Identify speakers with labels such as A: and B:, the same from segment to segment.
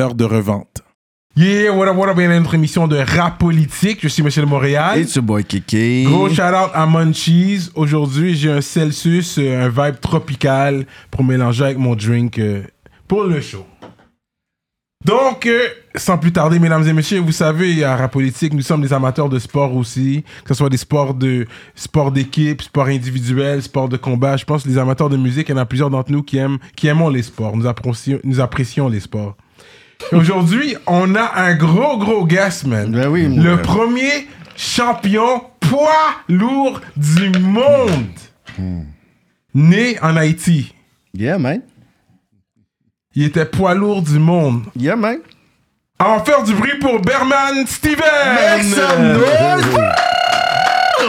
A: de revente. Yeah, what up, what up, bienvenue à notre émission de rap politique. Je suis Monsieur de Montréal.
B: It's your boy Kiki.
A: Gros shout out à Munchies. Aujourd'hui, j'ai un Celsius, euh, un vibe tropical pour mélanger avec mon drink euh, pour le show. Donc, euh, sans plus tarder, mesdames et messieurs, vous savez, à Rap Politique, nous sommes des amateurs de sport aussi, que ce soit des sports de sport d'équipe, sport individuel, sport de combat. Je pense que les amateurs de musique, il y en a plusieurs d'entre nous qui aiment, qui aimons les sports. Nous apprécions, nous apprécions les sports. Aujourd'hui, on a un gros, gros guest, man.
C: Ben oui, mon
A: Le
C: gars.
A: premier champion poids lourd du monde.
C: Hmm.
A: Né en Haïti.
C: Yeah, man.
A: Il était poids lourd du monde.
C: Yeah, man.
A: On va faire du bruit pour Berman Steven!
C: Make some noise.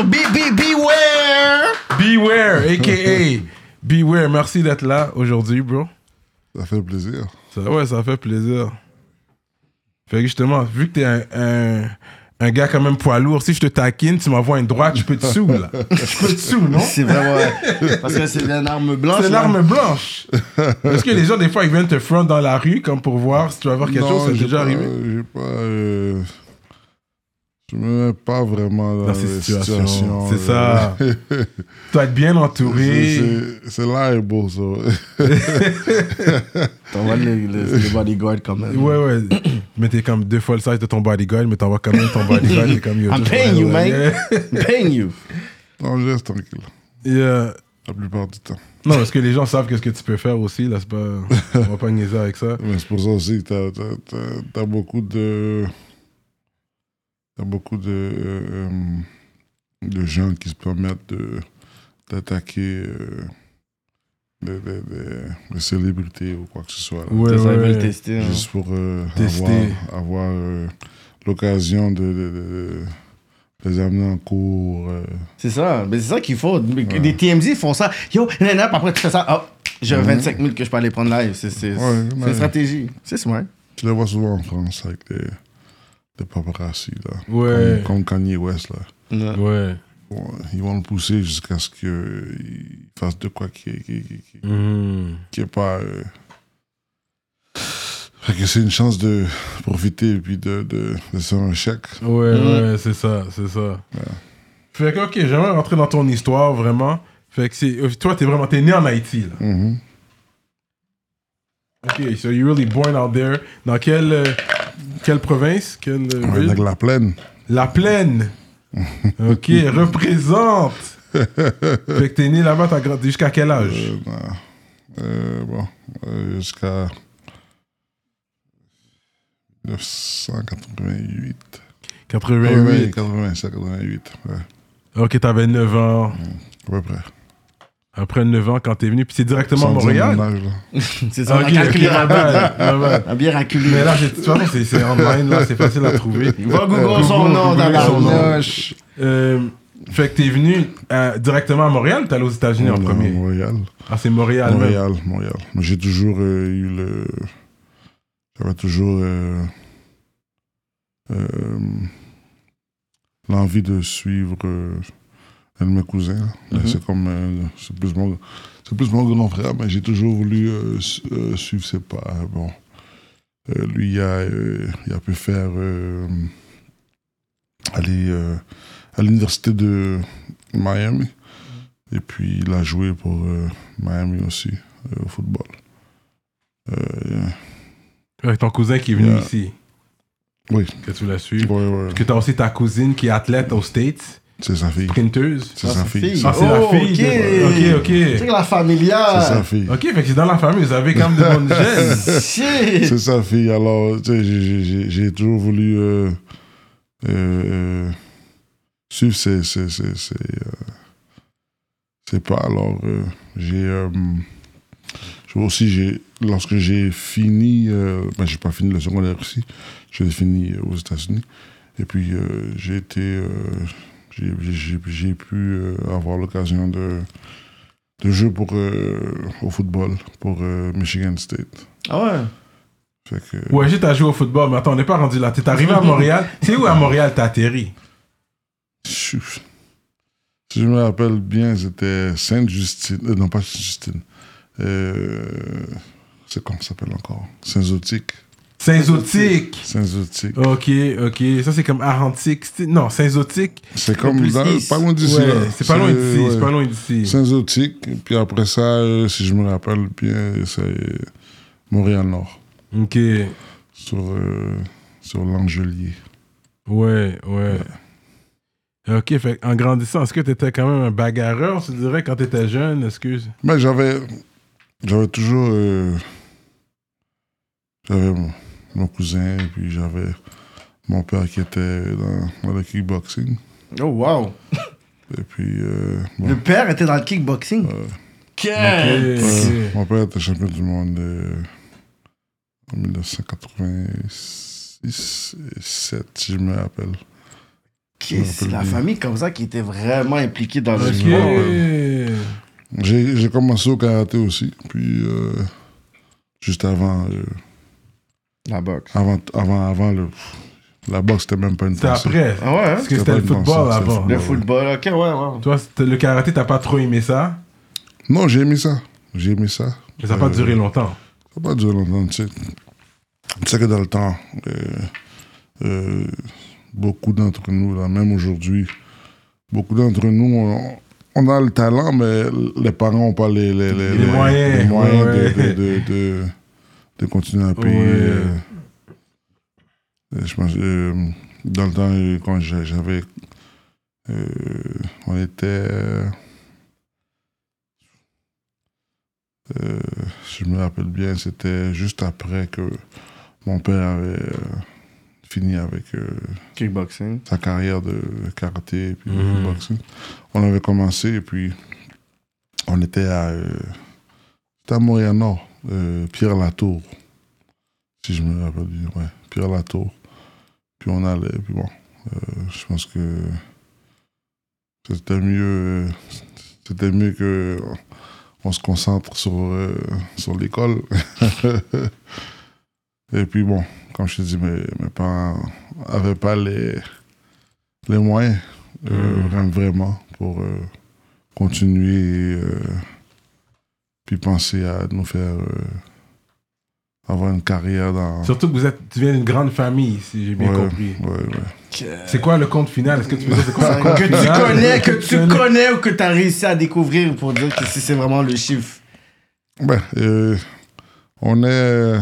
C: Be, be, beware.
A: Beware, a.k.a. Beware, merci d'être là aujourd'hui, bro.
D: Ça fait plaisir.
A: Ça, ouais, ça fait plaisir. Fait que justement, vu que t'es un, un, un gars quand même poids lourd, si je te taquine, tu m'envoies une droite, je peux te sous, là. Je peux te sous, non?
C: C'est vraiment. Parce que c'est une arme blanche.
A: C'est
C: là.
A: l'arme blanche. Parce que les gens, des fois, ils viennent te front dans la rue, comme pour voir si tu vas voir quelque
D: Non,
A: chose, ça t'est
D: j'ai
A: déjà
D: pas-
A: arrivé.
D: J'ai pas. euh, je me mets pas vraiment dans,
A: Dans
D: les
A: ces situations.
D: situations, euh,
A: C'est ça.
D: là.
A: Tu dois être bien entouré.
D: C'est- c'est- C'est liable, ça.
C: hein. On va le, le, le bodyguard quand même.
A: Ouais, ouais. mais t'es comme deux fois le size de ton bodyguard, mais t'envoies quand même ton bodyguard. t'es comme, yo,
C: I'm
A: just
C: paying you, man.
A: relax.
C: Paying you.
D: On geste tranquille,
A: Yeah. Yeah.
D: la plupart du temps.
A: Non, parce que les gens savent qu'est-ce que tu peux faire aussi. Là, c'est pas... On va pas niaiser avec ça.
D: Mais c'est pour ça aussi que t'as- t'as- t'as- t'as beaucoup de. T'as beaucoup de. euh, euh, de gens qui se permettent de- d'attaquer euh, des, des- des- des célébrités ou quoi que ce soit. là.
A: Ouais,
C: Ça, ils veulent
A: ouais.
C: tester. hein.
D: juste pour euh,
A: Mm. Tester.
D: avoir, avoir, euh, l'occasion de, de- de- de les amener en cours. euh.
C: C'est ça. Mais c'est ça qu'il faut. Des TMZ font ça. Yo, nan, nan, après tu fais ça. Hop, j'ai
A: Mm-hmm.
C: 25 000 que je peux aller prendre live. C'est c'est-
D: Ouais,
C: c'est
D: ouais.
C: une stratégie. C'est smart.
D: Tu les vois souvent en France avec des, des paparazzi, là.
A: Ouais.
D: Comme, comme Kanye West. Là.
C: Ouais.
A: Ouais.
D: Bon, ils vont le pousser jusqu'à ce qu'il fasse de quoi qui n'est qui, qui- qui-
A: Mhm.
D: qui est pas... euh. Fait que c'est une chance de profiter et puis de, de, de se faire un chèque.
A: Ouais,
C: Mhm.
A: ouais, c'est ça, c'est ça. Fait que, ok, j'aimerais rentrer dans ton histoire, vraiment. Fait que c'est... euh, Toi, t'es vraiment... T'es né en Haïti, là.
D: Mhm.
A: Ok, so you're really born out there. Dans quelle... euh, Quelle province? Quelle euh,
D: On va
A: ville?
D: dire la plaine.
A: La Plaine. Ok, représente. Fait que t'es né là-bas, t'as grandi jusqu'à quel âge
D: Euh, non. Euh, bon, euh, jusqu'à 1988. Ah
A: 88.
D: 87, 88, ouais,
A: Ok, t'avais 9 ans.
D: à peu près.
A: Après 9 ans, quand t'es venu, puis c'est directement à
D: Sans dire
A: Montréal.
D: mon âge, là.
C: C'est ça.
A: Ah,
C: On
A: ok,
C: a calculé
A: ok,
C: la
A: ah,
C: bonne.
A: ouais, ouais, ouais.
C: On a bien calculé.
A: Mais là, j'ai- de toute façon, c'est- c'est online, là, c'est facile à trouver.
C: Va Google son
A: Google,
C: nom dans
A: Google
C: la
A: son nom.
C: noche.
A: Euh, fait que t'es venu euh, directement à Montréal ou t'es allé aux États-Unis en
D: Non,
A: premier
D: Montréal.
A: Ah, c'est Montréal, même.
D: Montréal, Montréal. Mais j'ai toujours euh, eu le. J'avais toujours euh, euh, l'envie de suivre euh, un de mes cousins. là.
C: Mhm.
D: C'est comme. euh, c'est plus mon. C'est plus mon grand frère, mais j'ai toujours voulu euh, su- euh, suivre ses pas. Bon. Euh, lui, il a, euh, il a pu faire. euh, aller euh, à l'université de Miami. Et puis, il a joué pour euh, Miami aussi, euh, au football. Euh,
A: Avec ton cousin qui est venu
D: Yeah.
A: ici.
D: Oui.
A: Que tu l'as
D: ouais,
A: suivi.
D: ouais,
A: Que t'as aussi ta cousine qui est athlète aux States,
D: c'est sa fille.
A: sprinteuse.
D: C'est
C: Ah,
D: sa
C: sa
D: fille.
C: fille.
D: ça.
A: Ah, c'est la
C: Oh,
A: fille. de-
C: ok.
A: Ok, ok.
C: C'est que la
D: C'est sa
C: familiale.
D: fille.
A: Ok, fait que c'est dans la famille, vous avez quand même de bonnes gènes.
C: Shit.
D: C'est sa fille. Alors, tu sais, j'ai- j'ai- j'ai j'ai toujours voulu euh, euh, euh, suivre ses, ses- ses- ses, euh, ses pas. Alors, euh, j'ai. euh, je vois aussi, j'ai- lorsque j'ai fini. euh, ben, j'ai pas fini le secondaire ici, je l'ai fini euh, aux États-Unis. Et puis, euh, j'ai été. euh, j'ai- j'ai j'ai pu euh, avoir l'occasion de, de jouer pour, euh, au football pour euh, Michigan State.
C: Ah ouais.
D: Fait que,
A: Ouais, juste à jouer au football, mais attends, on n'est pas rendu là. T'es arrivé à Montréal. C'est où à Montréal t'as atterri
D: Chou. Si je me rappelle bien, c'était Sainte-Justine. euh, non, pas Sainte-Justine. Euh, c'est comment ça s'appelle encore Saint-Zotique.
A: Saint-Zotique.
D: Saint-Zotique.
A: Ok, ok. Ça, c'est comme Arantique. C'est- Non, Saint-Zotique.
D: C'est comme
C: plus
D: dans-
C: dix.
D: pas loin d'ici.
A: Ouais,
D: là.
A: c'est pas loin d'ici.
D: ouais.
A: C'est pas loin d'ici.
D: Saint-Zotique. Et Puis après ça, euh, si je me rappelle bien, c'est Montréal-Nord,
A: Ok.
D: sur, euh, sur l'Angelier.
A: Ouais, ouais. Ok, fait, en grandissant, est-ce que t'étais quand même un bagarreur, tu dirais, quand t'étais jeune Excuse.
D: Mais j'avais. J'avais toujours. euh, j'avais mon, mon cousin, et puis j'avais mon père qui était dans, dans le kickboxing.
C: Oh wow.
D: Et puis. euh, bon,
C: Le père était dans le kickboxing.
D: euh,
C: Quel-
A: Ok, ok.
D: ouais, euh, mon père était champion du monde euh, en 1986 et 7, si je me rappelle.
C: Qu'est-ce- C'est la famille comme ça qui était vraiment impliquée dans le
A: Ok.
C: sport. ouais.
D: J'ai j'ai commencé au karaté aussi, puis. euh, juste avant. euh,
C: La boxe.
D: avant, avant, avant le. La boxe, c'était même pas une
A: C'était
D: pensée.
A: après.
C: Ah ouais, hein?
A: Parce que
D: C'était
A: c'était
D: pas
A: le
D: une pensée,
A: football
D: c'était le
A: avant.
C: Le football, ok, ouais, ouais.
A: Toi, c'était le karaté, t'as pas trop aimé ça,
D: Non, j'ai aimé ça. J'ai aimé ça.
A: mais ça n'a pas
D: Euh,
A: duré longtemps.
D: Ça n'a pas duré longtemps, tu sais. Tu sais que dans le temps, euh, euh, beaucoup d'entre nous, là, même aujourd'hui, beaucoup d'entre nous, on, on a le talent, mais les parents n'ont pas les, les,
A: Les moyens,
D: les moyens
A: ouais,
D: de,
A: ouais.
D: de, de, de- de continuer à payer.
A: Ouais.
D: euh, euh, je pense, euh, dans le temps, euh, quand j'a- j'avais. euh, on était. euh, euh, si je me rappelle bien, c'était juste après que mon père avait euh, fini avec euh,
C: Kickboxing.
D: sa carrière de karaté et puis de
A: Mhm.
D: boxing. On avait commencé et puis on était à, euh, c'était à Montréal Nord, euh, Pierre Latour, si je me rappelle bien, ouais, Pierre Latour. Puis on allait, puis bon, euh, je pense que c'était mieux, euh, c'était mieux que on se concentre sur, euh, sur l'école. et puis bon, comme je te dis, mes, mes parents n'avaient pas les, les moyens euh, vra- vraiment pour euh, continuer et, euh, puis penser à nous faire euh, avoir une carrière dans...
A: Surtout que vous êtes, tu viens d'une grande famille, si j'ai bien
D: Ouais,
A: compris.
D: ouais, ouais.
A: C'est quoi le compte final Est-ce que tu peux dire c'est quoi le compte
C: Que tu
A: final
C: connais, que tu connais ou que tu as réussi à découvrir pour dire que si c'est vraiment le chiffre.
D: Ben, euh, on est.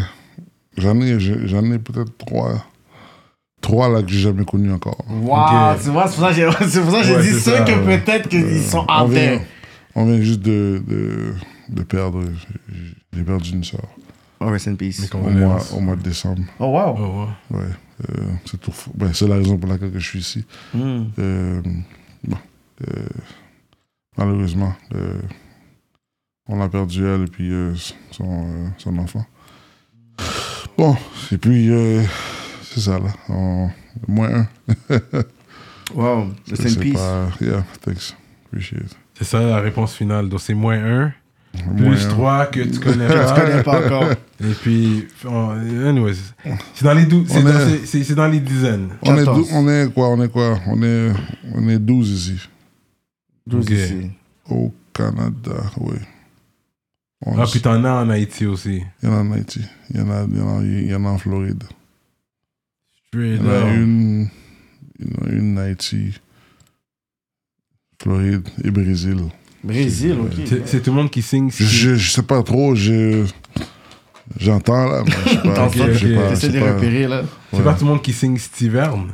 D: J'en ai, j'en ai peut-être trois. Trois là que j'ai jamais connus encore.
C: Waouh,
A: Ok.
C: tu vois, c'est pour ça que j'ai c'est pour ça que j'ai
A: Ouais,
C: dit
A: c'est
C: ceux
A: ça,
C: que
A: ouais.
C: peut-être qu'ils sont
D: on,
C: en
D: vient,
C: terre.
D: on vient juste de, de, de perdre. j'ai- J'ai perdu une soeur
C: Oh, rest in peace.
A: Mes
D: au mois,
A: condoléances.
D: au mois de décembre.
C: Oh, wow.
A: Oh, ouais.
D: Ouais. Euh, c'est tout fou. Ben, c'est la raison pour laquelle que je suis ici.
C: Hmm.
D: Euh, bon, euh, malheureusement, euh, on a perdu elle et puis euh, son, euh, son enfant. Bon, et puis, euh, c'est ça là. On- moins un.
C: Wow, rest in
D: C'est
C: peace.
D: pas- Yeah, thanks. Appreciate it.
A: C'est ça la réponse finale. Donc c'est moins 1,
D: Moins
A: plus
D: un.
A: 3 que tu connais
C: Je
A: pas.
C: connais pas encore.
A: Et puis, on- anyways, c'est dans les dou- c'est
D: On
A: dans-
D: est-
A: c'est- c'est- c'est dans les dizaines.
D: On est,
C: 14.
D: dou- on est quoi On est quoi On est, on est 12 ici.
C: 12
A: Ok.
C: ici.
D: Au Canada, oui.
A: Ah, puis t'en as en Haïti aussi.
D: Il y en a en Haïti. Il y en a, il y en a- il y en a en Floride. Il y en a
A: Straight up.
D: une, il y en a une en Haïti, Floride et Brésil.
C: Brésil, ok.
A: C'est c'est tout le monde qui signe.
D: Je, je, je sais pas trop, je, j'entends là, mais je sais pas.
C: T'entends,
D: je sais
A: ok.
D: pas, je
C: T'essaies
D: sais
C: de
D: pas.
C: repérer, là.
A: C'est
D: ouais.
A: pas tout le monde qui signe Stiverne.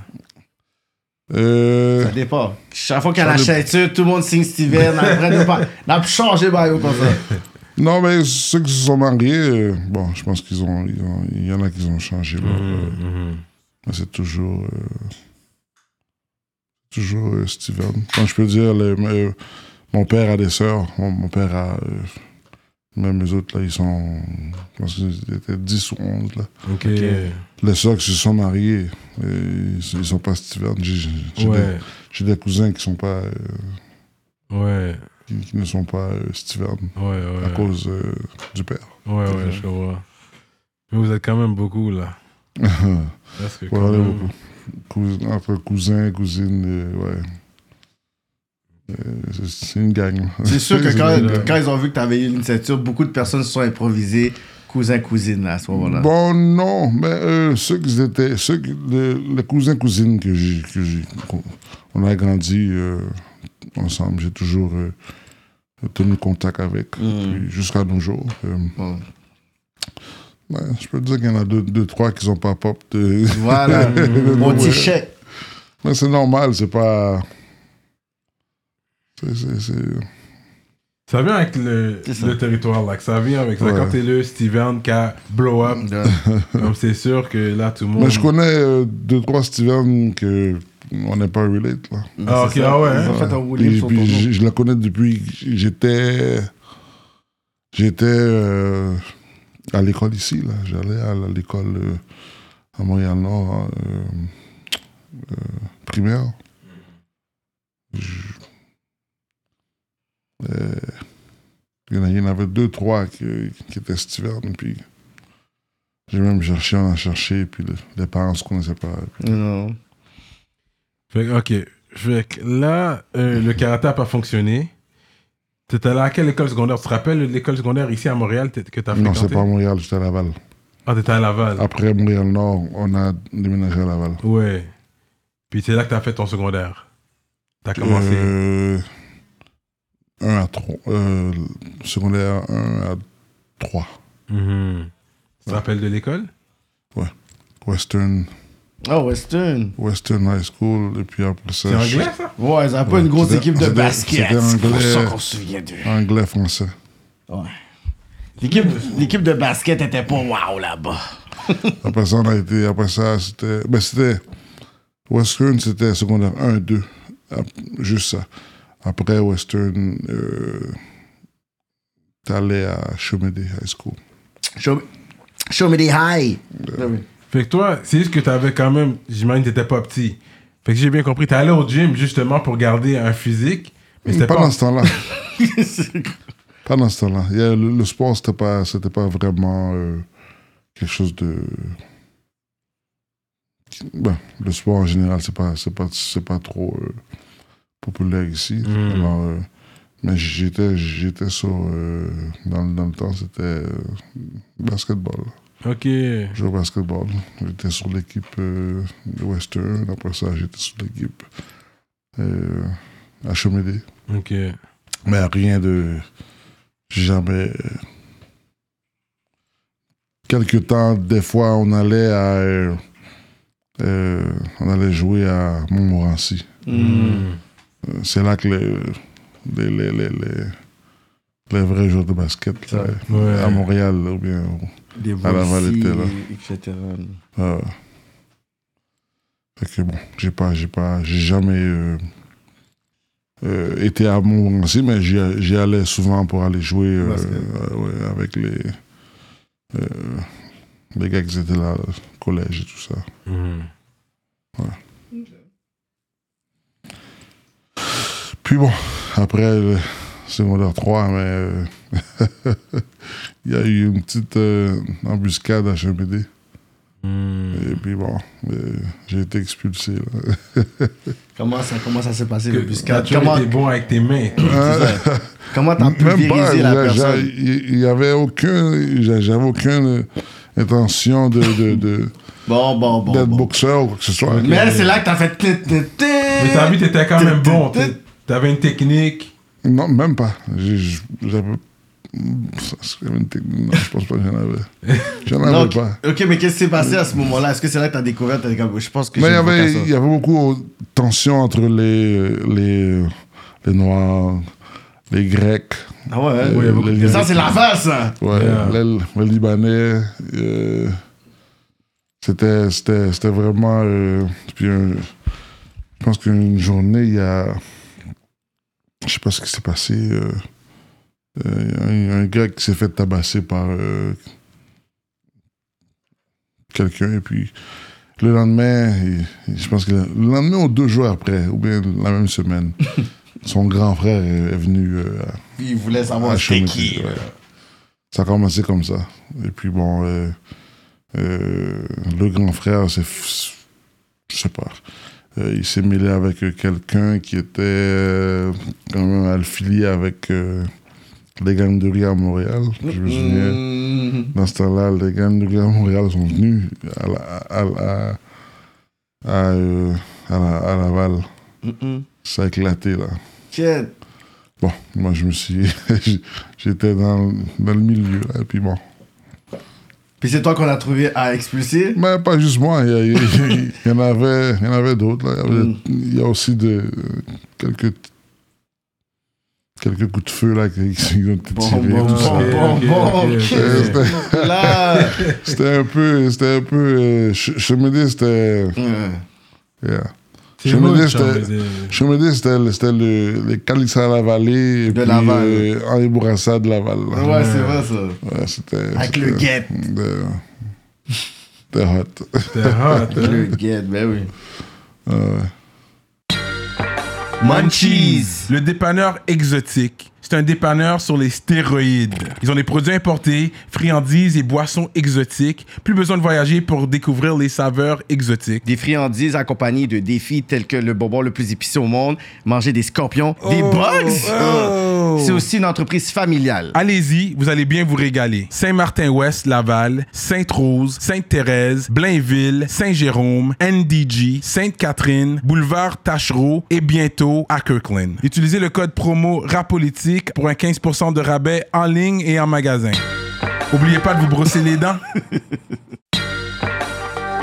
D: Euh,
C: Ça dépend. Chaque fois qu'elle a la
D: Ça
C: ceinture, tout le monde signe Steven. Après, nous pas. N'a pas changé, Mario, comme ça.
D: non, mais ceux qui se sont mariés, euh, bon, je pense qu'ils
A: Mm.
D: Mm, ont, ils ont- il y en a qui ont changé. là, euh, Mais c'est toujours. euh, toujours euh, Steven. Quand je peux dire, le- euh, mon père a des sœurs. Mon, mon père a. euh, même les autres, là, ils sont. Je pense qu'ils étaient 10 ou 11, là.
A: Ok.
D: Les sœurs qui se sont mariées, euh, ils, ils sont pas Steven. J'ai- J'ai j'ai
A: Ouais.
D: des, j'ai des cousins qui sont pas. euh,
A: Ouais.
D: qui, qui ne sont pas euh, Steven
A: Ouais, ouais.
D: à cause euh, du père.
A: Ouais, ouais, je comprends. Mais vous êtes quand même beaucoup, là. Parce que quand
D: voilà,
A: même-
D: beaucoup. Cous- entre cousins, cousines, euh, ouais. Euh, c'est- c'est une gang. là.
C: C'est sûr que quand,
D: une gang.
C: quand ils ont vu que t'avais eu l'initiative, beaucoup de personnes se sont improvisées cousin-cousine à ce moment-là.
D: Bon, non, mais euh, ceux qui étaient. Ceux qui- les, les cousins, cousines que j'ai. que j'ai- qu'on- on a grandi euh, ensemble. J'ai toujours euh, tenu contact avec. puis Jusqu'à nos jours. Euh,
C: Mm-hmm. Bon.
D: ouais, je peux te dire qu'il y en a deux, deux trois qui sont pas pop. de-
C: Voilà, mon petit chèque.
D: Mais c'est normal, c'est pas. C'est. c'est- c'est-
E: Ça vient avec le,
C: C'est ça.
E: le territoire, là. que Ça vient avec ça.
D: Ouais. Mm,
E: Quand t'es le Steven qui a blow up, comme c'est sûr que là, tout le
A: Mm.
E: monde.
D: Mais je connais euh, deux, trois Steven que on n'est pas relate. Là.
E: Ah, ok,
C: C'est ça.
E: ah ouais, hein.
C: Ils ont fait un roulé
D: Puis-
C: sur
D: puis
C: ton nom.
D: je, je la connais depuis que j'étais. J'étais euh, à l'école ici, là. J'allais à la- l'école euh, à Montréal-Nord euh, euh, primaire. Je- euh, il y en a- il y en avait deux, trois qui, qui étaient Steven. Puis j'ai même cherché, on a cherché, puis le- les parents ne se connaissaient pas.
C: Non.
E: Fait que, ok. Fait que là, euh, le karaté n'a pas fonctionné. T'étais allé à quelle école secondaire Tu te rappelles de l'école secondaire ici à Montréal t'es- que t'as
D: non,
E: fréquenté
D: c'est pas à Montréal, j'étais à Laval.
E: Ah, t'étais à Laval.
D: Après Montréal-Nord, on a déménagé à Laval.
E: Ouais. Puis c'est là que t'as fait ton secondaire. T'as commencé.
D: Euh, un à trois. euh, secondaire 1 à 3.
E: Mhm. Tu te rappelles de l'école
D: Western,
C: Ah, Western.
D: Western High School. Et puis après ça.
E: C'est
D: je-
E: anglais, ça
C: Ouais, ils ont pas une grosse
D: C'était-
C: équipe de
D: c'était-
C: basket.
D: c'était
C: C'est pour
D: anglais.
C: ça qu'on se souvient d'eux.
D: Anglais, français.
C: Ouais. L'équipe, l'équipe de basket était pas wow là-bas.
D: Après ça, on a été. Après ça, c'était. Ben, c'était. Western, c'était secondaire 1 2. Ap- Juste ça. Après Western, euh, t'allais à Chomedey High School.
C: Show, show me the high. Ah
E: Fait que toi, c'est juste que t'avais quand même. J'imagine que t'étais pas petit. Fait que j'ai bien compris. T'es allé au gym justement pour garder un physique. Mais c'était
D: Pas
E: pas.
D: dans ce temps-là. Pas dans ce temps-là. Il y a- Le, le sport, c'était pas, c'était pas vraiment euh, quelque chose de. Ben, le sport en général, c'est pas, c'est pas, c'est pas trop euh, populaire ici.
E: Mm.
D: Alors, euh, mais j'étais, j'étais sur. euh, dans, le- dans le temps, c'était euh, basketball.
E: Ok.
D: Je jouais au basketball. J'étais sur l'équipe euh, de Western. Après ça, j'étais sur l'équipe euh, HMD.
E: Ok.
D: Mais rien de. Jamais. euh, Quelque temps, des fois, on allait à. euh, euh, on allait jouer à Montmorency.
C: Mm.
D: Euh, C'est là que les, les, les, les, les- les vrais joueurs de basket, là,
E: Ouais.
D: à Montréal, ou bien.
C: Des
D: À Laval,
C: Voici,
D: était bah, là.
C: etc.
D: euh, fait que bon, j'ai pas, j'ai pas, j'ai jamais euh, euh, été à Montmorency, mais j'y j'y allais souvent pour aller jouer euh,
C: Basket.
D: euh, ouais, avec les, euh, les gars qui étaient là, au collège et tout ça.
E: Mhm.
D: Puis bon, après le secondaire 3, mais euh, il y a eu une petite euh, embuscade à HMPD.
E: Mhm.
D: Et puis bon, euh, j'ai été expulsé. là.
C: Comment ça, comment ça s'est passé le
E: T'as
C: buscade?
E: toujours
C: Comment,
E: été bon avec tes mains.
C: c'est ça. comment t'as pu viriser la
D: j'a- j'a-
C: personne?
D: Il il y avait aucune, j'a- j'avais aucune euh, intention de, de, de-
C: Bon, bon, bon.
D: d'être
C: bon.
D: boxeur ou quoi que ce soit.
C: Mais c'est là que t'as fait. tit, tit, tit.
E: Mais t'as vu, t'étais quand même
C: Tit,
E: bon.
C: tit, tit.
E: T'es- T'avais une technique.
D: Non, même pas. J'ai- j'- J'avais. Ça serait une technique. Non, je pense pas que j'en avais. J'en avais
C: Non, ok,
D: Ah, pas.
C: ok, mais qu'est-ce qui s'est passé à ce moment-là? Est-ce que c'est là que t'as découvert? T'as dit, comme, je pense que
D: Mais il y
C: j'ai une
D: avait,
C: vocation.
D: il y avait beaucoup de tensions entre les, les, les Noirs, les Grecs,
C: Ah ouais, hein?
D: Oui, il y a beaucoup de
C: Mais Ça,
D: gars.
C: c'est la hein? face, ça!
D: ouais,
E: Yeah.
D: les, les Libanais. euh, c'était, c'était, c'était vraiment. euh, puis un- pense qu'une journée, il y a. Je sais pas ce qui s'est passé. euh, euh, il y a un, un gars qui s'est fait tabasser par euh, quelqu'un. Et puis, le lendemain, il- il- je pense que le lendemain ou deux jours après, ou bien la même semaine, son grand frère est, est venu euh, à-
C: Puis il voulait
D: ah,
C: savoir c'était
D: Shoemaker,
C: qui.
D: ouais. Ça a commencé comme ça. Et puis bon, euh, euh, le grand frère, c'est, je sais pas, Euh, il s'est mêlé avec quelqu'un qui était euh, quand même affilié avec euh, les gangs de rue à Montréal. Je me souviens,
C: Mhm.
D: dans ce temps-là, les gangs de rue à Montréal sont venus à, la- à, à, à, euh, à la- à Laval.
C: Mhm.
D: Ça a éclaté là.
C: Shit.
D: Bon, moi je me suis. J'étais dans, dans le milieu, là, et puis bon.
C: Puis c'est toi qu'on a trouvé à expulser.
D: Mais pas juste moi, il y, a- il y a- il y en avait, il y en avait d'autres. là. Il, y avait-
C: Mm.
D: il y a aussi de, quelques, quelques coups de feu là, qui, qui ont été
C: Bon,
D: tirés,
C: bon,
D: tout
C: bon,
D: ça.
C: bon, bon,
F: ok,
C: ok.
D: Euh, c'était-
C: Là.
D: C'était un peu. C'était un peu. euh, Ch- Chemédé, c'était.
C: Euh,
D: yeah.
F: C'est
D: Je me
F: long,
D: dis,
E: hein,
F: Charles,
D: c'était-
F: mais-
D: Chemédé, c'était le- c'était le, les Calices à Lavalée. Et
C: De
D: puis,
C: Laval.
D: euh, Henri Bourassa de Laval. là.
C: Ouais, c'est vrai ça.
D: Ouais, c'était.
C: Avec le
D: c'était-
C: guet.
D: de, de hot.
F: C'était hot,
C: Avec
F: hein.
C: le guet, ben oui.
D: Euh,
C: Munchies.
A: Le dépanneur exotique. C'est un dépanneur sur les stéroïdes. Ils ont des produits importés, friandises et boissons exotiques. Plus besoin de voyager pour découvrir les saveurs exotiques.
C: Des friandises accompagnées de défis tels que le bonbon le plus épicé au monde, manger des scorpions, des bugs.
A: oh.
C: Euh, C'est aussi une entreprise familiale.
A: Allez-y, vous allez bien vous régaler. Saint-Martin-Ouest, Laval, Sainte-Rose, Sainte-Thérèse, Blainville, Saint-Jérôme, NDG, Sainte-Catherine, Boulevard Tachereau et bientôt à Kirkland. Utilisez le code promo RAPOLITIQUE pour un 15% de rabais en ligne et en magasin. Oubliez pas de vous brosser les dents.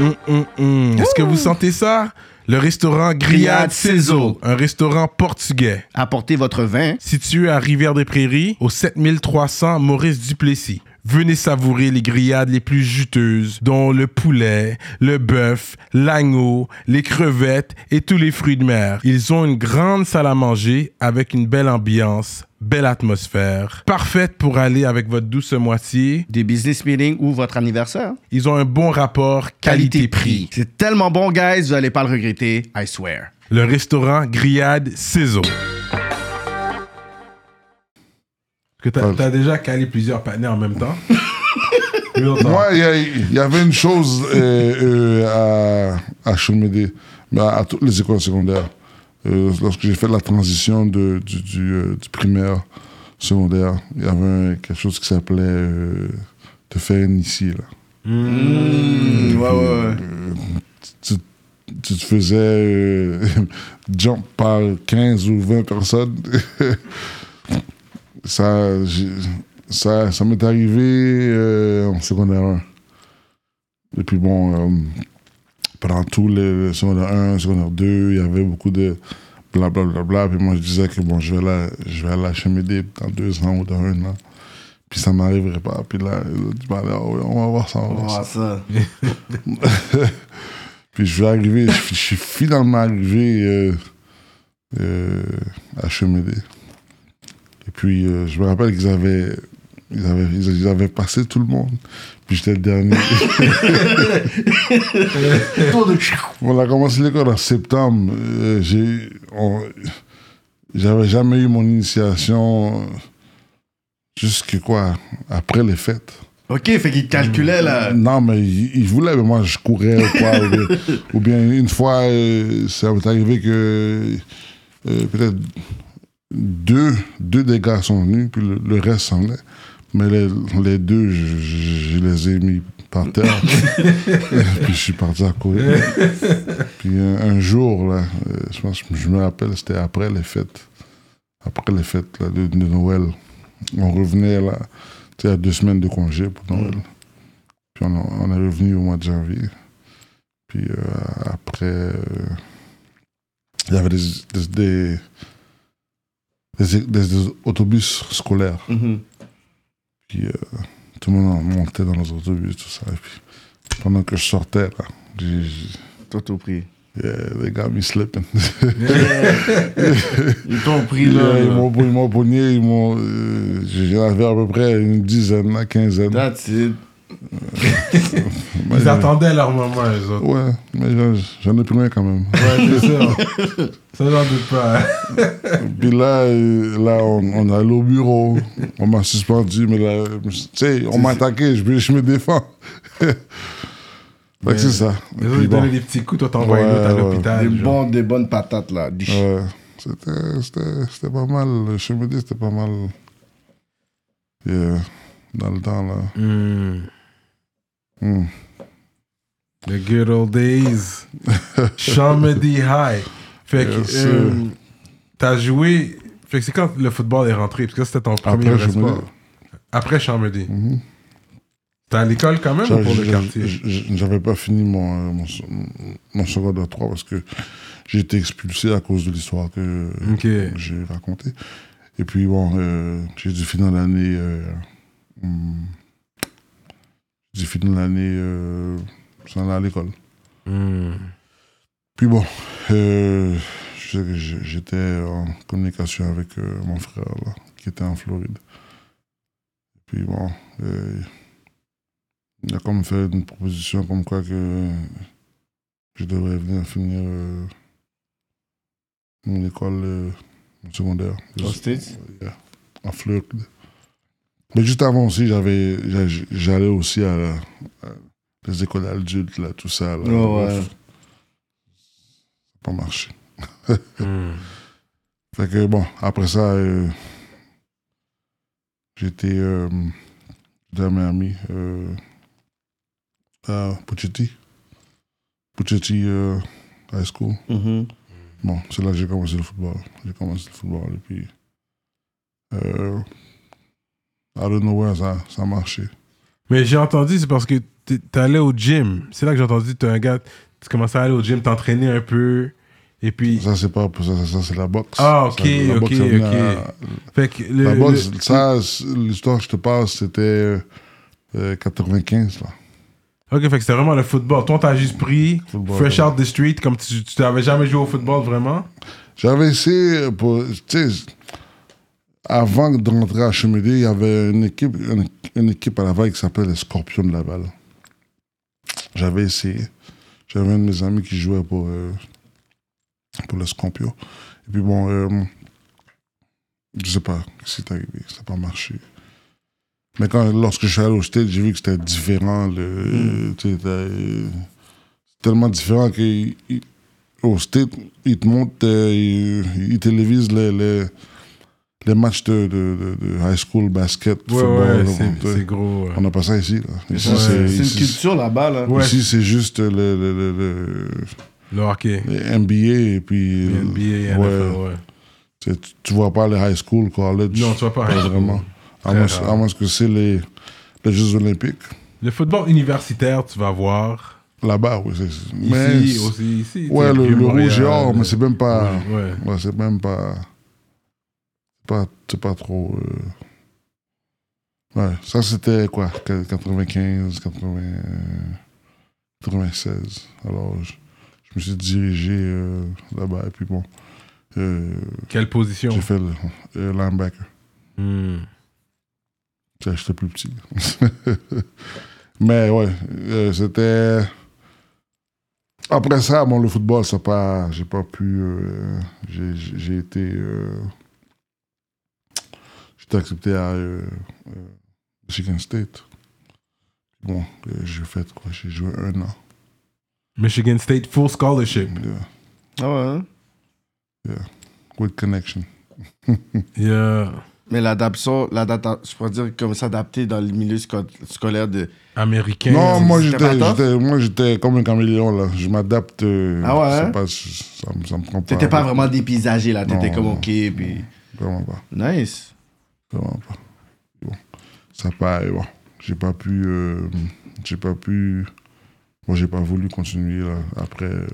A: Hum, hum, hum. Est-ce que vous sentez ça? Le restaurant Grillade
C: Grillade
A: Cézo,
C: Cézo.
A: un restaurant portugais
C: Apportez votre vin.
A: situé à Rivière-des-Prairies, au 7300 Maurice Duplessis. Venez savourer les grillades les plus juteuses, dont le poulet, le bœuf, l'agneau, les crevettes et tous les fruits de mer. Ils ont une grande salle à manger avec une belle ambiance, belle atmosphère, parfaite pour aller avec votre douce moitié.
C: Des business meetings ou votre anniversaire.
A: Ils ont un bon rapport qualité-prix.
C: C'est tellement bon, guys, vous allez pas le regretter, I swear.
A: Le restaurant Grillade Ciseaux.
F: Que t'as t'as déjà calé plusieurs paniers en même temps. Plus longtemps.
D: Moi, il y a- il y, avait une chose euh, euh, à, à Choumédé, mais à, à toutes les écoles secondaires. Euh, lorsque j'ai fait la transition de, du, du, euh, du primaire au secondaire, il y avait un- quelque chose qui s'appelait euh, te faire initier. Là.
C: Mm, ouais, ouais, ouais.
D: Tu, tu te faisais euh, jump par 15 ou 20 personnes. ça, j'ai- ça, ça m'est arrivé euh, en secondaire 1. Et puis bon, euh, pendant tout le le secondaire 1, secondaire 2, il y avait beaucoup de blablabla. puis moi, je disais que bon, je vais la, je vais la cheminer dans deux ans ou dans un an. Puis ça m'arriverait pas. Puis là, tu m'as dit, Ah ouais, on va voir ça, on va voir ça.
C: Oh, ça.
D: Puis je vais arriver, je, suis- je suis finalement arrivé euh, euh, à Chemédé. Et puis euh, je me rappelle qu'ils avaient, ils avaient, ils, ils avaient passé tout le monde. Puis j'étais le dernier.
C: Tour de-
D: on a commencé l'école en septembre. Euh, j'ai, on- j'avais jamais eu mon initiation jusque quoi après les fêtes.
C: Ok, fait qu'il calculait là.
D: Non, mais il, il voulait, mais moi, je courais ou quoi. ou, bien, ou bien une fois, euh, ça m'est arrivé que euh, peut-être deux, deux des gars sont venus, puis le, le reste s'en venait. Mais les, les deux, je, je- je les ai mis par terre. puis je suis parti à courir. puis un, un jour, là, euh, je pense que je me rappelle, c'était après les fêtes. Après les fêtes là, de, de Noël. On revenait là, tu sais, à deux semaines de congé pour Noël. Puis on, on est revenu au mois de janvier. Puis euh, après, euh, il y avait des, des, des, des- des- des autobus scolaires.
C: Mhm.
D: Puis euh, tout le monde montait dans les autobus, tout ça. Et puis pendant que je sortais, là, j'ai- j'ai-
C: Tout au prix.
D: Yeah, they got me slipping.
C: Ils t'ont pris
D: Ils
C: là.
A: euh,
C: là.
D: m'ont ils m'ont pogné, ils m'ont. euh, J'en avais à peu près une dizaine, la quinzaine.
C: That's it.
D: Mais
A: Ils
D: j'en-
A: attendaient leur moment, les autres.
D: Ouais, mais j'en- j'en ai pris un quand même.
A: Ouais, c'est sûr. Ça, j'en doute pas.
D: Puis là, euh, là on, on est allé au bureau. On m'a suspendu, mais là, euh, tu sais, on m'a attaqué, je, me- je me défends. fait que c'est ça.
A: Les autres,
D: Puis
A: ils
D: bon,
A: donnaient des petits coups, toi, t'envoies une
D: Ouais,
A: autre à
D: ouais.
A: l'hôpital.
C: Des,
A: genre.
C: bons, des bonnes patates là. Des ch-
D: Ah, ouais, c'était- c'était c'était pas mal. Je me dis, c'était pas mal. Yeah, Dans le temps, là. Hmm.
A: The good old days. Chamedy High. Fait que
D: Yes, sir.
A: euh, t'as joué. Fait que c'est quand le football est rentré, parce que c'était ton premier
D: Après,
A: vrai
D: Chamedy.
A: sport. Après Chamedy.
D: Mhm.
A: T'es à l'école quand même ou pour le
D: J'avais-
A: quartier
D: j'avais- J'avais pas fini mon, euh, mon, se- mon secondaire 3 parce que j'ai été expulsé à cause de l'histoire que
A: Ok.
D: j'ai racontée. Et puis bon, euh, j'ai dû finir l'année. euh, hum, j'ai fini l'année euh, sans aller à l'école. Puis bon, euh, je sais que j'ai- j'étais en communication avec euh, mon frère là, qui était en Floride. Puis bon, euh, il a comme fait une proposition comme quoi que je devrais venir finir euh, mon école euh, secondaire.
C: Aux States?
D: Yeah, en Floride. Mais juste avant aussi, j'avais, j'a- j'allais aussi à, la- à les écoles adultes, là, tout ça. Là,
C: Ouais, ouais.
D: Bref, pas marché. Fait que bon, après ça, euh, j'étais euh, j'étais à Miami, euh, à Puchetti. Puchetti euh, High School.
C: Mhm.
D: Bon, c'est là que j'ai commencé le football. J'ai commencé le football et puis. Euh, out of nowhere, ça, ça a marché.
A: Mais j'ai entendu, c'est parce que t'es- t'allais au gym. C'est là que j'ai entendu, t'es un gars, tu commençais à aller au gym, t'entraîner un peu. Et puis,
D: Ça, c'est pas. Ça, ça, ça, c'est la boxe.
A: Ah, ok,
D: Ça, la
A: ok,
D: boxe, ça venait
A: ok.
D: à-
A: fait que le-
D: la
A: le-
D: boxe, ça, c'est- l'histoire que je te parle, c'était euh, 95, là.
A: Ok, fait que c'était vraiment le football. Toi, t'as juste pris
D: Football,
A: fresh
D: ouais.
A: out the street, comme tu tu t'avais jamais joué au football vraiment.
D: J'avais essayé euh, pour. Tu sais, avant de rentrer à Chemédé, il y avait une équipe, une, une équipe à Laval qui s'appelait les Scorpions de Laval. J'avais essayé. J'avais un de mes amis qui jouait pour, euh, pour les Scorpions. Et puis bon, euh, je sais pas ce qui est arrivé, ça n'a pas marché. Mais quand, lorsque je suis allé au stade, j'ai vu que c'était différent. le-
A: Hmm.
D: tu sais, t'as, euh, c'est tellement différent que au stade, ils te montrent, euh, ils, ils télévisent les, les, les matchs de, de- de- de high school basket,
A: Ouais,
D: football,
A: ouais,
D: là,
A: c'est-
D: on-
A: c'est gros. ouais.
D: on n'a pas ça ici. là. Ici,
C: Ouais,
D: c'est,
C: C'est une
D: ici,
C: culture là-bas là.
A: Ouais.
D: ici, c'est juste le, le, le- le-
A: Le hockey.
D: le NBA et puis.
A: Le NBA,
D: Euh, ouais,
A: NFL, ouais.
D: c'est- tu- tu vois pas les high school, college.
A: Non, tu vois pas. hein.
D: vraiment. À
A: Très
D: moins,
A: rare.
D: à moins que c'est les, les Jeux Olympiques.
A: Le football universitaire, tu vas voir.
D: Là-bas, oui. c'est- c'est- mais
A: Ici,
D: c'est-
A: aussi, ici.
D: Ouais,
A: tu sais,
D: le, le
A: Montréal,
D: rouge et or,
A: le-
D: mais c'est même pas.
A: Ouais, ouais.
D: ouais, c'est même pas. c'est pas c'est pas trop. euh, Ouais, ça c'était quoi que- 95, 80, 96. Alors, je, je me suis dirigé euh, là-bas, et puis bon. euh,
A: Quelle position
D: j'ai fait le euh, linebacker.
A: Hmm.
D: Tu sais, J'étais plus petit. Mais ouais, euh, c'était. Après ça, bon, le football, ça pas. J'ai pas pu. euh, j'ai- j'ai j'ai été. euh, J'étais accepté à euh, euh, Michigan State. Bon, euh, j'ai fait quoi J'ai joué un an.
A: Michigan State full scholarship.
D: Yeah.
C: Ah ouais. hein?
D: Good connection.
A: Yeah.
C: Mais l'adaptation, l'adapta- je pourrais dire comme s'adapter dans le milieu sco- scolaire de.
A: Américain.
D: non, moi
C: c'était pas
D: j'étais,
C: tough?
D: j'étais- moi j'étais comme un caméléon là. Je m'adapte. euh,
C: Ah ouais,
D: je sais
C: hein?
D: pas, ça, me- ça me prend pas.
C: T'étais pas vraiment dépaysagé là, t'étais
D: Non,
C: comme
D: non.
C: ok, puis.
D: Vraiment pas.
C: Nice.
D: Vraiment pas. Bon, ça a pas. Bon, j'ai pas pu. euh, j'ai pas pu. Moi, j'ai pas voulu continuer là. Après, euh,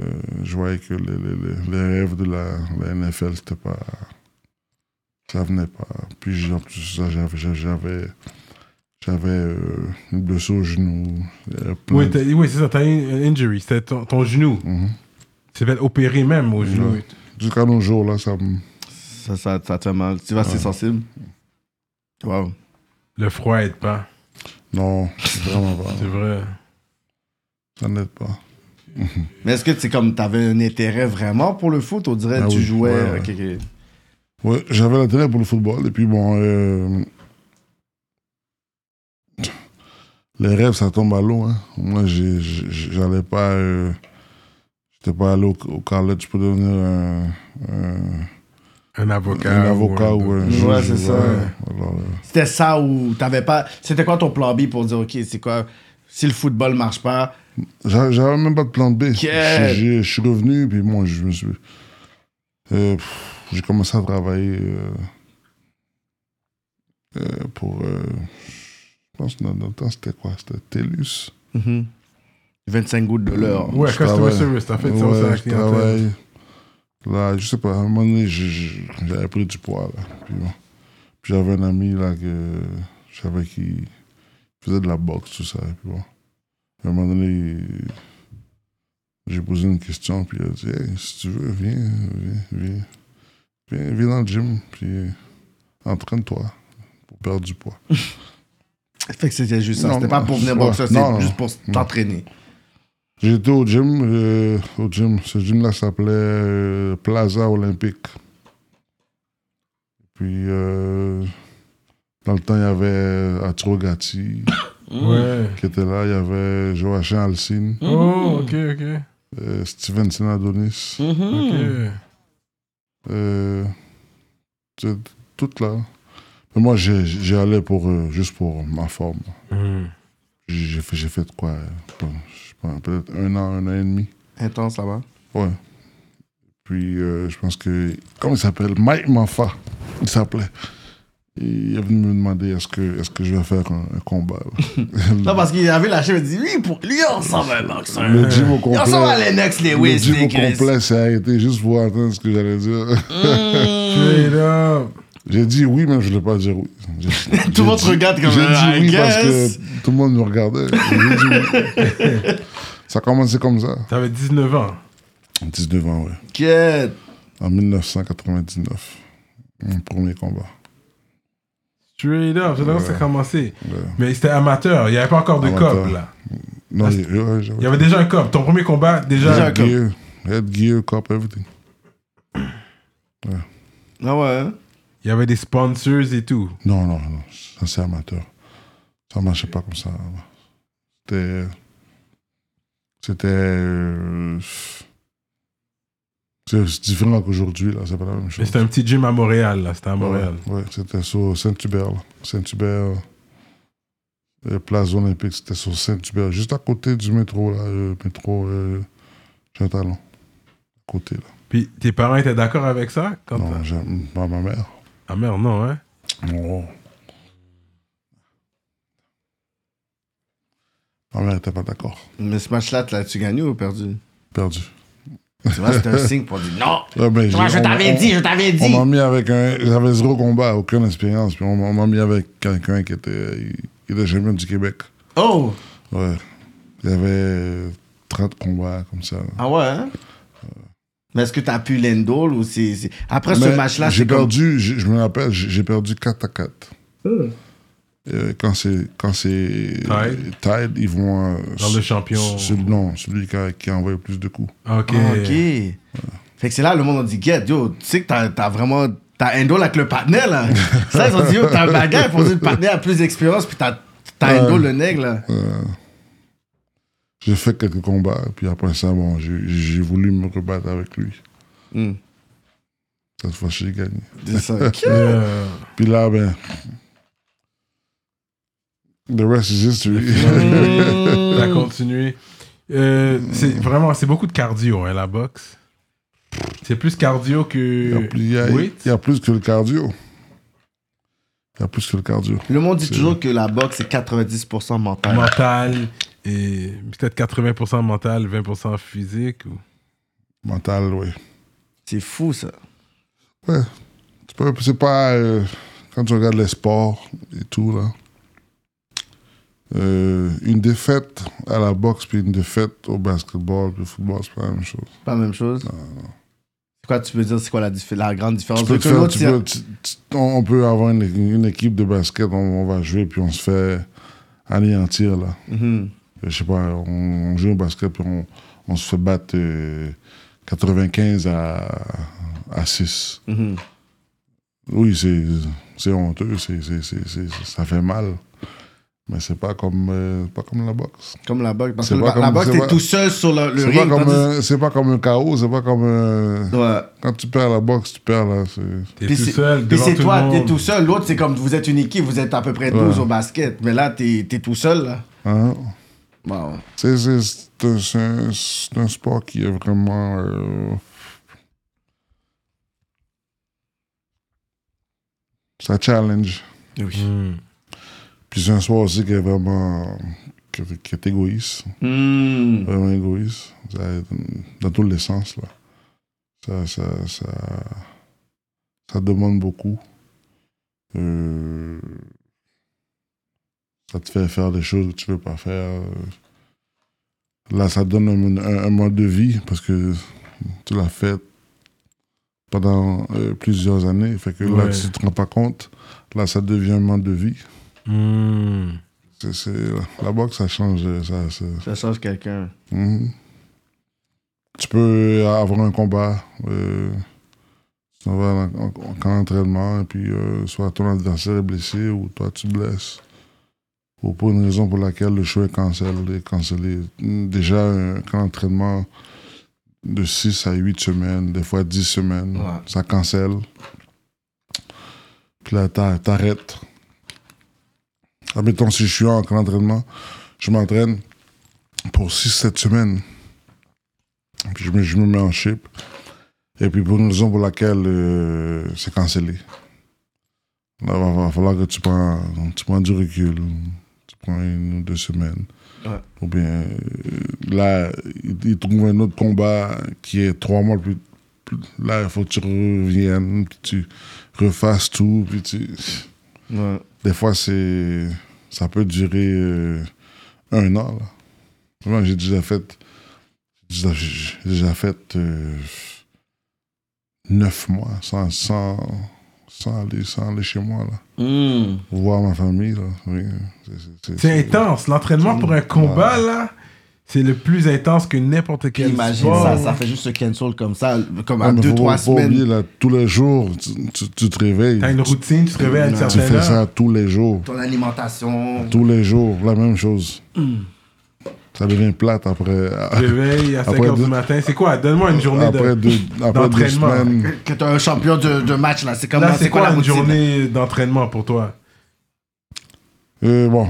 D: euh, je voyais que les, les- les- les rêves de la, la NFL, c'était pas. Ça venait pas. Puis, j'ai- en plus, de ça, j'avais. j'avais- j'avais- J'avais euh, une blessure au genou. euh, plein
A: Oui,
D: de-
A: t'as- oui, c'est ça, t'as eu une injury, c'était ton, ton genou. Tu t'es fait opérer même au genou.
D: Mm-hmm. Ouais. Jusqu'à nos jours, là, ça me.
C: Ça, ça, ça te fait mal. Tu vas, c'est sensible. Wow.
A: Le froid aide pas,
D: Non, vraiment pas.
A: c'est vrai.
D: Ça n'aide pas.
C: Mais est-ce que c'est comme t'avais un intérêt vraiment pour le foot On dirait
D: Ah
C: tu
D: oui,
C: jouais.
D: ouais,
C: ok,
D: ouais.
C: ok.
D: Ouais, j'avais l'intérêt pour le football. Et puis bon, euh, les rêves, ça tombe à l'eau. hein. Moi, j'ai- j'ai- j'allais pas. euh, J'étais pas allé au, au college pour devenir un, un-
A: Un avocat.
D: un avocat ou un juge.
C: Ouais, c'est ça.
D: Alors, euh,
C: C'était ça ou t'avais pas. C'était quoi ton plan B pour dire ok, c'est quoi Si le football marche pas,
D: J'a- J'avais même pas de plan B.
C: Quel-
D: Je- j'ai- Je suis revenu, puis moi, je me suis. Euh, pff, j'ai commencé à travailler euh, euh, pour. euh, je pense que dans notre temps, c'était quoi C'était TELUS.
C: 25 gouttes de l'heure.
A: Ouais,
D: Je
A: customer
D: travaille.
A: service, t'as fait ça
D: Ouais,
A: aussi à la
D: je
A: clientèle.
D: travaille. Là, je sais pas, à un moment donné, j'ai- j'ai- j'avais pris du poids, là. Puis, bon. Puis j'avais un ami, là, que je savais qui faisait de la boxe, tout ça. et Puis bon. À un moment donné, j'ai posé une question, puis il a dit Hey, si tu veux, viens, viens, viens. Viens, viens dans le gym, puis euh, entraîne-toi pour perdre du poids.
C: Fait que c'était juste ça.
D: Non,
C: C'était pas
D: non,
C: pour venir
D: ouais.
C: boxer,
D: Non,
C: c'était
D: non,
C: juste pour
D: non.
C: t'entraîner.
D: J'étais au gym, euh, au gym. Ce gym-là s'appelait euh, Plaza Olympique. Puis, euh, dans le temps, il y avait Atro Gatti
A: Mm. Ouais.
D: qui était là. Il y avait Joachim Alcine,
A: Oh, ok, ok.
D: euh, Steven Sinadonis.
C: Mm-hmm.
A: Ok.
D: Euh, c'est tout là. Mais moi, j'ai- j'y allais pour, euh, juste pour ma forme.
A: Mhm.
D: J'ai j'ai fait, j'ai fait de quoi euh, Je sais pas, peut-être un an, un an et demi.
C: Intense là-bas.
D: Ouais. Puis, euh, je pense que. Comment il s'appelle Mike Manfa. Il s'appelait. Il est venu me demander est-ce que, est que je vais faire un, un combat.
C: Non, parce qu'il avait lâché, il dit lui, pour lui, on ressemble à un boxeur.
D: le gym au
C: Il
D: complet.
C: ressemble à Lennox
D: le
C: Lewis,
D: gym au
C: les Chris.
D: complet s'est arrêté juste pour entendre ce que j'allais dire.
C: Mm.
A: Straight up.
D: J'ai dit oui, mais je voulais pas dire oui. J'ai-
C: Tout le monde te
D: j'ai dit-
C: regarde comme
D: J'ai
C: un
D: dit oui parce que
C: guess.
D: tout le monde me regardait. J'ai dit oui. ça a commencé comme ça.
A: T'avais 19 ans.
D: 19 ans, ouais.
C: Quête.
D: En 1999. Mon premier combat.
A: Straight up, c'est là que ça a commencé. Mais c'était amateur, il n'y avait pas encore de
D: Amateur.
A: COB là.
D: Non, j'ai- ouais, j'avais-
A: Il y avait déjà un COB. Ton premier combat, déjà.
C: Déjà un
D: Head gear, head gear, cop, everything.
C: Ah ouais.
A: Il y avait des sponsors et tout.
D: Non, non, non, ça c'est amateur. Ça marchait pas comme ça. C'était. C'était. euh, C'est c'est différent qu'aujourd'hui, là, c'est pas la même
A: Mais
D: chose.
A: c'était un petit gym à Montréal là, c'était à
D: Ouais,
A: Montréal.
D: ouais, c'était sur Saint-Hubert, là. Saint-Hubert. euh, Place Olympique, c'était sur Saint-Hubert, juste à côté du métro, là, euh, métro euh, Jean-Talon. À côté, là.
A: Puis tes parents étaient d'accord avec ça quand
D: Non,
A: t'as-
D: j'aime pas ma mère.
A: Ah merde, non, hein.
D: Non. Ma mère n'était pas d'accord.
C: Mais ce match-là, tu l'as-tu gagné ou perdu?
D: Perdu.
C: Tu vois, c'est un signe pour dire non.
D: Ouais, ben,
C: Toi,
D: j'ai-
C: je
D: on-
C: t'avais
D: on-
C: dit, je t'avais
D: On
C: dit.
D: m'a mis avec un. J'avais zéro combat, aucune expérience. Puis on, m'a- on m'a mis avec quelqu'un qui était, il- il était champion du Québec.
C: Oh!
D: Ouais. Il y avait euh, 30 combats comme ça.
C: Ah ouais, hein? Mais est-ce que t'as pu l'endole ou c'est. c'est- Après
D: Mais
C: ce match-là,
D: J'ai
C: c'est comme.
D: perdu, j'ai- je me rappelle, j'ai j'ai perdu 4 à 4. Euh, quand c'est. Quand c'est.
A: Tide.
D: Tide, ils vont. euh,
A: Dans le champion.
D: C'est non, celui qui a, qui a envoyé plus de coups.
A: Ok.
C: Ah, ok. Fait que c'est là, le monde a dit, get, yo, tu sais que t'as t'as vraiment. T'as endole avec le partenaire, là. C'est là, ils ont dit, yo, t'as un bagarre. Ils ont dit, le partenaire a plus d'expérience, puis t'as t'as
D: Ouais.
C: endole le nègre, là.
D: Euh, j'ai fait quelques combats, puis après ça, bon, j'ai- j'ai voulu me rebattre avec lui. Mm.
C: Hmm.
D: Cette fois, j'ai gagné.
C: C'est ça. Get.
A: Euh,
D: Puis là, ben. The rest is history.
A: T'as continué. Euh, c'est vraiment, c'est beaucoup de cardio hein, la boxe. C'est plus cardio
D: il, y a
A: que.
D: plus, il y a-
A: Weight.
D: il y a plus que le cardio. Il y a plus que le cardio.
C: Le monde dit
D: C'est-
C: toujours que la boxe, c'est 90% mental.
A: mental et peut-être 80% mental, 20% physique. Ou...
D: Mental, oui.
C: C'est fou, ça.
D: Ouais. C'est pas. c'est pas, euh, quand tu regardes les sports et tout, là, euh, une défaite à la boxe, puis une défaite au basketball, puis au football, c'est pas la même chose.
C: Pas la même chose. C'est quoi, tu veux dire, c'est quoi la, diffé- la grande différence
D: Ah. Tu peux
C: Parce que
D: te faire-
C: l'autre,
D: tu
C: c'est-
D: peux- tu- tu- on on peut avoir une, une équipe de basket, on, on va jouer, puis on se fait anéantir, là.
C: Mhm.
D: Je sais pas, on, on joue au basket, puis on, on se fait battre euh, 95 à, à 6.
C: Mhm.
D: Oui, c'est c'est honteux, c'est c'est- c'est- c'est- ça fait mal. Mais c'est pas comme euh, pas comme la boxe.
C: Comme la boxe. Parce que
D: C'est
C: le-
D: pas comme-
C: la boxe,
D: c'est
C: t'es
D: pas-
C: tout seul sur le, le
D: C'est pas,
C: ring.
D: comme
C: tandis-
D: un- c'est pas comme un chaos, c'est pas comme un-
C: Ouais.
D: Quand tu perds la boxe, tu perds là. c'est-
A: T'es
C: Puis
A: tout
C: c'est-
A: seul,
C: puis
A: devant
C: c'est
A: tout
C: toi,
A: le
C: t'es
A: monde.
C: tout seul. L'autre, c'est comme vous êtes une équipe, vous êtes à peu près 12 au basket. Mais là, t'es t'es tout seul. Là.
D: hein.
C: Wow.
D: C'est- c'est- C'est un- c'est un, c'est un sport qui est vraiment. euh, ça challenge.
A: Mm.
D: Puis c'est un sport aussi qui est vraiment. qui, qui est égoïste.
C: Hmm.
D: Vraiment égoïste. Ça, dans tous les sens, là. Ça. Ça, ça, ça demande beaucoup. Euh, ça te fait faire des choses que tu veux pas faire. Là, ça donne un, un- un mode de vie parce que tu l'as fait pendant euh, plusieurs années. Fait que là,
A: Ouais.
D: tu te rends pas compte. Là, ça devient un mode de vie.
A: Mm.
D: C'est- c'est- la boxe, ça change. euh, Ça, ça-
C: Ça change quelqu'un.
D: Mhm. Tu peux avoir un combat. euh, tu t'en vas en, en- en camp d'entraînement, et puis euh, soit ton adversaire est blessé ou toi tu te blesses. Ou pour une raison pour laquelle le show est cancellé. est cancellé. Déjà, un camp d'entraînement de 6 à 8 semaines, des fois 10 semaines,
C: Ouais.
D: ça cancelle. Puis là, t'a- t'arrêtes. Admettons, si je suis en camp d'entraînement, je m'entraîne pour 6-7 semaines. Puis je me, je me mets en chip. Et puis pour une raison pour laquelle euh, c'est cancellé. Là, va, va falloir que tu prends, tu prends du recul. Tu prends une ou deux semaines.
C: Ouais.
D: Ou bien, euh, là, ils ils trouvent un autre combat qui est trois mois plus. plus- Là, il faut que tu reviennes, puis tu refasses tout, puis tu
C: Ouais.
D: des fois, c'est ça peut durer euh, un an. Là. Moi, j'ai déjà fait, j'ai déjà- j'ai déjà fait euh, neuf mois sans, sans, sans, aller, sans aller chez moi, là.
C: Hmm.
D: voir ma famille. Là. Oui, c'est- c'est-
A: C'est
D: c'est-
A: intense. L'entraînement pour un combat, là, c'est le plus intense que n'importe quel
C: Imagine
A: sport.
C: ça, ça fait juste se cancel comme ça, comme à
D: Ouais, Ah, mais
C: 2-3
D: faut- faut
C: semaines.
D: oublier, là, tous les jours, tu, tu- tu te réveilles.
A: T'as une
D: tu,
A: routine, tu te réveilles à une
C: Tu
D: tu
A: certaine hein?
D: fais
A: heure.
D: ça tous les jours.
C: Ton alimentation.
D: Tous les jours, la même chose.
A: Hmm.
D: Ça devient plate après.
A: Tu te réveilles à 5
D: Après
A: h du
D: deux-
A: matin. C'est quoi Donne-moi une journée
D: après
A: de.
D: deux, après deux
A: d'entraînement.
D: semaines.
C: Que t'es un champion de, de match là, c'est comme
A: Là, c'est quoi,
C: la
A: une
C: routine?
A: journée d'entraînement pour toi
D: Euh, bon.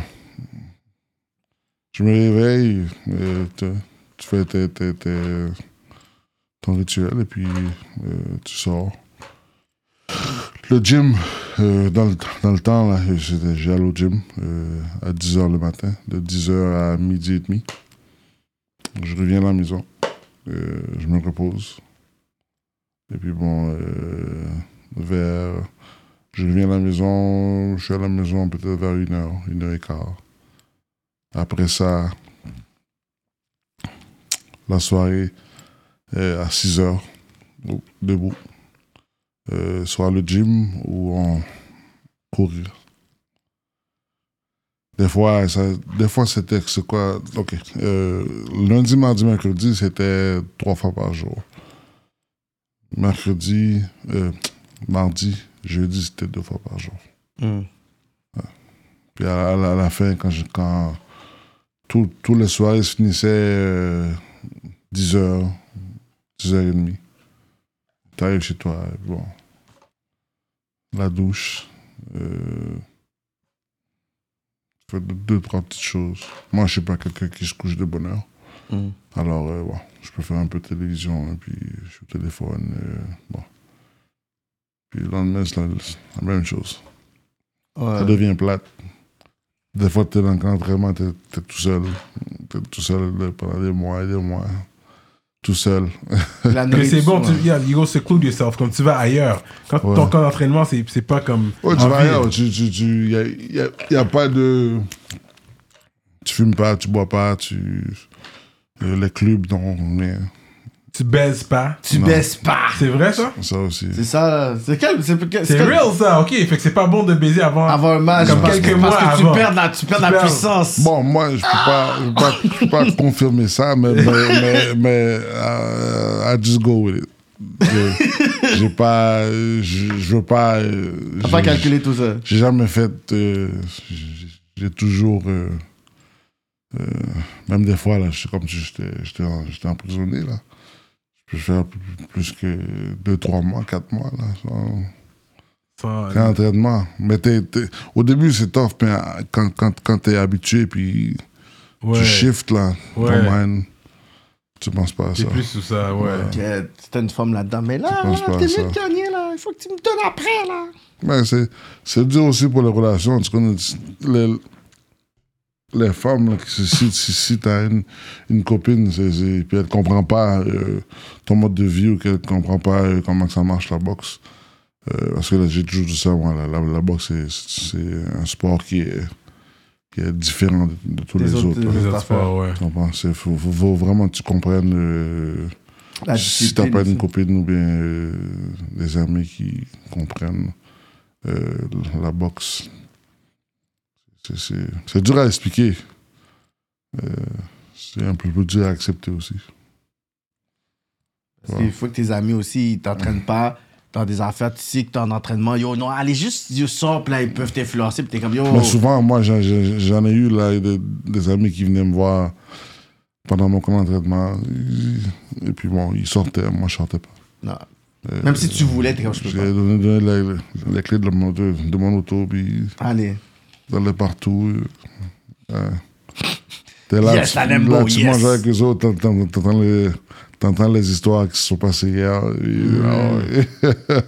D: Je me réveille, euh, te- tu fais tes- tes- tes- ton rituel et puis euh, tu sors. Le gym, euh, dans, le, dans le temps, là, j'étais- j'allais au gym euh, à 10h le matin, de 10h à midi et demi. Je reviens à la maison, euh, je me repose. Et puis bon, euh, vers je reviens à la maison, je suis à la maison peut-être vers une heure, une heure et quart. Après ça, la soirée euh, à 6 heures, donc, debout. Euh, soit le gym ou en courir. Des fois, ça, des fois c'était c'est quoi Ok. euh, lundi, mardi, mercredi, c'était trois fois par jour. Mercredi, euh, mardi, jeudi, c'était deux fois par jour.
C: Hmm.
D: Puis à, la- à la fin, quand, je, quand tout- tous les soirées se finissaient euh, 10h, 10h30, t'arrives chez toi, bon, la douche, euh, tu fais deux, deux, trois petites choses. Moi, je suis pas quelqu'un qui se couche de bonne heure.
C: Mm.
D: Alors, euh, bon, je peux faire un peu de télévision, et puis je suis au téléphone, euh, bon. Puis le lendemain, c'est la- la même chose. Ça
C: Ouais.
D: devient plate. Des fois, t'es dans le camp d'entraînement, t'es t'es tout seul. T'es tout seul de- pendant des mois et des mois. Tout seul.
C: La
A: Mais c'est bon, tu,
C: nourriture,
A: yeah, you go seclude yourself, comme tu vas ailleurs. Quand
D: Ouais.
A: ton camp d'entraînement, c'est c'est pas comme.
D: Oh, tu
A: en
D: vas
A: ville.
D: ailleurs. Tu, tu, tu- y a, y a- y a pas de. fumes pas, tu bois pas, tu. euh, les clubs, non, mais.
A: Tu baises pas.
C: Tu
D: Non.
C: baisses pas.
A: C'est vrai, ça?
D: Ça aussi.
C: C'est ça. là. C'est quel C'est quel-
A: C'est
C: quel-
A: real, ça. OK, fait que c'est pas bon de baiser avant.
C: Avant un match,
A: Comme
C: parce,
A: quelques
C: que, parce
A: mois
C: que
A: avant.
C: tu perds la, tu perds la
A: perds.
C: puissance.
D: Bon, moi, je peux pas, je peux pas, je peux pas confirmer ça, mais, mais, mais, mais, euh, I just go with it. Je- J'ai pas, euh, je, je veux pas. euh,
C: T'as pas
D: j'ai-
C: calculé tout ça.
D: J'ai jamais fait. euh, j'ai- J'ai toujours, euh, euh, même des fois là, je suis comme si j'étais, j'étais, en- j'étais emprisonné là. Je peux faire plus- plus que deux, trois mois, quatre mois là. sans-
A: Sans-
D: c'est un entraînement. Mais t'es- t'es- au début, c'est tough, mais euh, quand, quand, quand t'es habitué, puis
A: ouais.
D: tu shifts, là,
A: Ouais.
D: ton mind, tu penses pas à ça.
A: T'es plus sous ça, ouais.
C: Que T'as une femme là-dedans, mais là,
D: Je pense pas
C: là, t'es
D: à ça.
C: mieux de gagner là. Il faut que tu me donnes après là.
D: Mais Ben, c'est, c'est dur aussi pour les relations. Tu connais, les, les femmes, là, qui- si, si, si, si t'as une, une copine, c'est, c'est- puis elle comprend pas euh, ton mode de vie ou qu'elle comprend pas euh, comment que ça marche, la boxe. euh, parce que là, j'ai toujours dit ça, moi, la, la, la boxe, c'est, c'est un sport qui est, qui est différent de, de tous
C: Des
D: les
C: autres,
D: autres.
C: euh,
D: là.
A: Les
C: Cette
A: autres sports, ouais.
D: Tu comprends? C'est- faut, faut- faut vraiment que tu comprennes euh,
C: La
D: si t'as
C: discipline,
D: pas une
C: ça.
D: copine ou bien euh, des amis qui comprennent euh, la boxe. C'est- C'est c'est dur à expliquer. Euh, c'est un peu plus dur à accepter aussi.
C: Parce qu'il faut que tes amis aussi, ils t'entraînent pas dans des affaires. Tu sais que t'es en entraînement. Yo, non, allez juste, yo, sors, puis là, ils peuvent t'influencer, puis t'es comme, yo.
D: Mais souvent, moi, j'en- j'en j'en ai eu là, des, des amis qui venaient me voir pendant mon camp d'entraînement. Et puis bon, ils sortaient, moi je sortais pas.
C: Non.
D: Euh,
C: Même si tu voulais, t'es comme, je
D: J'ai
C: peux pas.
D: donné, donné la- la- les clés de mon, de, de mon auto, puis
C: Allez.
D: d'aller partout. euh, euh, T'es là,
C: Yes,
D: tu,
C: Alembo,
D: là, tu
C: yes.
D: manges avec les autres, t'en- t'en- t'entends les, t'entends les histoires qui se sont passées hier. et- ah ouais.
C: Mm.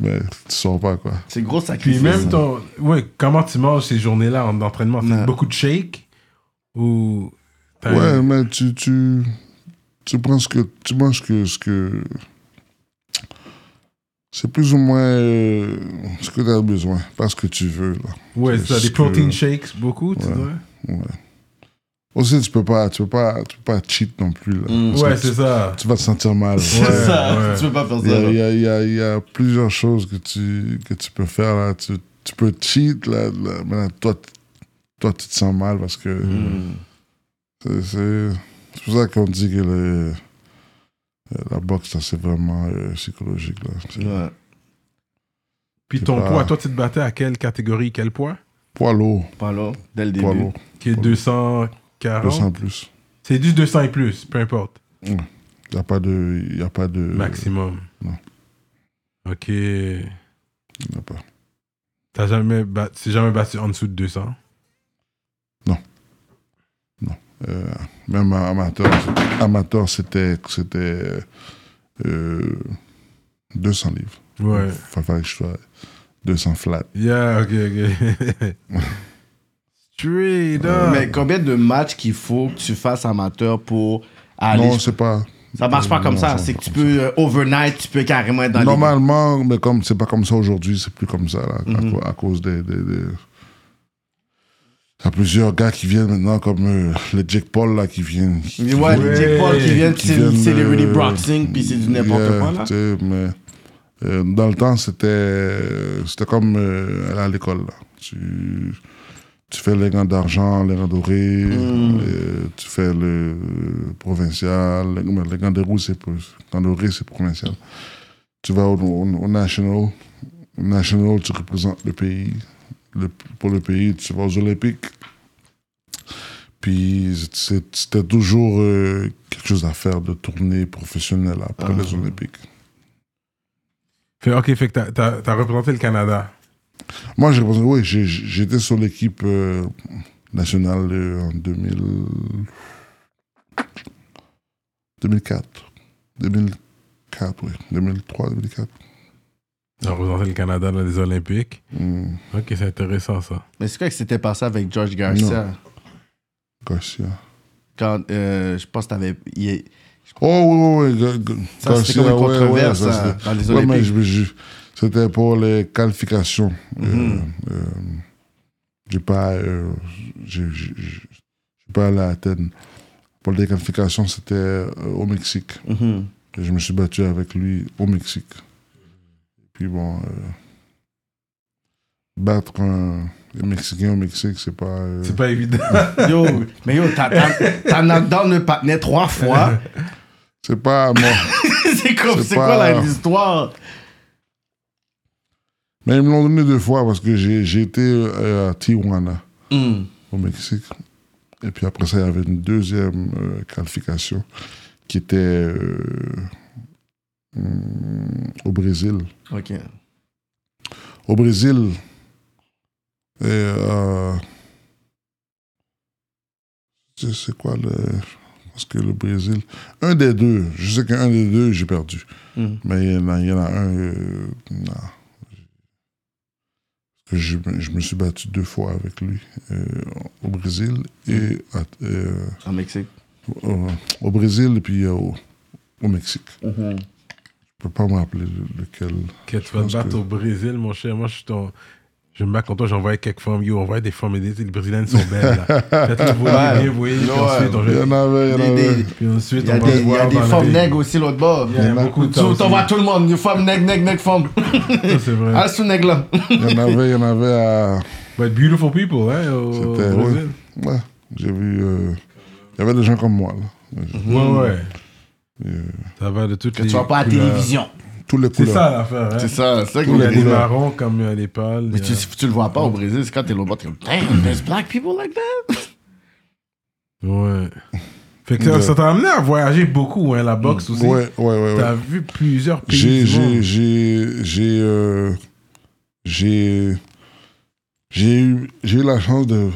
D: Mais tu sors pas, quoi.
C: C'est gros sacrifice.
A: Puis même ton. Ouais, comment tu manges ces journées-là en entraînement C'est
C: Non.
A: beaucoup de shake Ou. t'as-
C: Ben
D: Ouais, mais tu, tu, tu prends ce que. Tu manges que ce que. C'est plus ou moins euh, ce que tu as besoin, pas ce que tu veux. Là.
A: Ouais, c'est ça,
D: Parce
A: des
D: que-
A: protein shakes, beaucoup, tu
D: Ouais.
A: dirais
D: Aussi, tu peux pas, tu peux pas, tu peux pas cheat non plus. Là, Parce que
A: Ouais,
D: tu,
A: c'est ça.
D: tu vas te sentir mal.
C: Mm. C'est
A: Ouais,
C: ça,
A: ouais.
C: tu peux pas faire
D: Il y
C: ça.
D: a,
C: là.
D: il y a- il y a- il y a plusieurs choses que tu, que tu peux faire. Là. Tu, tu peux cheat, là, là, mais là, toi, t- toi, tu te sens mal parce que
C: Hmm. Mm.
D: c'est- c'est c'est pour ça qu'on dit que le- euh, la boxe, ça, c'est vraiment euh, psychologique. Là. C'est
C: Ouais.
A: Puis
D: c'est
A: ton
D: pas-
A: poids, toi, tu te battais à quelle catégorie, quel poids
D: Poids lourd,
C: Pas là, dès le
D: poids
C: début.
D: lourd,
A: Qui est
D: Pas-
A: 240.
D: 200 plus.
A: C'est du 200 et plus, peu importe.
D: Il n'y a pas de... il Y a pas de
A: Maximum.
D: Euh, non.
A: Ok.
D: il y en a pas.
A: T'as jamais battu, tu t'es jamais battu en dessous de 200
D: Euh, même amateur, amateur c'était c'était, euh, 200 livres.
A: Ouais.
D: Faut faire que je sois 200 flat.
A: Yeah, ok, ok. Straight up.
C: Mais combien de matchs qu'il faut que tu fasses amateur pour aller.
D: non, c'est pas.
C: ça marche pas comme
D: Non,
C: ça.
D: ça
C: C'est
D: marche
C: que tu
D: pas
C: peux, euh, overnight, tu peux carrément être dans les-
D: Normalement, mais comme c'est pas comme ça aujourd'hui, c'est plus comme ça, là, à
C: Mhm.
D: co- à, cause des. des, des- Il y a plusieurs gars qui viennent maintenant, comme euh, le Jake Paul, là, qui viennent. qui-
C: Ouais, ouais. Jake Paul qui vient,
D: qui
C: c'est
D: viennent,
C: c'est le really
D: euh,
C: boxing, puis c'est du n'importe
D: yeah,
C: quoi, là.
D: tu sais, mais, euh, dans le temps, c'était euh, c'était comme euh, aller à l'école, là. Tu, tu fais les gants d'argent, les gants dorés,
C: Hmm.
D: euh, tu fais le provincial, les, mais les gants de roue, c'est plus. Les gants dorés, c'est provincial. Tu vas au, au- au national. Au national, tu représentes le pays. Le- pour le pays, tu vas aux Olympiques. Puis c'est- c'était toujours euh, quelque chose à faire de tournée professionnelle après
C: Ah.
D: les Olympiques.
A: Fait- ok, fait que t'as- t'as t'as représenté le Canada.
D: Moi, j'ai représenté- oui, j'ai- j'ai- j'étais sur l'équipe euh, nationale euh, en 2000, 2004. 2004, oui. 2003, 2004.
A: T'as représenté le Canada dans les Olympiques.
D: Hmm,
A: Ok, c'est intéressant ça.
C: Mais c'est quoi que c'était passé avec George Garcia?
D: Garcia.
C: Quand, euh, je pense que t'avais. il est-
D: Oh, oui, oui, oui. Ga- Ga-
C: Ça, c'était comme une
D: ouais, ouais,
C: controverse
D: ça,
C: hein,
D: c'était-
C: dans les
D: Ouais, mais
C: Olympiques.
D: je- je- c'était pour les
A: Mm-hmm.
D: qualifications. Euh,
C: Mhm.
D: euh, j'ai pas. euh, j'ai- j'ai- j'ai- pas allé à Athènes. Pour la qualification, c'était euh, au Mexique.
C: Mhm.
D: Et je me suis battu avec lui au Mexique. Puis bon, euh, battre un un Mexicain au Mexique, c'est pas. euh,
A: C'est pas évident.
C: Yo, mais yo, t'as- t'as t'as knock down le partenaire trois fois.
D: c'est pas. moi.
C: c'est comme,
D: C'est
C: c'est
D: pas-
C: quoi la- l'histoire?
D: Mais ils me l'ont donné deux fois parce que j'ai j'ai été euh, à Tijuana,
C: Hmm.
D: au Mexique. Et puis après ça, il y avait une deuxième euh, qualification qui était euh, hum, au Brésil.
C: Ok.
D: au Brésil. Et, euh, c'est- c'est quoi le. Parce que le Brésil. Un des deux. Je sais qu'un des deux, j'ai perdu.
C: Mhm.
D: Mais il y, en a, il y en a un. euh, non. Parce que je, me- je me suis battu deux fois avec lui. euh, au Brésil et à- euh,
C: En Mexique.
D: au, au Brésil et puis euh, au, au Mexique. Je peux pas me rappeler le- lequel.
A: Que tu vas te
D: pense
A: battre
D: que-
A: au Brésil, mon cher. Moi, je suis ton. Je me bats contre toi, j'envoie quelques femmes. Yo, envoie des femmes. et des- Les Brésiliennes sont belles, là. Faites-le voler,
C: Ouais.
A: bien voler. Puis
C: Ouais.
A: ensuite, on
D: Il y en avait, il y en
C: Des-
D: avait.
C: des-
A: Puis ensuite,
C: Il y a
A: on va
C: des, il y a
A: voir
C: des
A: dans la
C: femmes
A: vie.
C: nègres aussi l'autre bord.
A: Il y en a beaucoup de
C: Tu
A: ça aussi.
C: vois tout le monde, une femme nègre, nègre, nègre, femme.
A: Ça, C'est vrai.
C: Ah, ce nègre là.
D: Il y en avait, il y en avait à.
A: But beautiful people, hein, au
D: C'était-
A: Brésil.
D: Ouais, j'ai vu. euh, Il y avait des gens comme moi, là.
A: Ouais, ouais.
D: Euh,
A: Ça va de toutes
C: Mm. Que
A: les
C: tu vois pas à la
A: couleurs.
C: télévision.
D: Tous les
A: C'est
D: couleurs.
A: ça l'affaire, hein.
C: C'est ça, c'est ça
A: Il y a
C: que
A: des
D: couleurs.
A: marrons comme euh, les pâles.
C: Mais
A: il y
C: tu,
A: a-
C: si tu le vois pas au Brésil, c'est quand t'es l'autre bord, t'es comme, damn, there's black people like that.
A: Ouais. Fait que ça-
D: De-
A: ça t'a amené à voyager beaucoup, hein, la
C: Mm.
A: boxe aussi.
D: Ouais, ouais, ouais. ouais.
A: T'as vu plusieurs pays.
D: J'ai,
A: du monde.
D: j'ai, j'ai, j'ai, euh, j'ai, j'ai eu, j'ai eu la chance de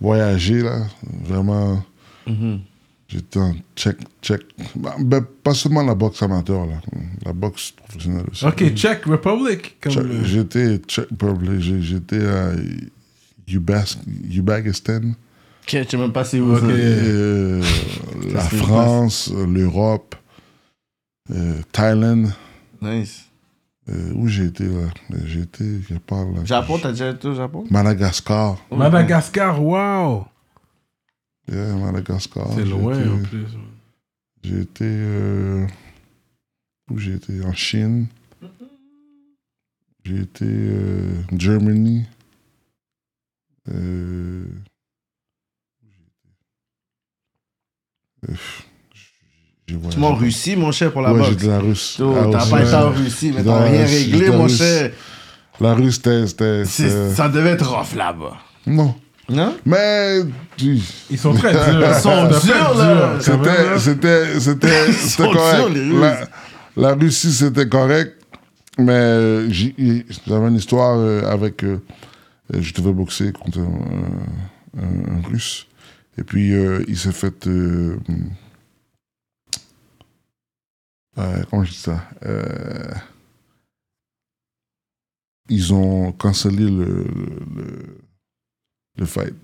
D: voyager là, vraiment. Mm-hmm. J'étais en check, check. Bah, ben, pas seulement la boxe amateur là, la boxe professionnelle aussi.
A: Ok, Czech Republic. Comme...
D: Check- J'étais check, probably, j'ai- j'étais à Ubas- Uzbekistan.
C: Ok, je sais même pas c'est où. ça.
D: Euh, la
C: Qu'est-ce qui se
D: France, euh, l'Europe, euh, Thaïlande.
C: Nice.
D: euh, où j'ai été là Euh, J'ai été quelque part là.
C: Japon, t'as déjà été au Japon?
D: Madagascar.
A: Madagascar, wow!
D: Yeah, Madagascar.
A: C'est
C: Oh,
D: J'ai
A: loin hein.
D: été-
A: en plus.
D: J'ai été. euh, où j'ai été En Chine. J'ai été. euh, en Germany. Euh, euh, j'ai voyagé.
C: Tu m'as en Russie, mon cher, pour la
D: Ouais, j'ai
C: boxe.
D: de la russe.
C: Yo,
D: La
C: T'as
D: russe,
C: pas été en
D: ouais.
C: Russie, mais
D: Dans
C: t'as
D: la
C: rien
D: Russie,
C: réglé,
D: dans
C: mon
D: la
C: cher.
D: La russe, c'était- c'était.
C: C'est-
D: c'était-
C: Ça devait être rough là-bas.
D: Non.
C: Non?
D: Mais. tu-
A: Ils sont très durs.
C: Ils sont
A: Très
C: durs, là.
A: durs, quand même,
D: C'était.
A: là.
D: C'était. C'était.
C: hein. sont
D: C'était
C: durs,
D: correct.
C: les Russes.
D: La, la Russie, c'était correct. Mais j'y- y- j'avais une histoire euh, avec. euh, euh, je devais boxer contre un, un- un russe. Et puis, euh, il s'est fait. euh, euh, comment je dis ça Euh, Ils ont cancellé le, le, le- le fight.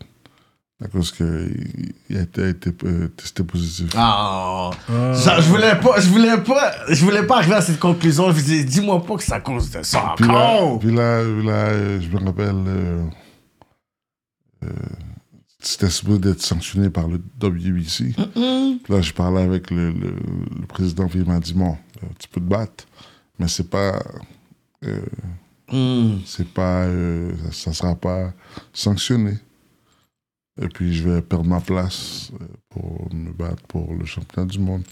D: À cause qu'il a été euh, testé positif.
C: Ah.
A: Ah.
C: Ça, je voulais pas, je voulais pas, je voulais pas arriver à cette conclusion. Je disais, dis-moi pas que c'est à cause de ça
D: Puis là,
C: encore.
D: puis là, puis là, euh, je me rappelle, euh, euh, c'était supposé d'être sanctionné par le WBC.
C: Hein?
D: Puis Là, je parlais avec le, le, le président, puis il m'a dit Bon, euh, tu peux te battre, mais c'est pas. euh,
C: Hmm.
D: c'est pas. euh, ça, ça sera pas sanctionné. Et puis, je vais perdre ma place euh, pour me battre pour le championnat du monde.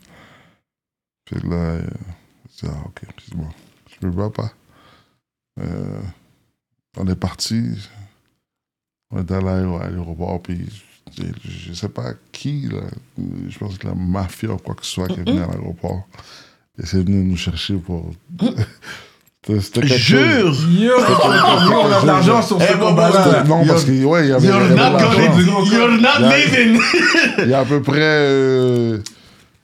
D: Puis là, euh, je dis, ah, ok, c'est bon. Je me bats pas. Euh, on est parti. On est allé au- à l'aéroport, puis je, je sais pas qui, là, je pense que la mafia ou quoi que ce soit qui est venue à l'aéroport. Et c'est venu nous chercher pour. C'était quelque chose-
C: Jure.
A: Yo, on a de l'argent sur
C: Eh,
A: ce
C: bon,
A: combat-là.
C: bon,
A: là.
D: Non, parce que, ouais, il y avait. il y
C: You're
D: avait
C: not
D: l'argent.
C: gonna, you're not
D: Yeah.
C: leaving.
D: Il y a à peu près. euh,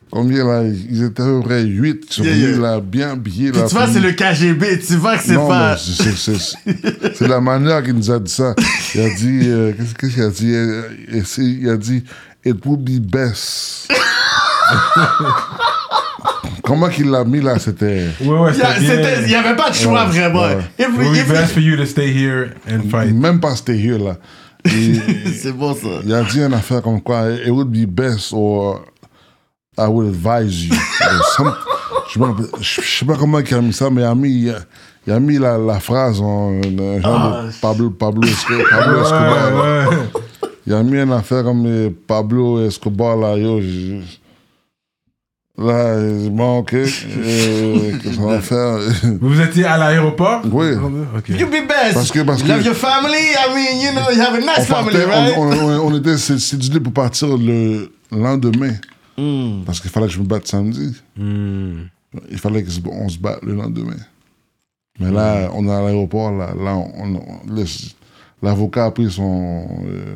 D: combien là Ils étaient à peu près 8 qui sont
C: Yeah,
D: venus,
C: yeah.
D: là, bien habillés.
C: Puis
D: là,
C: tu vois,
D: pour-
C: c'est le KGB. Tu vois que c'est
D: Non,
C: pas.
D: mais c'est- c'est- c'est- C'est la manière qu'il nous a dit ça. Il a dit. euh, Qu'est-ce qu'est-ce qu'il a dit Euh, et c'est- Il a dit It would be best. Comment qu'il l'a mis là C'était.
A: Ouais, ouais,
C: Il y a- c'était-
A: c'était
C: Il y
A: bien.
C: avait pas de choix
D: Ouais,
C: vraiment.
D: ouais.
C: If we- Mm,
A: It would
C: if
A: be
C: we-
A: best for you to stay here and fight.
D: Même pas c'était here là. Et-
C: C'est bon ça.
D: Il a dit une affaire comme quoi, it would be best or I would advise you. Or some- je me rappelle- je je sais pas comment il a mis ça, mais il a mis, il a, il a mis la, la phrase en en genre de Pablo, Pablo Esco- Pablo Escobar.
A: Ah, Ouais, ouais.
D: Il a mis une affaire comme euh, Pablo Escobar là, yo. je- Là, je- bon, ok. euh, Qu'est-ce qu'on va faire?
A: Vous étiez à l'aéroport
D: Oui.
A: Ah, Ok.
C: You be best.
D: Parce que- parce
C: You Love
D: que-
C: your family. I mean, you know, you have a
D: on
C: nice family,
D: partait,
C: right?
D: on, on- on était sé- séduits pour partir le lendemain.
A: Hmm.
D: Parce qu'il fallait que je me batte samedi. Il fallait qu'on se batte le lendemain. Mais là, on est à l'aéroport, là, là, on- on- le- l'avocat a pris son, euh,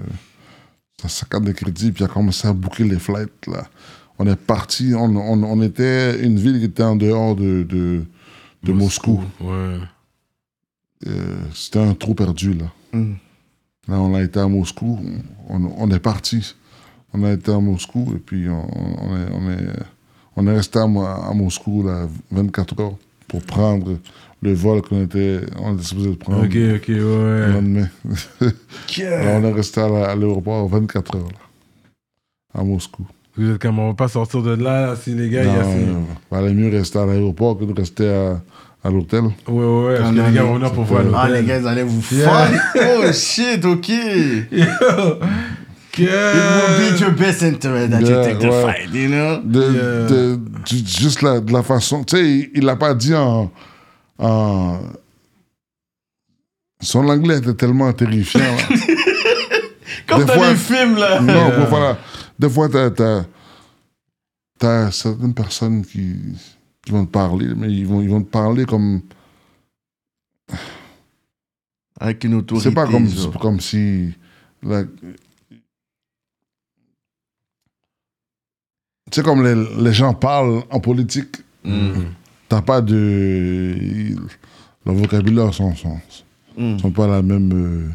D: sa- sa carte de crédit, puis il a commencé à boucler les flights, là. On est parti, on, on- on était une ville qui était en dehors de, de, de Moscou.
A: Ouais.
D: Euh, c'était un trou perdu, là.
C: Mm.
D: Là, on a été à Moscou, on, on est parti. On a été à Moscou et puis on, on est, on est, on est resté à, Mo- à Moscou là, 24 heures pour prendre le vol qu'on était, on était supposé de prendre
A: Ok, ok,
D: le
C: Mm.
A: ouais.
D: lendemain.
C: Yeah.
D: Là, on est resté à la- à l'aéroport 24 heures là, à Moscou.
A: Vous êtes comme, on va pas sortir de là, si les gars, il y a
D: Non,
A: ces-
D: euh, valait mieux rester à l'aéroport que de rester à, à l'hôtel.
A: Ouais, ouais, ouais, parce que
C: Comme
A: les gars
C: dans
A: vont venir pour voir
C: Ah, les
A: l'hôtel.
C: gars, ils allaient vous
A: Yeah.
C: fuck. Oh shit, ok. It will be
A: Que...
C: to your best interest that you
D: Yeah,
C: take the
D: ouais.
C: fight, you know?
D: de, de- du- juste la, de la façon. Tu sais, il- il l'a pas dit en, en- Son anglais était tellement terrifiant. là.
C: Comme
D: Des
C: dans
D: fois-
C: les films, là.
D: non, bon, voilà. Des fois, t'as, t'as, t'as certaines personnes qui, qui vont te parler, mais ils vont, ils vont te parler comme.
C: Avec une autorité.
D: C'est pas comme,
C: genre.
D: c'est comme si. like, c'est comme les, les gens parlent en politique. T'as pas de. Leurs vocabulaire sont, sont,
C: Mm.
D: sont pas la même. euh,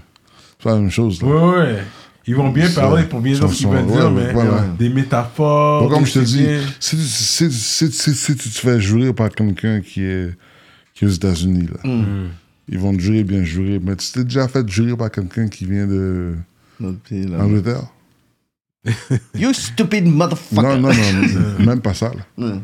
D: c'est pas la même chose. là.
A: Ouais, ouais. Ils vont bien
D: C'est-
A: parler pour bien dire ce qu'ils
D: chanson,
A: veulent dire, mais
D: ouais, ouais, ouais.
A: des métaphores.
D: Pas comme je te
A: des-
D: dis, si, tu- si, si, si- si tu te fais jurer par quelqu'un qui est, qui est aux États-Unis, là, ils vont te jurer, bien jurer. Mais tu t'es déjà fait jurer par quelqu'un qui vient de
C: Notre pays, là.
D: Angleterre
C: You stupid motherfucker.
D: Non, non, non, même pas ça. là.
C: Mm.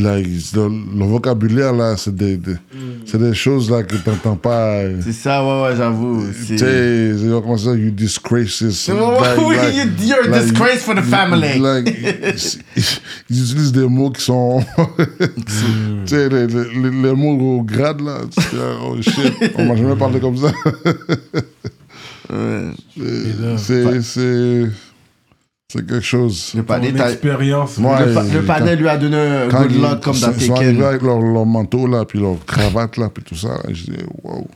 D: Là, ils- le, le vocabulaire, là, c'est des, des-
C: Mm.
D: c'est des choses là, que tu n'entends pas. euh,
C: C'est ça, ouais, ouais, j'avoue.
D: Tu
C: C'est.
D: sais, ils vont commencer à dire, you disgrace this.
C: Oui,
D: Bah,
C: you- you're a disgrace for the family.
D: like, ils, ils utilisent des mots qui sont. tu sais, les, les- les- les mots au grade, là. tu sais, Oh shit, on m'a jamais parlé comme ça.
C: Ouais.
D: C'est- c'est. C'est c'est quelque chose.
C: Le
A: Ton
C: panel, t'as-
A: expérience.
D: Moi,
C: le, pa-
D: euh,
C: le panel lui a donné un
D: quand
C: good
D: ils-
C: luck comme dans
D: ils sont arrivés
C: Tekken.
D: avec leur, leur manteau, là, puis leur cravate, là, puis tout ça, je dis, wow.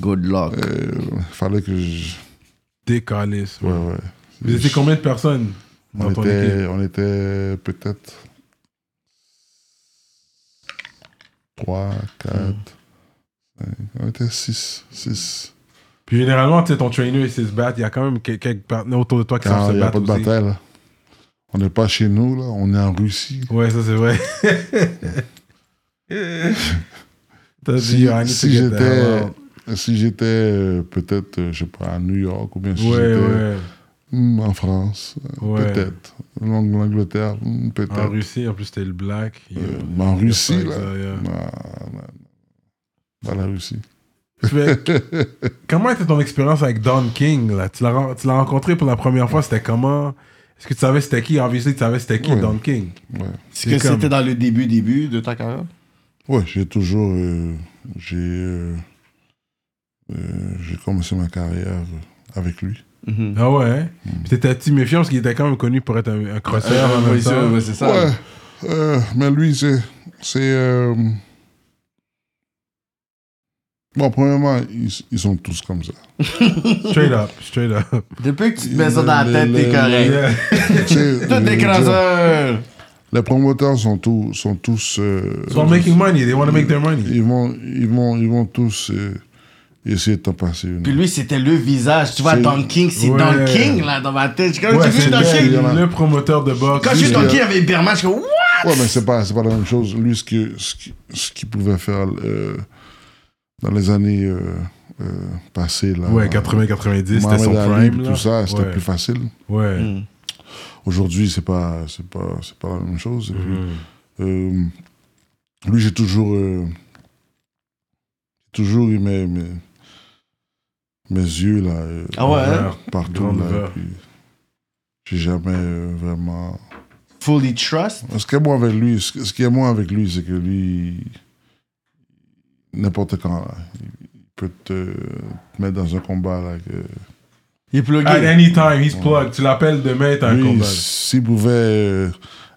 C: Good luck.
D: Euh, fallait que je.
A: Décalisse.
D: Ouais, ouais.
A: Vous étiez combien de personnes
D: On
A: dans ton équipe
D: était, on était peut-être 3, 4, 5, on était 6. 6.
A: Puis généralement, tu sais, ton trainer, il sait se battre. Il y a quand même quel- quelques partenaires autour de toi qui
D: Quand
A: savent
D: Ah, il
A: se
D: n'y a pas
A: battre.
D: de
A: aussi.
D: bataille, là. on n'est pas chez nous, là. on est en Russie.
A: Ouais, ça, c'est vrai. T'as dit,
D: Si,
A: I need
D: si
A: to get the
D: j'étais.
A: hell out.
D: Si j'étais euh, peut-être, euh, je sais pas, à New York ou bien si
A: Ouais,
D: j'étais
A: ouais.
D: hmm, en France, euh,
A: Ouais.
D: peut-être. L'Ang- L'Angleterre, hmm, peut-être.
A: En Russie, en plus, t'es le black.
D: Euh,
A: Yeah.
D: mais en Russie, là.
A: Ça, yeah.
D: Non, non, non. Pas la Russie.
A: Fait que- comment était ton expérience avec Don King là? Tu l'as ren- tu l'as rencontré pour la première fois, c'était comment Est-ce que tu savais c'était qui Obviously, tu savais c'était qui
D: Ouais.
A: Don King.
D: Ouais.
C: Est-ce que
A: c'est comme-
C: c'était dans le début, début de ta carrière?
D: Ouais, j'ai toujours. euh, j'ai. euh, euh, j'ai commencé ma carrière avec lui.
A: Ah ouais. hein?
D: Mm.
A: Puis t'étais petit méfiant parce qu'il était quand même connu pour être un, un crosser en même temps.
C: c'est
D: Ah, Ouais. euh, mais lui, c'est. c'est euh, Bon, premièrement, ils, ils sont tous comme ça.
A: Straight up, straight up.
C: Depuis que tu te mets ça dans la tête,
D: Le-
C: t'es
D: le-
C: correct.
A: Yeah.
D: Tu sais,
C: Tout
D: euh, je veux dire,
C: écraseur!
D: Les promoteurs sont, tous sont tous. euh,
A: Ils sont making money, they want to make their money.
D: ils, vont, ils, vont, ils vont tous euh, essayer de t'en passer une.
C: Puis lui, c'était le visage. Tu vois,
D: C'est-
C: Don King, c'est
A: Ouais.
C: Don King, là, dans ma tête. Quand
A: Ouais,
C: j'ai
A: c'est
C: vu Don
A: le,
C: King,
A: le promoteur de boxe.
C: quand j'ai vu Don
D: Yeah.
C: King avec Berman, je suis comme, What?
D: Ouais, mais c'est pas, c'est pas la même chose. Lui, ce qu'il ce qui, ce qu'il pouvait faire euh, dans les années euh, euh, passé. Là,
A: Ouais, 80-90, c'était
D: Mohamed
A: son
D: Ali,
A: prime. là.
D: Tout ça, c'était
A: Ouais.
D: plus Mm. facile.
A: Ouais.
D: Aujourd'hui, c'est pas, c'est pas, c'est pas la même chose. Et puis,
A: Mm-hmm.
D: euh, lui, j'ai toujours, euh, toujours eu mes, mes, mes yeux là, euh,
C: Ah ouais, hein?
A: Ouais.
D: partout
A: Grande
D: là.
A: ouvert.
D: et puis, J'ai jamais euh, vraiment.
C: Fully trust.
D: Ce qui est bon avec lui, ce ce qui est bon avec lui, c'est que lui, n'importe quand, là, il peut te, te mettre dans un combat là. Que,
C: Il est plugué.
A: At any time, he's plugged. Tu l'appelles demain, t'as un
D: Lui,
A: combat.
D: s'il pouvait euh,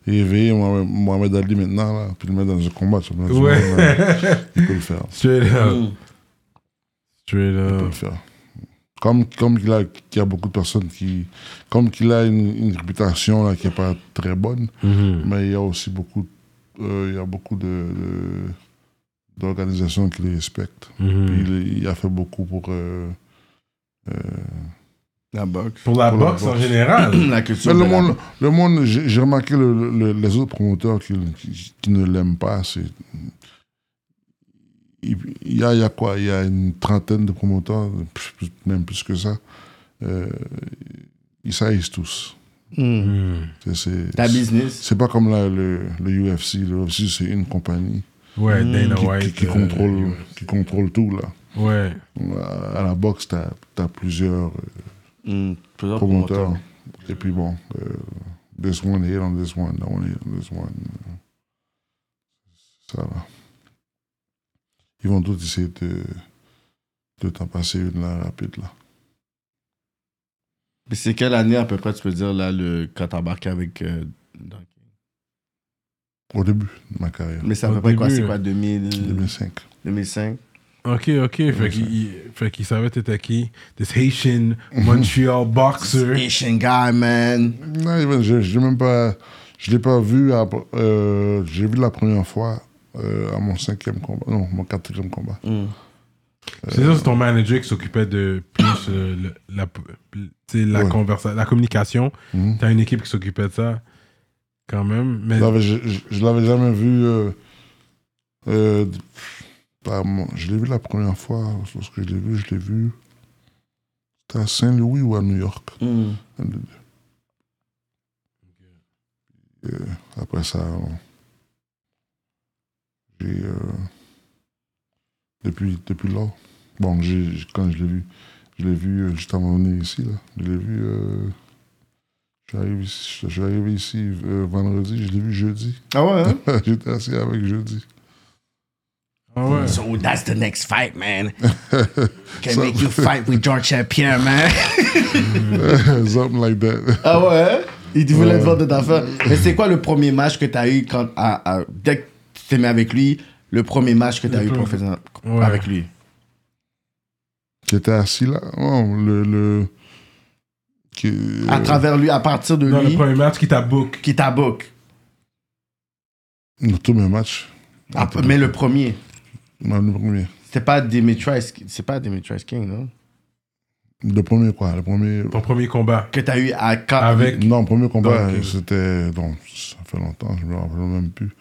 D: réveiller Mohamed, Mohamed Ali maintenant, là, puis le mettre dans un combat, sur le plan du
A: Ouais.
D: monde, là, il peut le faire.
A: Straight up.
D: Mm.
A: Straight
D: Il peut le
A: up.
D: faire. Comme, comme il, a, qu'il y a beaucoup de personnes qui. Comme qu'il a une, une réputation là, qui n'est pas très bonne,
A: Mm-hmm.
D: mais il y a aussi beaucoup, euh, il y a beaucoup de, de- d'organisations qui les respectent.
A: Mm-hmm. Hmm.
D: Puis il, il a fait beaucoup pour. euh, euh,
C: La boxe.
A: Pour la
D: Pour la
A: boxe en
D: boxe.
A: général.
C: la culture.
D: Mais
C: de
D: le,
C: la
D: monde,
C: boxe.
D: le monde, j'ai j'ai remarqué le- le- les autres promoteurs qui, qui- qui ne l'aiment pas. c'est- Il il y a, il y a quoi Il y a une trentaine de promoteurs, plus- plus- même plus que ça. Euh, ils saillissent tous.
C: Mm.
D: C'est- c'est-
C: Ta business.
D: C'est pas comme la- le, le UFC. Le UFC, c'est une compagnie
A: Ouais, Dana
D: qui,
A: White.
D: qui- qui
A: euh,
D: contrôle,
A: ouais.
D: qui contrôle tout. Là.
A: Ouais.
D: À, à la boxe, tu as, plusieurs euh,
C: Mm. Plusieurs
D: promoteurs.
C: promoteurs.
D: Et puis bon, euh, this one hit on this one, that one hit on this one. Ça va. Ils vont tous essayer de, de t'en passer une là rapide là.
C: Puis c'est quelle année à peu près, tu peux dire, là, le, quand t'embarques avec. euh, dans-
D: Au début de ma carrière,
C: Mais c'est à
A: Au
C: peu près quoi
A: début, euh,
C: C'est quoi 2000,
D: 2005.
C: 2005
A: Ok, ok. Fait qu'il il- fait qu'il savait t'étais qui. This Haitian
D: Mm-hmm.
A: Montreal boxer.
C: Asian guy, man.
D: Non, Even, je, je l'ai même pas, je l'ai pas vu. à- euh, J'ai vu la première fois euh, à mon cinquième combat, non, mon quatrième combat.
C: Mm.
A: C'est ça, c'est ton manager qui s'occupait de plus euh, le- la, tu sais, la,
D: Ouais.
A: conversa- la communication.
D: Mhm.
A: T'as une équipe qui s'occupait de ça, quand même. Mais
D: Je l'avais- je- je- je l'avais jamais vu. euh, euh, bah, mon- je l'ai vu la première fois. Lorsque je l'ai vu, je l'ai vu. C'était à Saint-Louis ou à New York.
C: Mm.
D: un des deux. Euh, après ça, on- j'ai. euh, depuis, depuis là. Bon, j'ai- j'ai- quand je l'ai vu, je l'ai vu euh, juste avant de venir ici. Là. Je l'ai vu. euh, je suis arrivé ici, je suis arrivé ici euh, vendredi, je l'ai vu jeudi.
C: Ah ouais, hein?
D: J'étais assis avec jeudi.
A: Ah ouais.
C: So that's the next fight, man. Can
D: Ça-
C: make you fight with George St. Pierre, man.
D: Something like that.
C: ah ouais? hein? Il voulait te vendre ta affaire. Mais c'est quoi le premier match que t'as eu quand. à- à- dès que tu t'es mis avec lui, le premier match que t'as eu professionnel
A: Ouais.
C: avec lui
D: J'étais assis là. Oh, le. le qui-
C: À
D: euh,
C: travers lui, à partir de
A: Dans le
C: lui,
A: premier match qui t'a book.
C: qui t'a book.
D: euh, Tous mes matchs.
C: Ah, mais le premier.
D: Non, Le premier.
C: C'était pas Demetrius, c'est pas Demetrius King, non?
D: Le premier quoi Le premier.
A: Ton premier combat.
C: Que t'as eu à quand?
D: Ah,
A: Avec.
D: Non, le premier combat,
A: Donc, euh,
D: c'était. Donc, ça fait longtemps, je me rappelle même plus.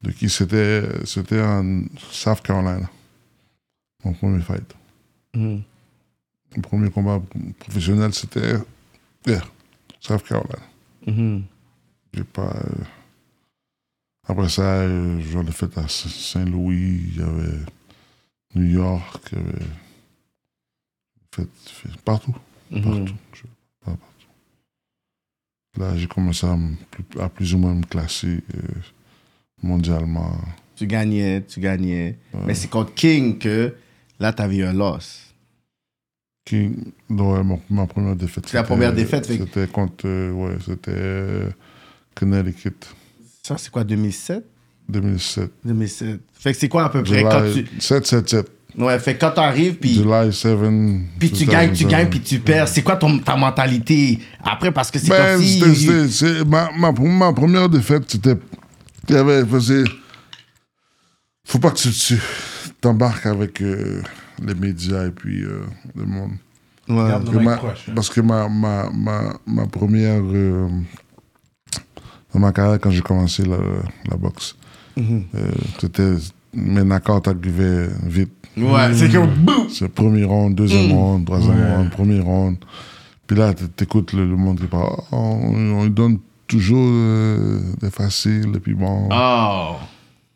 D: De qui c'était C'était en South Carolina. Mon premier fight.
C: Mhm.
D: Mon premier combat professionnel, c'était. yeah, South Carolina.
C: Mhm.
D: J'ai pas. euh, Après ça, euh, je l'ai fait à S- Saint-Louis, il y avait New York, il y avait. Fait, fait partout.
C: Mhm.
D: Partout. Je- pas partout. Là, j'ai commencé à, me- plus- à plus ou moins me classer euh, mondialement. Euh,
C: Tu gagnais, tu gagnais.
D: Ouais.
C: Mais c'est contre King que là, t'avais eu un loss.
D: Qui, ouais, mon- ma première défaite.
C: C'est la
D: c'était-
C: première défaite, fait que-
D: C'était contre. euh, ouais, c'était euh, Connecticut,
C: Ça, c'est quoi, 2007?
D: 2007.
C: 2007. Fait que c'est quoi à peu près? Quand
D: July,
C: tu...
D: 7-7-7.
C: Ouais, fait que quand t'arrives, puis,
D: July 7.
C: puis tu gagnes, tu
D: 2007.
C: gagnes, puis tu perds. C'est quoi ton, ta mentalité après? Parce que c'est
D: Ben,
C: comme si...
D: c'était- c'était- c'est- ma, ma, ma première défaite, c'était. Il y avait. faisait- Faut pas que tu- tu t'embarques avec euh, les médias et puis euh, le monde.
C: Ouais.
A: Garde le
D: Que
A: mic
D: ma-
A: proche, hein.
D: parce que ma, ma, ma, ma première. euh,
C: Mm-hmm.
D: dans ma carrière, quand j'ai commencé la, la boxe, euh, c'était mes knockouts arrivaient vite.
C: Ouais, c'est que boum!
D: C'est premier round, deuxième round, troisième round, premier round. Puis là, t- t'écoutes le, le monde qui parle. Ah, on, on lui donne toujours euh, des faciles, et puis bon.
C: Oh!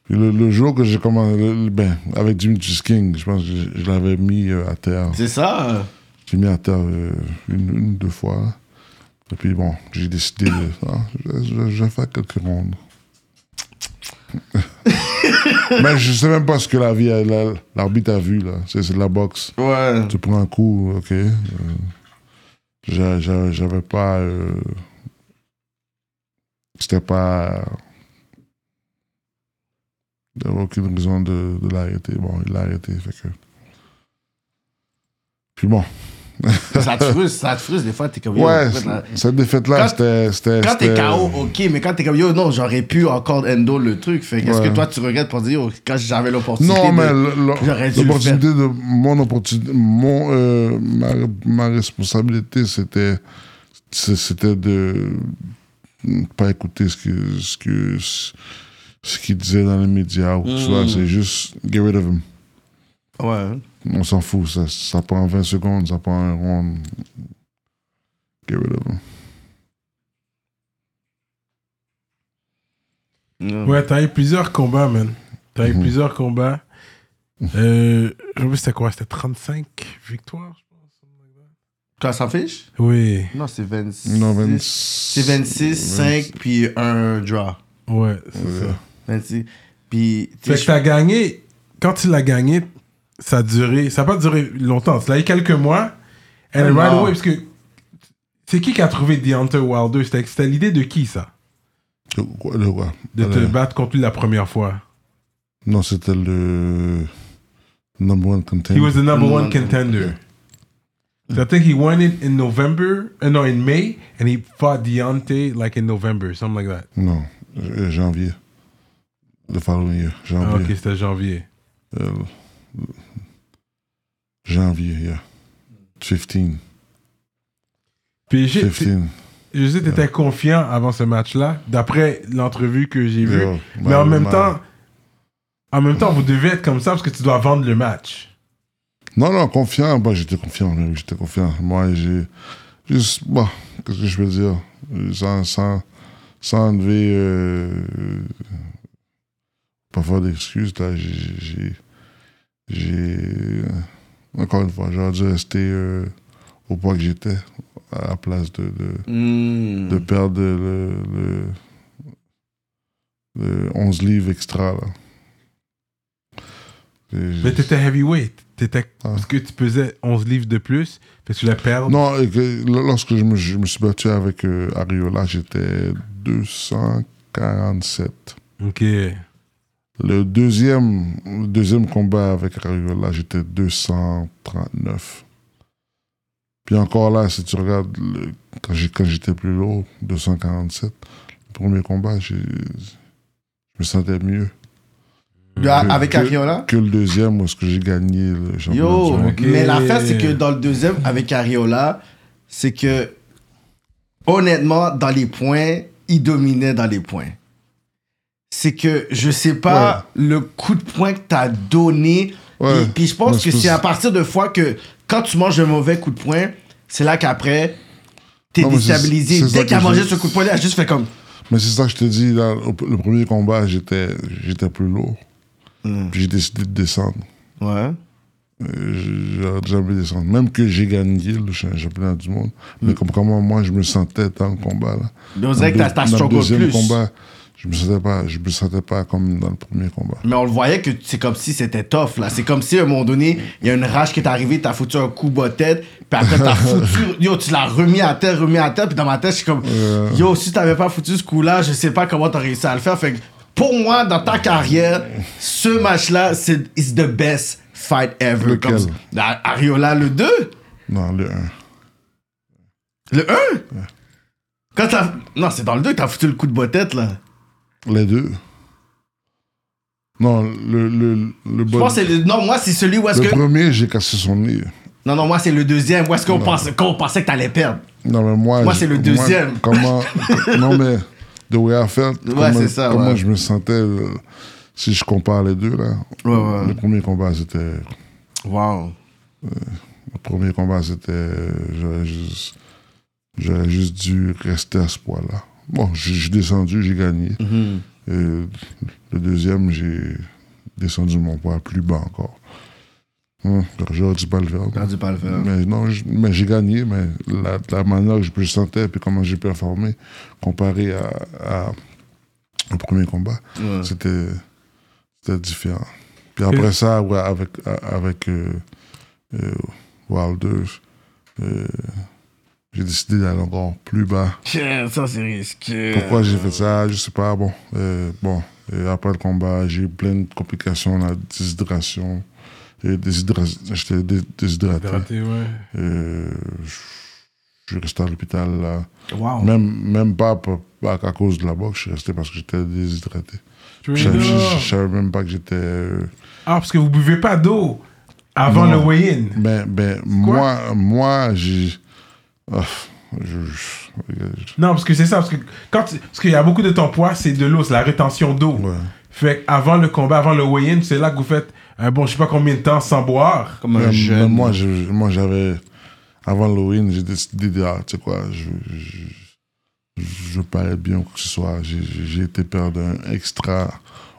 D: Puis le, le jour que j'ai commencé, le- le- ben, avec Jimmy King, je pense que je, je l'avais mis euh, à terre.
C: C'est ça? hein?
D: J'ai mis à terre euh, une, une ou deux fois. Et puis bon, j'ai décidé de. Ah, je, je- je vais faire quelques rondes. Mais je sais même pas ce que la vie, a- la- l'arbitre a vu, là. C'est c'est de la boxe.
C: Ouais.
D: Tu prends un coup, ok. euh, j'a- j'a- J'avais pas. euh, C'était pas. J'avais aucune raison de, de l'arrêter. Bon, il l'a arrêté, fait que. Puis bon.
C: Ça te frustre, ça te frustre. Des fois, t'es comme. yo,
D: Ouais,
C: écoute, là.
D: cette défaite-là,
C: Quand-
D: c'était. c'était-
C: Quand t'es
D: c'était-
C: KO, ok, mais quand t'es comme yo, non, j'aurais pu encore endo le truc. Fait qu'est-ce
D: Ouais.
C: que toi, tu regrettes pour dire, yo, quand j'avais l'opportunité.
D: Non,
C: de-
D: mais
C: J'aurais
D: le-
C: dû
D: le-
C: le
D: l'opportunité de. Mon opportunité. Mon, euh, ma, ma responsabilité, c'était. c'est- C'était de. Pas écouter ce que. Ce que ce qu'il disait dans les médias ou quoi que ce
A: Hmm.
D: soit, c'est juste get rid of him.
C: Ouais.
D: On s'en fout, ça, ça prend 20 secondes, ça prend un round. Get rid of him.
C: Non.
A: Ouais, t'as eu plusieurs combats, man. T'as eu plusieurs combats. Euh, je sais pas c'était quoi, c'était 35 victoires, je pense.
C: Quand ça fiche?
A: Oui,
C: Non, c'est 26.
D: Non, 20
C: C'est 26, 5, puis un draw.
A: ouais, c'est ça.
C: 26. Puis. tu
A: Fait
C: sais,
A: que t'as gagné, quand tu l'as gagné, ça a duré, ça a pas duré longtemps. Tu l'as eu quelques mois. And
C: Ah,
A: right
C: non.
A: away, parce que c'est qui qui a trouvé Deontay Wilder C'était c'était l'idée de qui, ça
D: De quoi, de quoi?
A: De te
D: Euh,
A: battre contre lui la première fois.
D: Non, c'était le number one
A: He was
D: contender.
A: the number one
C: Mm.
A: contender. So I think he won it in November, uh, no, in May, and he fought Deontay like in November, something like that.
D: Non, euh, janvier. Le following year,
A: Ah, ok,
D: janvier.
A: c'était janvier.
D: Euh, janvier, yeah. 15,
A: Puis j'ai-
D: 15.
A: je sais que t'étais confiant avant ce match-là, d'après l'entrevue que j'ai vue.
D: Yeah,
A: Mais en
D: bah,
A: même
D: bah.
A: temps, en même temps, vous devez être comme ça parce que tu dois vendre le match.
D: Non, non, confiant. Bah, j'étais confiant, mais oui, j'étais confiant. Moi, j'ai. Juste, bah, qu'est-ce que je peux dire? Euh, Sans, sans, sans enlever. euh, euh, parfois d'excuses, là, j'ai- j'ai. j'ai- J'ai. euh, Encore une fois, j'aurais dû rester euh, au point que j'étais, à la place de. de,
C: hmm.
D: de perdre le. le le 11 livres extra, là. Et-
A: Mais t'étais heavyweight. T'étais,
D: Ah.
A: Parce que tu pesais 11 livres de plus, parce que tu l'as perdu.
D: Non, et que l- lorsque je me, je me suis battu avec euh, Ariola, j'étais 247.
A: Ok.
D: Le deuxième, le deuxième combat avec Ariola, j'étais 239. Puis encore là, si tu regardes, le- quand j'ai- quand j'étais plus lourd, 247, le premier combat, j'ai- je me sentais mieux
C: Ah, Avec Ariola?
D: que le deuxième où est-ce que j'ai gagné le championnat du
C: Yo,
D: monde.
A: Ok.
C: mais l'affaire, c'est que dans le deuxième, avec Ariola, c'est que, honnêtement, dans les points, il dominait dans les points. C'est que, je sais pas, le coup de poing que t'as donné.
D: Ouais.
C: Et puis je
D: Mais
C: pense
D: c'est
C: que
D: parce-
C: c'est à partir de fois que, quand tu manges un mauvais coup de poing, c'est là qu'après, t'es
D: Non, mais c'est-
C: déstabilisé.
D: c'est ça
C: Dès qu'il a
D: que
C: mangé
D: je-
C: ce coup de poing, il a juste fait comme.
D: Mais c'est ça que je te dis, là, au- le premier combat, j'étais j'étais plus lourd.
C: Hmm.
D: Puis j'ai décidé de descendre.
C: Ouais.
D: Euh, J'aurais jamais descendre. Même que j'ai gagné le cha- championnat du monde. Mais comme comment moi, je me sentais dans le combat. Là.
C: Hmm. Mais on dirait que
D: Dans
C: t'as t'as
D: le deux- dans le
C: struggle
D: deuxième
C: plus.
D: combat, je me sentais pas, je me sentais pas comme dans le premier combat.
C: Mais on le voyait que c'est comme si c'était tough, là. C'est comme si, à un moment donné, il y a une rage qui est arrivée, t'as foutu un coup bas tête, puis après t'as foutu... Yo, tu l'as remis à terre, remis à terre, puis dans ma tête, je suis comme... Yo, si t'avais pas foutu ce coup-là, je sais pas comment t'as réussi à le faire. Fait que, pour moi, dans ta carrière, ce match-là, c'est it's the best fight ever.
D: Lequel?
C: Comme ça. La- Ariola, le 2?
D: Non, le 1.
C: Le 1? Quand t'as... Non, c'est dans le 2 que t'as foutu le coup de bas tête, là.
D: Les deux. Non, le, le, le,
C: Je
D: bon-
C: pense que c'est... le- Non, moi, c'est celui où est-ce
D: le
C: que...
D: premier, j'ai cassé son nez.
C: Non, non, moi, c'est le deuxième. Où est-ce qu'on pense... qu'on pensait que t'allais perdre?
D: Non, mais moi.
C: Moi,
D: je-
C: c'est le deuxième.
D: comment. non, mais. The way I felt.
C: Ouais,
D: comment-
C: c'est ça,
D: Comment
C: ouais.
D: je me sentais. euh, si je compare les deux, là,
C: Ouais, ouais.
D: le premier combat, c'était.
C: Wow.
D: Le premier combat, c'était. euh, J'aurais juste, j'aurais juste dû rester à ce point-là. Bon, j'ai j'ai descendu, j'ai gagné.
C: Mm-hmm.
D: Euh, le deuxième, j'ai descendu mon poids plus bas encore. Hum, J'aurais dû pas le faire.
C: Perdu pas le faire.
D: Euh, Mais non, j- mais j'ai gagné, mais la, la manière que je me sentais puis comment j'ai performé comparé à, à- au premier combat,
C: Ouais.
D: c'était c'était différent. Puis après ça, ouais, avec, a- avec euh, euh, Wilder, euh, j'ai décidé d'aller encore plus bas.
C: Shit, ça, c'est risqué.
D: Pourquoi j'ai fait ça Je sais pas. Bon, euh, bon. euh, après le combat, j'ai eu plein de complications, la déshydratation. Euh, déshydra- J'étais dé- déshydraté.
A: Hydraté, ouais.
D: Euh, je je suis resté à l'hôpital là.
C: Wow.
D: Même, même pas pour- pas à cause de la boxe, je suis resté parce que j'étais déshydraté. Je
A: Trader.
D: savais- je- je savais même pas que j'étais. euh,
A: Ah, parce que vous buvez pas d'eau avant
D: Non.
A: le weigh-in.
D: Ben, ben moi, moi j'ai. Ah, je- je-
A: Non, parce que c'est ça, parce que quand tu- parce qu'il y a beaucoup de ton poids, c'est de l'eau, c'est la rétention d'eau.
D: Ouais.
A: Fait avant le combat, avant le weigh-in, c'est là que vous faites un bon, je sais pas combien de temps sans boire.
C: Comme
D: ben,
C: un
D: ben,
C: jeune.
D: moi, je- moi, j'avais. Avant l'Halloween, j'ai décidé de. Ah, tu sais quoi, je. je je veux pas être bien ou quoi que ce soit. J'ai- J'ai j'ai été perdre un extra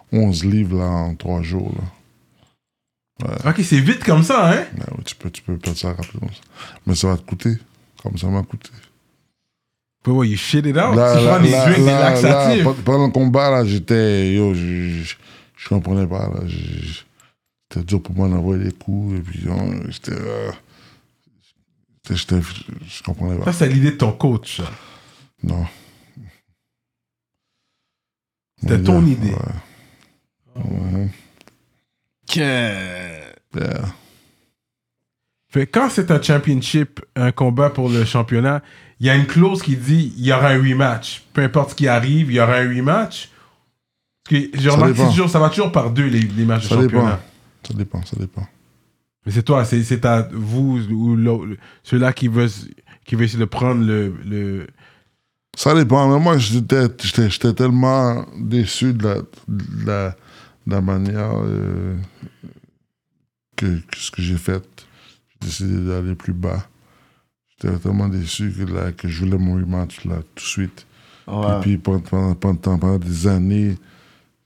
D: 11 livres là, en 3 jours. Là.
A: Ok, c'est vite comme ça, hein?
D: Ben oui, tu, peux, tu peux perdre ça rapidement. Mais ça va te coûter, comme ça m'a coûté.
A: But what, you shit it out?
D: Là,
A: Ah, tu
D: là,
A: prends des
D: là,
A: drinks, des
D: là,
A: laxatifs.
D: là, pe- pendant le combat, là, j'étais. Yo, je, je, je comprenais pas. là. Je- je- C'était dur pour moi d'envoyer des coups. Et puis, hein, j'étais. euh, j'étais- j'étais- je comprenais pas.
A: ça, c'est l'idée de ton coach. ça.
D: Non.
A: C'était
D: Ouais,
A: ton idée.
D: ouais. Mhm.
C: Que-
D: Yeah.
A: Fait quand c'est un championship, un combat pour le championnat, il y a une clause qui dit il y aura un rematch. Peu importe ce qui arrive, il y aura un rematch. Parce que j'ai
D: Ça
A: remarqué que c'est
D: dépend.
A: toujours, ça va toujours par deux, les, les matchs de
D: Ça
A: championnat.
D: dépend. Ça dépend, ça dépend.
A: Mais c'est toi, c'est, c'est à vous ou l'autre- celui-là qui veut, qui veut essayer de prendre le. le...
D: Ça dépend, mais moi, j'étais j'étais- j'étais tellement déçu de la, de la, de la manière euh, que, que ce que j'ai fait. J'ai décidé d'aller plus bas. J'étais tellement déçu que, là, que je voulais mon rematch là, tout de suite.
C: Ouais.
D: Et puis pendant, pendant, pendant, pendant- pendant des années,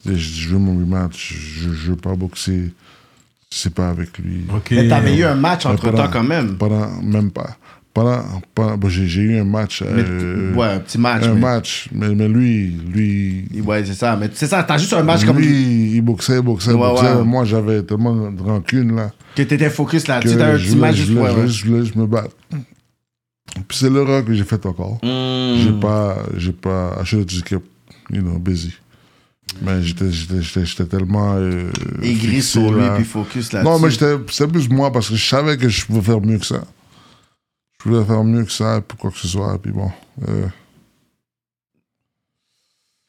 D: je, je veux mon rematch, je je veux pas boxer. C'est pas avec lui.
A: Ok.
C: Mais t'avais eu un match entre temps
D: pendant-
C: quand même.
D: Pendant, même pas. Pendant, pendant- bon, j'ai j'ai eu un match.
C: Mais-
D: euh,
C: ouais, un petit match.
D: un
C: mais-
D: match, mais, mais lui, lui,
C: Ouais, c'est ça. Mais c'est ça, t'as juste un match comme lui.
D: lui, il boxait, boxait,
C: Ouais,
D: boxait.
C: ouais.
D: Moi, j'avais tellement de rancune là
C: Que t'étais focus là.
D: que
C: Tu sais, t'as un petit
D: voulais-
C: match
D: je
C: juste.
D: voulais,
C: Ouais,
D: je voulais-
C: ouais.
D: je voulais- je me battre. Puis c'est l'erreur que j'ai faite encore.
C: Hmm.
D: J'ai pas, j'ai pas acheté du cap, you know, busy. Mais j'étais, j'étais, j'étais, j'étais tellement euh,
C: Aigri
D: fixé,
C: sur lui,
D: là.
C: puis focus là.
D: Non, mais j'étais- c'était plus moi parce que je savais que je pouvais faire mieux que ça. Je voulais faire mieux que ça, pour quoi que ce soit. Puis bon, euh,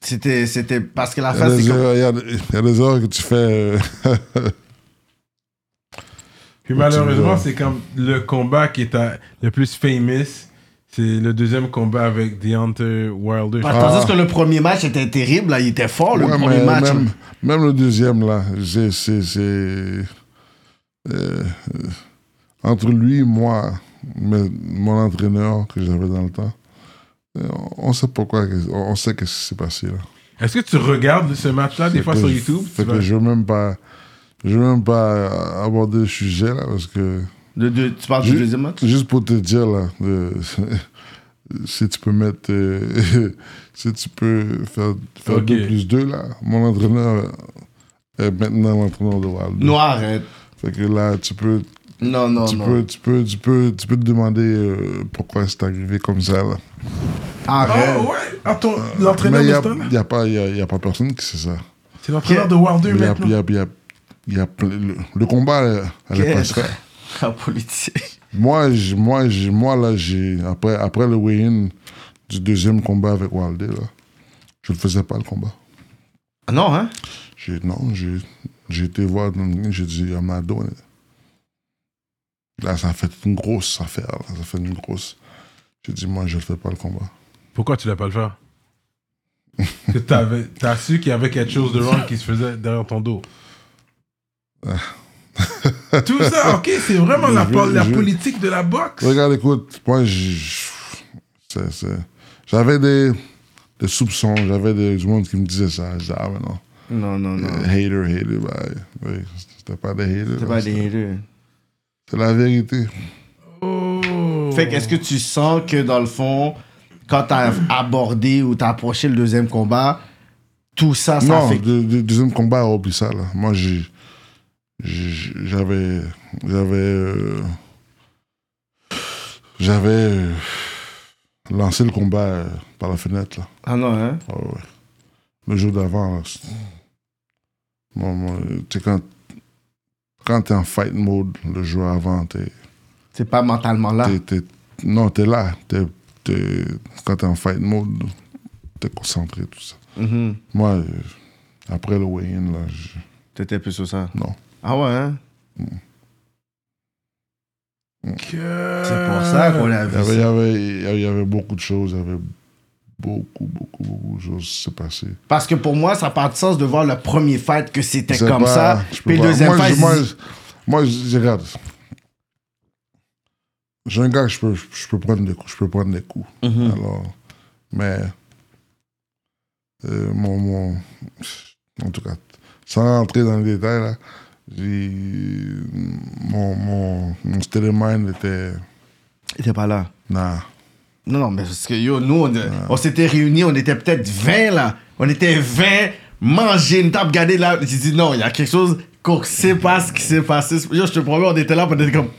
C: C'était, c'était parce que la
D: il y a
C: face, c'est
D: des
C: comme.
D: erreurs- il y, a des- il y a des erreurs que tu fais. euh,
A: Puis malheureusement,
D: Ouais.
A: c'est comme le combat qui est à- le plus famous. C'est le deuxième combat avec Deontay Wilder.
C: Ah, Tandis que le premier match était terrible, là, il était fort, Oh, le
D: Ouais,
C: premier
D: mais
C: match.
D: Même, même le deuxième, là, c'est. c'est- c'est, euh, euh, entre lui, moi, mais mon entraîneur que j'avais dans le temps, euh, on sait pourquoi, on on sait ce qui s'est passé. Là.
A: Est-ce que tu regardes ce match-là des
D: Fait
A: fois
D: que
A: sur
D: je-
A: YouTube
D: Fait
A: Tu
D: que
A: vas-
D: je veux même pas. Je veux même pas aborder le sujet, là, parce que.
C: Le deux- tu parles du
D: Ju-
C: deuxième match?
D: Juste pour te dire, là, euh, si tu peux mettre. euh, si tu peux faire, faire
A: Ok.
D: 2 plus 2, là, mon entraîneur est maintenant l'entraîneur de Wild.
C: Non, arrête.
D: Fait que là, tu peux,
C: Non, non,
D: tu
C: Oh non.
D: peux, tu peux, tu peux, tu peux te demander euh, pourquoi c'est arrivé comme ça, là.
C: Arrête.
A: Ah ouais, attends, l'entraîneur
D: Mais
A: de
D: y a,
A: Stone
D: y a pas, y a, y a pas personne qui sait ça.
A: C'est l'entraîneur de Wilder
D: Mais y a-
A: maintenant.
D: y a- y a- y a plein- le, le combat, elle- elle est pas
C: Qu'est-ce
D: ça.
C: La politique.
D: Moi, j'ai- moi, j'ai- moi là, j'ai après, après le weigh-in du deuxième combat avec Wilder, là, je ne faisais pas le combat.
C: Ah Non, hein?
D: J'ai non, j'ai j'ai été voir, j'ai dit I'm not doing it. Là, ça a fait une grosse affaire, là, ça a fait une grosse. J'ai dit moi, je ne fais pas le combat.
A: Pourquoi tu l'as pas le faire que t'avais- t'as su qu'il y avait quelque chose de wrong qui se faisait derrière ton dos. Tout ça, ok, c'est vraiment la,
D: Je-
A: po- la
D: je-
A: politique de la boxe.
D: Regarde, écoute, moi, je- je- c'est- c'est- j'avais des, des soupçons, j'avais des- du monde qui me disait ça. Je disais, ah, ouais, non.
C: Non, non, non.
D: Euh, Hater, hater, bah, oui, c'était pas des haters.
C: C'est
D: là,
C: Mm. pas
D: c'est-
C: des haters.
D: C'est la vérité.
C: Fait qu'est-ce que tu sens que dans le fond, quand t'as abordé ou t'as approché le deuxième combat, tout Ah, ça, ça
D: non,
C: fait.
D: le deuxième combat a repris ça, là. Moi, j'ai- j'ai- j'avais. J'avais. euh, j'avais. euh, lancé le combat euh, par la fenêtre, là.
C: Ah non, hein?
D: Ah ouais. Le jour d'avant, là, c'est- Bon, moi, tu sais, quand, quand t'es en fight mode le jour avant, t'es.
C: C'est pas mentalement là.
D: t'es- t'es- non, t'es là. T'es- t'es- quand t'es en fight mode, t'es concentré, tout ça.
C: Mhm.
D: Moi, euh, après le weigh-in, là, je-
C: T'étais plus sur ça.
D: non.
C: Ah ouais, hein?
A: Que-
C: C'est pour
A: Euh,
C: ça qu'on a
D: Il y,
C: vu.
D: avait,
C: ça.
D: il, y avait, il y avait- il y avait beaucoup de choses, il y avait beaucoup, beaucoup, beaucoup de choses qui s'est passé.
C: Parce que pour moi, ça n'a pas de sens de voir le premier fight que c'était
D: Je sais
C: comme
D: pas,
C: ça.
D: je peux
C: Puis le
D: pas.
C: deuxième
D: moi,
C: fight.
D: je- moi,
C: ils-
D: je- moi, je- je regarde. J'ai un gars que je peux, je peux prendre des coups. Je peux prendre des coups.
C: Hmm. Mhm.
D: Alors, mais euh, mon, mon- en tout cas, sans rentrer dans les détails là, j'ai- mon mon mon state of mind était
C: Il était pas là.
D: nah.
C: Non, non, mais parce que yo, nous, on, euh, on s'était réunis, on était peut-être 20 là. On était 20, manger une table, regarder là. J'ai dit non, il y a quelque chose qu'on sait pas ce qui s'est passé. Yo, je te promets, on était là, puis on était comme.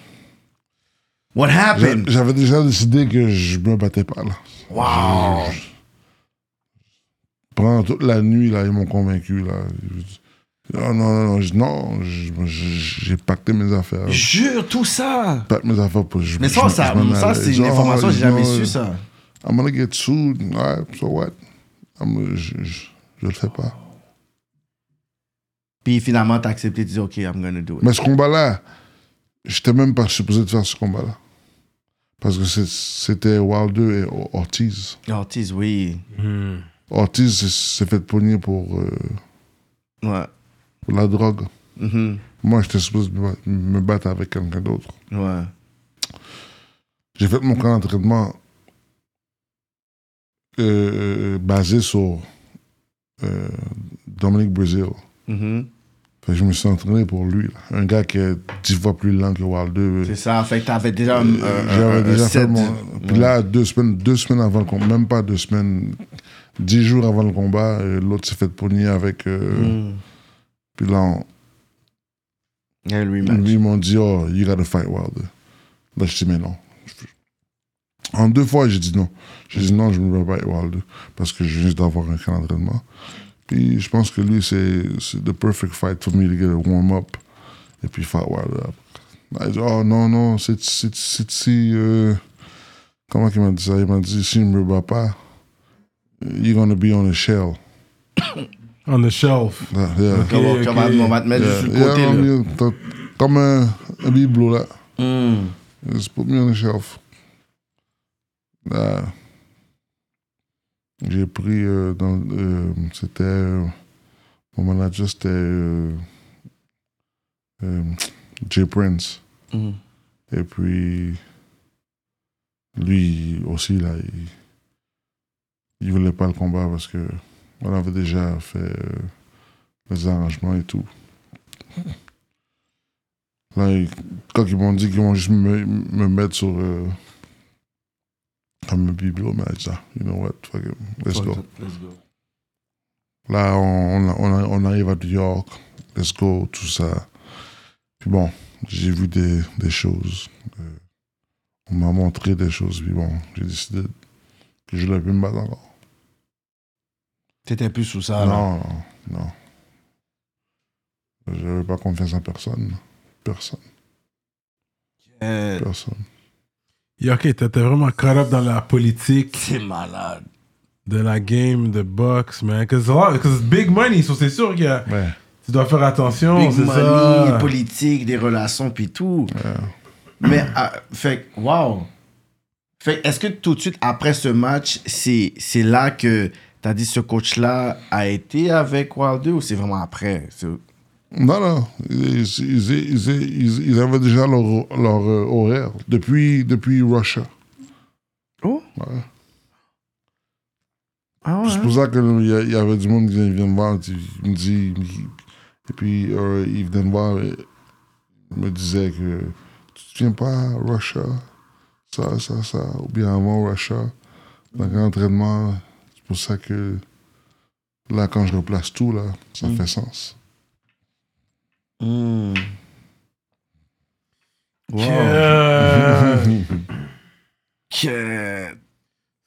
C: What
D: J'a-
C: happened?
D: J'avais déjà décidé que je me battais pas là.
C: Wow!
D: Pendant toute la nuit, là, ils m'ont convaincu, là. Je- Non, non, non, non, je- non, je- je- j'ai pacté mes affaires. J'ai
C: Jure tout ça!
D: pacté mes affaires pour... je-
C: Mais
D: je-
C: ça, ça,
D: je m'en
C: ça
D: allais.
C: c'est une
D: Genre,
C: information, j'ai jamais
D: non,
C: su ça.
D: I'm gonna get sued, ouais, so what? I'm- je, je, je le fais pas.
C: Puis finalement, t'as accepté, tu dis ok, I'm gonna do it.
D: Mais ce combat-là, j'étais même pas supposé de faire ce combat-là. Parce que c'est- c'était Wilder et O- Ortiz.
C: Ortiz, oui.
A: Hmm.
D: Ortiz s'est- s'est fait pogner pour, euh,
C: Ouais.
D: pour la drogue.
C: Mhm.
D: Moi, j'étais supposé me bat- me battre avec quelqu'un d'autre.
C: Ouais.
D: J'ai fait mon camp d'entraînement euh, euh, basé sur euh, Dominique Brazil.
C: Mhm.
D: Fait que je me suis entraîné pour lui. là. Un gars qui est dix fois plus lent que Wilder.
C: C'est ça, fait que t'avais déjà un, un- un- un
D: J'avais déjà fait
C: set.
D: mon. euh, Puis là, deux semaines, deux semaines avant le combat, même pas deux semaines, dix jours avant le combat, euh, l'autre s'est fait pogner avec. euh,
C: Mhm.
D: Puis là, on-
C: Il y a le rematch.
D: Lui, ils m'ont dit, oh, you gotta fight Wilder. Là, je dis, mais non. En deux fois, j'ai dit non. J'ai dit non, je ne veux pas fight Wilder parce que je viens juste d'avoir un camp d'entraînement. Puis je pense que lui, c'est c'est the perfect fight for me to get a warm-up et puis fight Wilder. Là, il dit, oh non, non, c'est c'est- c'est- si. euh, Comment il m'a dit ça? Il m'a dit, si je ne me bats pas, you're gonna be on a shell.
A: On the shelf.
D: Là, yeah.
C: Comme on-
A: ok.
C: comme on- on va te mettre
D: Yeah,
C: sur le
D: yeah,
C: côté.
D: on
C: là.
D: vient- t'as- comme un, un bibelot, là.
C: Mm.
D: It's put me on the shelf. Là, j'ai pris euh, dans. euh, c'était. euh, mon manager, c'était. euh, euh, Jay Prince.
C: Mhm.
D: Et puis. Lui aussi, là, il. Il voulait pas le combat parce que. On avait déjà fait euh, les arrangements et tout. Là, il- quand ils m'ont dit qu'ils vont juste me, me mettre sur. euh, comme un bibelot, mais j'ai dit, Ah, you know what, fuck it, let's go. Là, on, on- on, on arrive à New York, let's go, tout ça. Puis bon, j'ai vu des, des choses. euh, on m'a montré des choses, puis bon, j'ai décidé que je ne voulais plus me battre encore.
C: T'étais plus sous ça. là.
D: non, non, non. Je n'avais pas confiance en personne. Personne,
C: Euh,
D: personne.
A: Yeah, ok, t'étais vraiment caught up dans la politique
C: C'est malade.
A: de la game de boxe, man. Cause, a lot- cause it's big money, so c'est sûr que
D: Ouais.
A: tu dois faire attention,
C: Big
A: c'est
C: money,
A: ça.
C: politique, des relations, puis tout. Mais, ah, fait que, wow. Fait que, est-ce que tout de suite après ce match, c'est c'est là que T'as dit ce coach-là a été avec Wilder ou c'est vraiment après C'est-
D: Non, non. Ils, ils- ils- ils- ils avaient déjà leur, leur, euh, horaire depuis, depuis Russia.
C: Oh.
D: Ouais.
C: Ah
D: C'est pour ça qu'il y, a- il y avait du monde qui vient me voir. tu- Il me dit. Et puis, euh, il venait me voir. et Il me disait que tu ne viens pas à Russia. Ça, ça, ça. Ou bien avant Russia. Dans l'entraînement. C'est pour ça que là, quand je replace tout, là, ça
C: Mm.
D: fait sens.
C: Hmm. Wow. Que-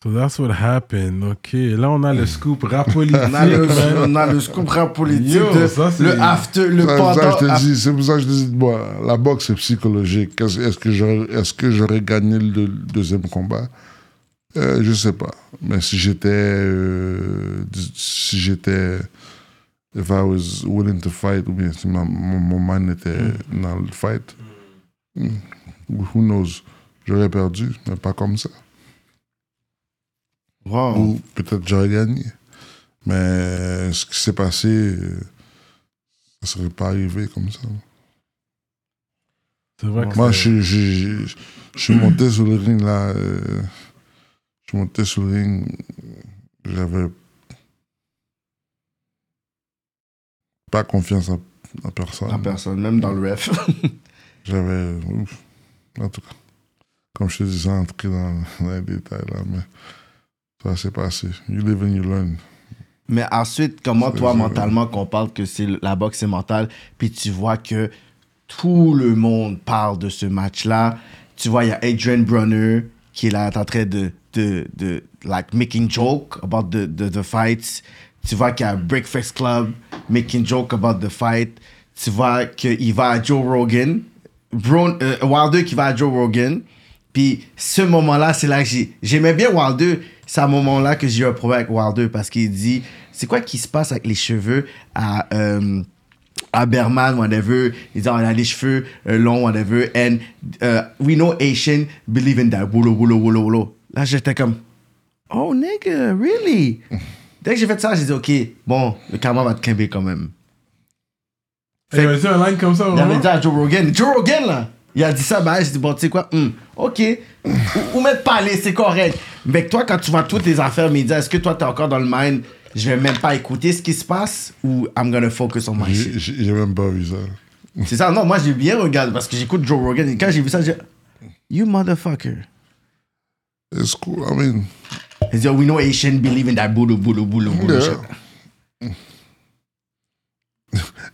A: So that's what happened. OK, là, on a le scoop rap politique,
C: On a le,
A: man.
C: on a le scoop rap politique,
A: Ah, Yo,
C: de-
A: ça, c'est-
C: le after, le
D: C'est pour ça
C: pendant.
D: que je te dis- c'est pour ça que je te dis, bon, la boxe est psychologique. Est-ce est-ce que j'aurais est-ce que j'aurais gagné le deux- deuxième combat euh, Je sais pas. Mais si j'étais, euh, dis- si j'étais, if I was willing to fight, ou bien si ma- mon, mon man était
C: Mm.
D: dans le fight, hmm, who knows, j'aurais perdu, mais pas comme ça.
C: Wow.
D: Ou peut-être j'aurais gagné. Mais ce qui s'est passé, euh, ça serait pas arrivé comme ça.
A: C'est vrai que
D: Moi,
A: c'est-
D: je, je, je, je- je suis monté sur le ring, là. euh, je suis monté sur le ring. J'avais pas confiance en, en personne.
C: La personne, même dans le ref.
D: J'avais... ouf. En tout cas, comme je te disais, entrer dans, dans les détails, là, mais ça s'est passé. You live and you learn.
C: Mais ensuite, comment
D: C'est
C: toi,
D: ça,
C: mentalement, qu'on parle que c'est la boxe est mentale, puis tu vois que tout le monde parle de ce match-là. Tu vois, il y a Adrian Brunner qui est là est en train de, de, de like, making joke about the, the, the fights. Tu vois qu'il y a Breakfast Club making joke about the fight. Tu vois qu'il va à Joe Rogan. Bron- euh, Wilder qui va à Joe Rogan. Puis ce moment-là, c'est là que j'ai- j'aimais bien Wilder. C'est à ce moment-là que j'ai eu un problème avec Wilder parce qu'il dit c'est quoi qui se passe avec les cheveux à euh, à Berman, whatever. Il dit on a les cheveux euh, longs, whatever. And euh, we know Asian believe in that. Wolo, wolo, wolo, wolo. Là, j'étais comme oh nigga, really? Dès que j'ai fait ça, j'ai dit ok, bon, le karma va te climber quand même.
A: Il y avait dit un line comme ça,
C: Il avait
A: vraiment?
C: dit à Joe Rogan, Joe Rogan là, il a dit ça, bah j'ai dit bon tu sais quoi, hum, ok, ou, ou mettre parler, c'est correct. Mais toi quand tu vois toutes les affaires médias, est-ce que toi t'es encore dans le mind, je vais même pas écouter ce qui se passe ou I'm gonna focus on my shit.
D: J'ai- J'ai j'ai même pas vu ça.
C: C'est ça, non, moi j'ai bien regardé parce que j'écoute Joe Rogan et quand j'ai vu ça, j'ai You motherfucker.
D: It's cool, I mean...
C: Il dit, Oh, we know Asian believe in that boulou boulou boulou boulou. shit.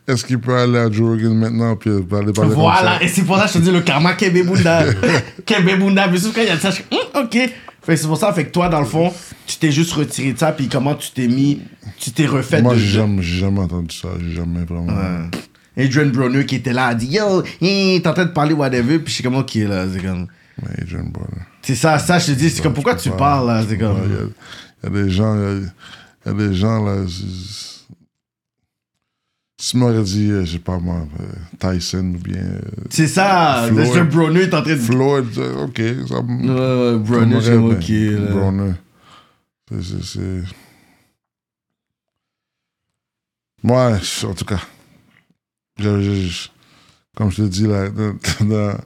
D: Est-ce qu'il peut aller à Joe Rogan maintenant puis aller parler comme ça?
C: Voilà, et c'est pour ça que je te dis le karma Kebebunda. Kebebunda. Mais sauf quand il y a ça, je Hum, ok. Fait que c'est pour ça, fait que toi, dans le fond, tu t'es juste retiré de ça, puis comment tu t'es mis, tu t'es refait
D: Moi,
C: de
D: j'ai jamais, j'ai jamais entendu ça. J'ai jamais vraiment.
C: Adrian Bronner qui était là a dit Yo, hein, t'es en train de parler whatever, puis je suis comme ok là, c'est comme.
D: Mais Adrian Broner.
C: C'est ça, ça, je te dis, c'est comme pourquoi tu parles là, c'est
D: Ouais, Il y,
C: comme.
D: a- il y a des gens. Il y a- il y, a des gens là. c'est- Si tu m'aurais dit, euh, je sais pas moi, euh, Tyson ou bien euh,
C: C'est ça,
D: Floyd.
C: Adrian Bronner est en train de.
D: Floyd, euh, ok, ça m-
C: Ouais,
D: ça
C: ouais, Bronner,
D: m'aurait
C: c'est comme, ben, ok
D: bien.
C: là.
D: Broner. C'est- c'est- c'est- Moi, je- en tout cas, je- je- je- comme je te dis, là, dans- dans-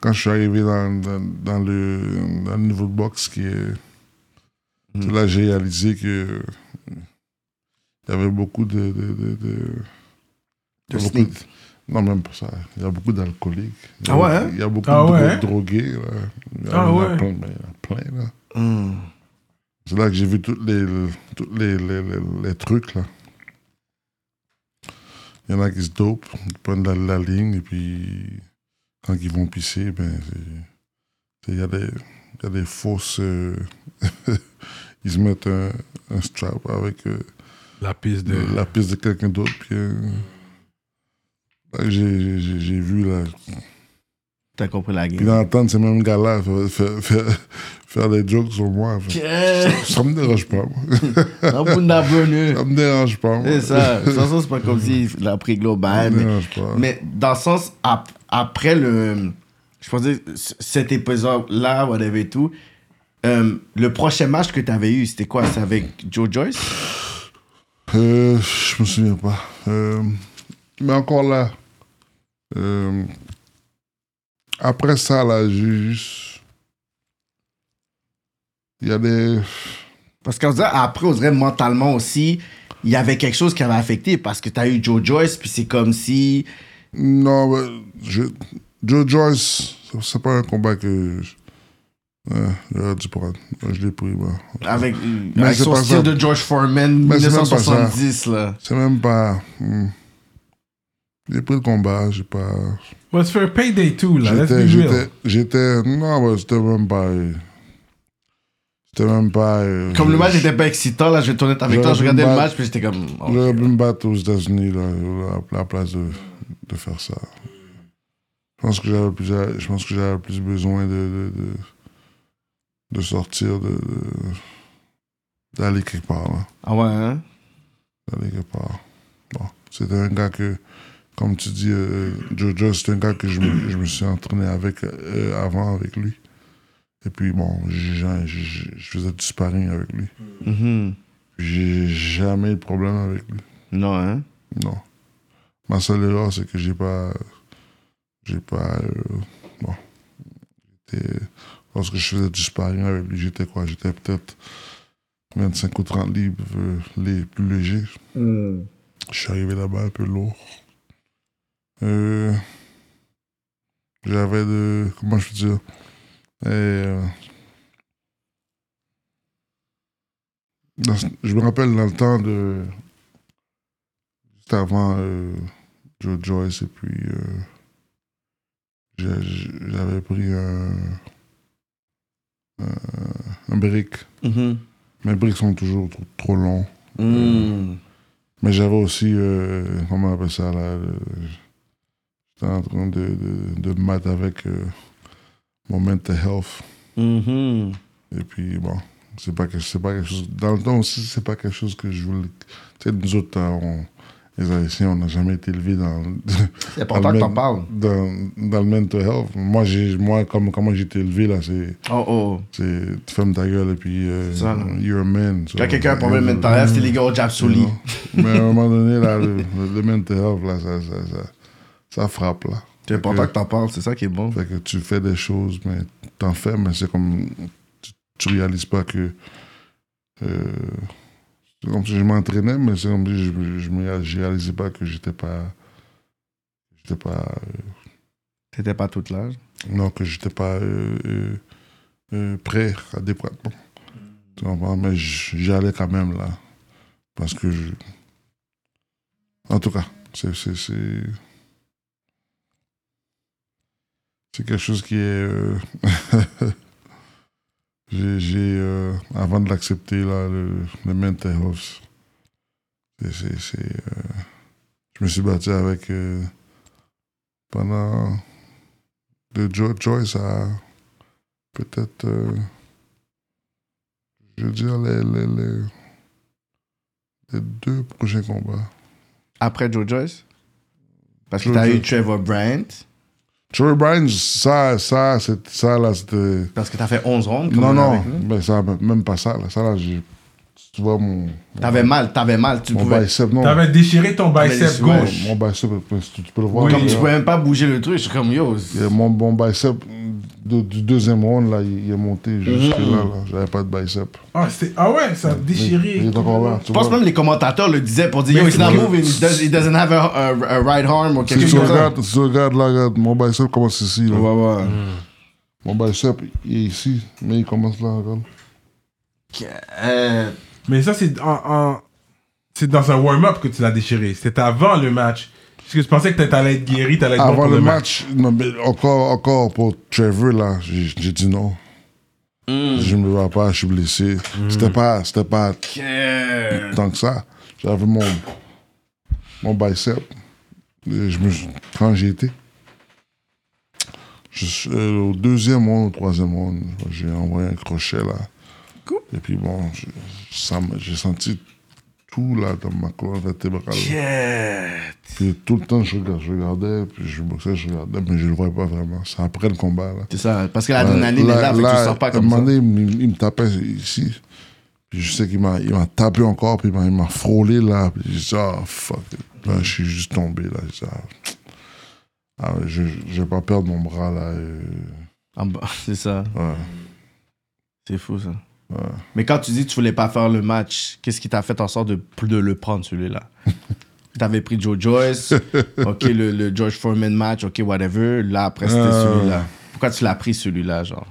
D: quand je suis arrivé dans, dans, dans le, dans le niveau de boxe, qui est,
C: Mm.
D: c'est là j'ai réalisé que il y avait beaucoup de. de, de, de- il y a beaucoup
C: sneak.
D: de- non, même pas ça. Il y a beaucoup d'alcooliques. Il y a
C: Ah ouais,
D: beaucoup-
C: hein?
D: Il y a beaucoup
A: Ah
D: de dro-
A: ouais, hein?
D: drogués. Là. Il y en
A: Ah
D: a
A: ouais.
D: plein, mais il y en a plein, là.
C: Hum.
D: C'est là que j'ai vu tous les, tous les, les, les, les trucs, là. Il y en a qui se dopent, ils prennent la, la ligne, et puis quand ils vont pisser, ben, c'est- c'est- il y, a des- il y a des fausses... euh, ils se mettent un, un strap avec euh,
A: La piste de...
D: la piste de quelqu'un d'autre, puis... euh, là, j'ai- j'ai j'ai vu, là,
C: T'as compris la
D: puis
C: game.
D: d'entendre ces mêmes gars-là faire, faire, faire- faire des jokes sur moi, fait-
C: Que-
D: ça me dérange pas, moi.
C: Bronner, Bronner.
D: Ça me dérange pas. moi.
C: C'est ça. De toute façon, c'est pas comme si il l'a pris
D: Ça
C: global.
D: me
C: Mais,
D: dérange pas.
C: mais dans le sens, ap- après le. Je pense que c- cet épisode-là, whatever et tout, Euh, le prochain match que tu avais eu, c'était quoi C'est avec Joe Joyce
D: Euh, je me souviens pas. Euh, mais encore là, euh, après ça, là, j'ai juste. Il y a des.
C: Parce qu'on dirait, après, on dirait mentalement aussi, il y avait quelque chose qui avait affecté parce que tu as eu Joe Joyce, puis c'est comme si.
D: Non, mais je... Joe Joyce, c'est pas un combat que. Je... Ouais, j'aurais dû prendre. Je l'ai pris, moi.
C: Avec,
D: Mais
C: avec
D: c'est
C: son
D: pas
C: style
D: ça.
C: de George Foreman,
D: Mais c'est même pas ça.
C: 1970, là.
D: C'est même pas. hmm. J'ai pris le combat, j'ai pas.
A: Let's faire payday too, là. Let's
D: J'étais,
A: be
D: j'étais,
A: real.
D: j'étais, non, bah, c'était même pas. euh, C'était même pas. euh,
C: Comme le match
D: je-
C: n'était pas excitant, là, je vais être honnête avec
D: J'aurais
C: toi, je
D: pu
C: regardais le
D: me
C: match,
D: battre.
C: puis j'étais comme. oh.
D: J'aurais pu me battre aux États-Unis, là, à la place de, de faire ça. Je pense que j'avais plus, je pense que j'avais plus besoin de, de, de- de sortir, de, de- d'aller quelque part, là.
C: Ah ouais, hein?
D: D'aller quelque part. Bon, c'était un gars que, comme tu dis, euh, Jojo, c'est un gars que je me, je me suis entraîné avec euh, avant, avec lui. Et puis, bon, j'ai- j'ai- j'ai- je faisais du sparring avec lui.
C: Mhm.
D: J'ai jamais eu de problème avec lui.
C: Non, hein?
D: Non. Ma seule erreur, c'est que j'ai pas. J'ai pas. euh, bon. J'étais- Lorsque je faisais du sparring avec lui, j'étais quoi J'étais peut-être 25 ou 30 livres euh, les plus légers.
C: Mm.
D: Je suis arrivé là-bas un peu lourd. Euh, J'avais de. Comment je peux dire Euh, dans ce- Je me rappelle dans le temps de juste avant euh, Joe Joyce et puis euh, j'a- j'avais pris un, un, un brick.
C: Mhm.
D: Mes bricks sont toujours trop, trop longs.
C: Mm.
D: Mais j'avais aussi, euh, comment on appelle ça là le- J'étais en train de, de, de me battre avec euh, mon mental health.
C: Mhm.
D: Et puis bon, c'est pas, que- c'est pas quelque chose. Dans le temps aussi, c'est pas quelque chose que je voulais. Tu sais, nous autres, euh, on- les Haïtiens, on n'a jamais été élevés dans.
C: C'est important que t'en parles.
D: Dans, dans le mental health. Moi, j'ai, moi comme comment j'ai été élevé, là, c'est,
C: Oh oh.
D: c'est tu fermes ta gueule et puis euh,
C: ça, là.
D: you're a man.
C: Quand
D: So,
C: quelqu'un a un problème
D: euh,
C: mental, c'est les gars au jab sous
D: you
C: lit.
D: know. Mais à un moment donné, là, le, le- le mental health, là, ça, ça, ça, ça frappe, là.
C: C'est
D: Fait
C: important
D: que-
C: que t'en parles, c'est ça qui est bon.
D: fait que tu fais des choses, mais t'en fais, mais c'est comme. Tu, tu réalises pas que. euh, c'est comme si je m'entraînais, mais c'est comme si je, je, me- je réalisais pas que j'étais pas. J'étais pas.
C: T'étais pas toute l'âge.
D: Non, que j'étais pas euh, euh, euh, prêt adéquatement. Tu comprends? Mais j- j'y allais quand même là. Parce que je. En tout cas, c'est. C'est, c'est... c'est quelque chose qui est. euh, j'ai. j'ai, euh, avant de l'accepter, là, le, le mental health, c'est. c'est, c'est, euh, je me suis battu avec. euh, pendant de Joe Joyce à peut-être, euh, je veux dire, les, les, les, les deux prochains combats.
C: Après Joe Joyce Parce que
D: Joe
C: t'as eu
D: Joyce.
C: Trevor Bryant.
D: Trevor Bryan, ça, ça, c'est- ça là, c'était.
C: Parce que t'as fait 11 rondes.
D: Non,
C: quand même,
D: non,
C: avec nous.
D: mais ça, même pas ça, là. Ça, là, j'ai- tu vois mon.
C: T'avais mal, t'avais mal. Tu
D: Mon
C: pouvais,
D: bicep, non.
A: T'avais déchiré ton
C: mais
A: bicep
C: les- ouais.
A: gauche.
D: Mon bicep, tu, tu peux le voir.
A: Oui.
D: là.
C: comme tu pouvais même pas bouger le truc. Je suis comme yo.
D: Il y a Mon, mon bicep de- du deuxième round, là, il, il est monté
C: Mm-hmm.
D: jusque-là, là. J'avais pas de bicep.
A: Ah, c'est- ah ouais, ça a déchiré.
D: Il est encore là. tu
C: Je pense
D: vois.
C: même les commentateurs le disaient pour dire
A: Mais
C: yo, it's
A: c'est
C: not
A: que-
C: moving, it does- it doesn't have a, a- a right arm ou quelque
D: Si tu
C: chose comme ça.
D: regardes, si tu regardes là, regarde, mon bicep commence ici. Là.
C: Ouais, ouais.
D: Mon bicep, il est ici, mais il commence là, regarde.
C: Euh,
A: Mais ça, c'est en, en- c'est dans un warm-up que tu l'as déchiré. C'était avant le match. Parce que tu pensais que t'étais- t'allais être guéri, t'allais être bon
D: Avant
A: pour
D: le match, non, mais encore, encore pour Trevor, là, j'ai j'ai dit non. Je me vois pas, je suis blessé. C'était pas, c'était pas
C: que-
D: tant que ça. J'avais mon, mon bicep. Et Je me, suis- quand j'y étais, je suis- euh, au deuxième round, au troisième round, j'ai envoyé un crochet là. Et puis bon, je- ça m'a- j'ai senti tout là dans ma colonne vertébrale.
C: Shit.
D: Puis tout le temps, je regardais, je regardais, puis je boxais, je regardais, mais je le voyais pas vraiment. C'est après le combat, là.
C: C'est ça, parce que l'adrénaline est là, fait que tu sors pas
D: un
C: comme ça.
D: moment donné, il, me- il me tapait ici. Puis je sais qu'il m'a il m'a tapé encore, puis il m'a- il m'a frôlé, là. Puis j'ai dit, ah, fuck. it. Là, je suis juste tombé, là. J'ai dit, ah, ah, ouais, je, je vais pas perdre mon bras, là. euh,
C: Ah bah, C'est ça,
D: ouais.
C: c'est fou ça. Mais quand tu dis que tu voulais pas faire le match, qu'est-ce qui t'a fait en sorte de, de le prendre celui-là T'avais pris Joe Joyce, ok, le, le George Foreman match, ok, whatever. Là, après, c'était
D: Ah.
C: celui-là. Pourquoi tu l'as pris celui-là, genre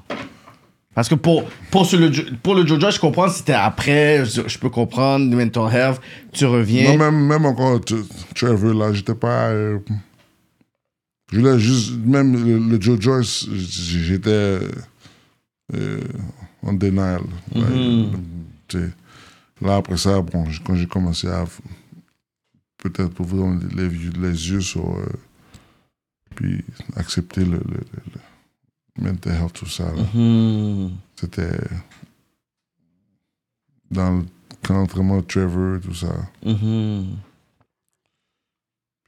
C: Parce que pour, pour, ce- le, Jo- pour le Joe Joyce, je comprends si c'était après, je, je peux comprendre, le mental health, tu reviens.
D: Non, même, même encore, tu, tu as vu, là, j'étais pas. euh, je voulais juste. Même le, le Joe Joyce, j- j'étais. euh, en denial. Ouais, tu sais. Là, après ça, bon, j- quand j'ai commencé à. f- Peut-être ouvrir les, yeux- les yeux sur. euh, puis accepter le, le, le- le mental health, tout ça. là.
C: Mhm.
D: C'était. Dans le camp d'entraînement Trevor, tout ça.
C: Mhm.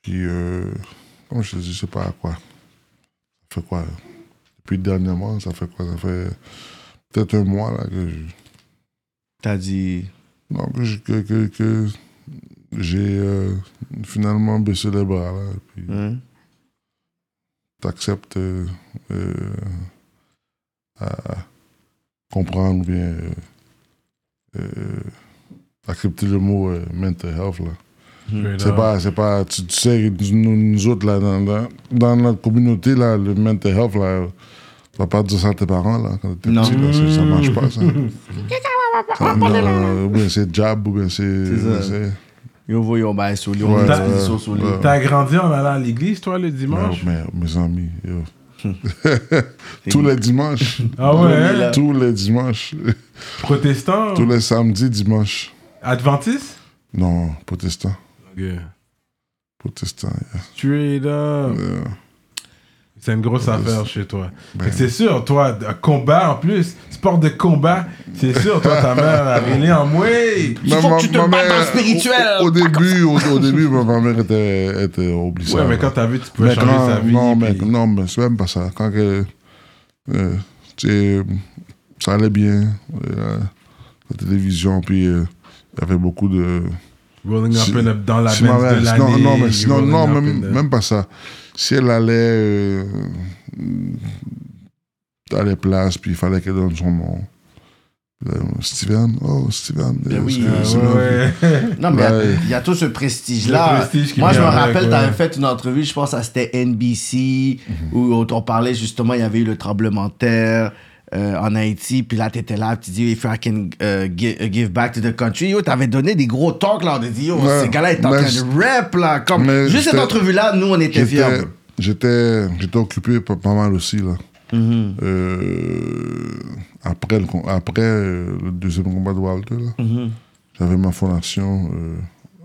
D: Puis, euh, comme je te dis, je sais pas quoi. Ça fait quoi Depuis dernièrement, ça fait quoi Ça fait peut-être un mois là, que je-
C: T'as dit.
D: non, que je- que- que- que j'ai euh, finalement baissé les bras. Là, puis
C: hein?
D: t'acceptes euh, euh, à comprendre ou bien euh, euh, accepter le mot euh, mental health là. Mm, C'est pas, c'est pas, tu, tu sais, nous, nous autres, là, dans, dans, dans notre communauté, là, le mental health, là, tu vas pas dire ça à tes parents, là, quand t'es
C: Non.
D: petit, là, ça, ça marche pas, ça. Ça, non, ou bien c'est jab, ou bien c'est...
C: C'est ça.
D: c'est-
C: Yo, voyons, bah, sur lui, on
D: Ouais,
C: dit
D: ouais,
C: sur- sur lui.
D: ouais.
A: T'as grandi en allant à l'église, toi, le dimanche?
D: Ouais, mais, mes amis, yo. tous les dimanches,
A: Ah ouais? hein?
C: là.
D: tous les dimanches,
A: Protestant?
D: tous les samedis, dimanches.
A: Adventiste?
D: Non, protestant, protestant, yeah.
A: Straight up.
D: Euh,
A: C'est une grosse
D: Protestant.
A: affaire chez toi.
D: ben,
A: Fait que c'est sûr, toi, d- combat en plus, sport de combat, c'est sûr, toi, ta mère a brûlé en moi.
D: ma-
C: faut que
D: ma-
C: tu te
D: ma
C: battes dans le
D: mère,
C: spirituel.
D: Au, au début, au, au début, ma ma mère était, était obligée.
A: Ouais, mais quand t'as vu, tu pouvais
D: Mais
A: changer
D: quand-
A: sa vie.
D: Non, mais,
A: puis-
D: non, mais c'est même pas ça. Quand que, euh, tu sais, ça allait bien, euh, la télévision, puis euh, il y avait beaucoup de.
A: Rolling up
D: Si-
A: and up dans la
D: Si ma
A: Benz de
D: mère-
A: l'année.
D: non, non, mais sinon,
A: rolling
D: non,
A: up
D: même,
A: and up.
D: même pas ça. Si elle allait euh, à les places, puis il fallait qu'elle donne son nom. Euh, Steven, oh Steven.
C: Ben oui,
D: est-ce que
C: euh,
D: c'est
A: Ouais,
D: bon?
A: Ah, ouais.
C: Non, mais il y a-
D: Ouais.
C: il y, a tout ce prestige-là.
A: Le prestige qui
C: Moi, je me
A: vient avec,
C: rappelle,
A: ouais. Mhm.
C: t'avais fait une entrevue, je pense, à c'était NBC, où on- on parlait justement, il y avait eu le tremblement de terre euh, en Haïti, puis là, t'étais là, puis tu dis, if I can euh, gi- euh, give back to the country, yo, t'avais donné des gros talks, là, on a dit, yo,
D: Ouais,
C: ce gars-là est en
D: mais
C: train
D: je-
C: de rap, là. Comme,
D: mais
C: juste cette
D: j'étais-
C: entrevue-là, nous, on était fiers.
D: J'étais, j'étais, j'étais occupé pas, pas mal aussi, là. Euh, après le, com- après euh, le deuxième combat de Walter, là, j'avais ma fondation euh,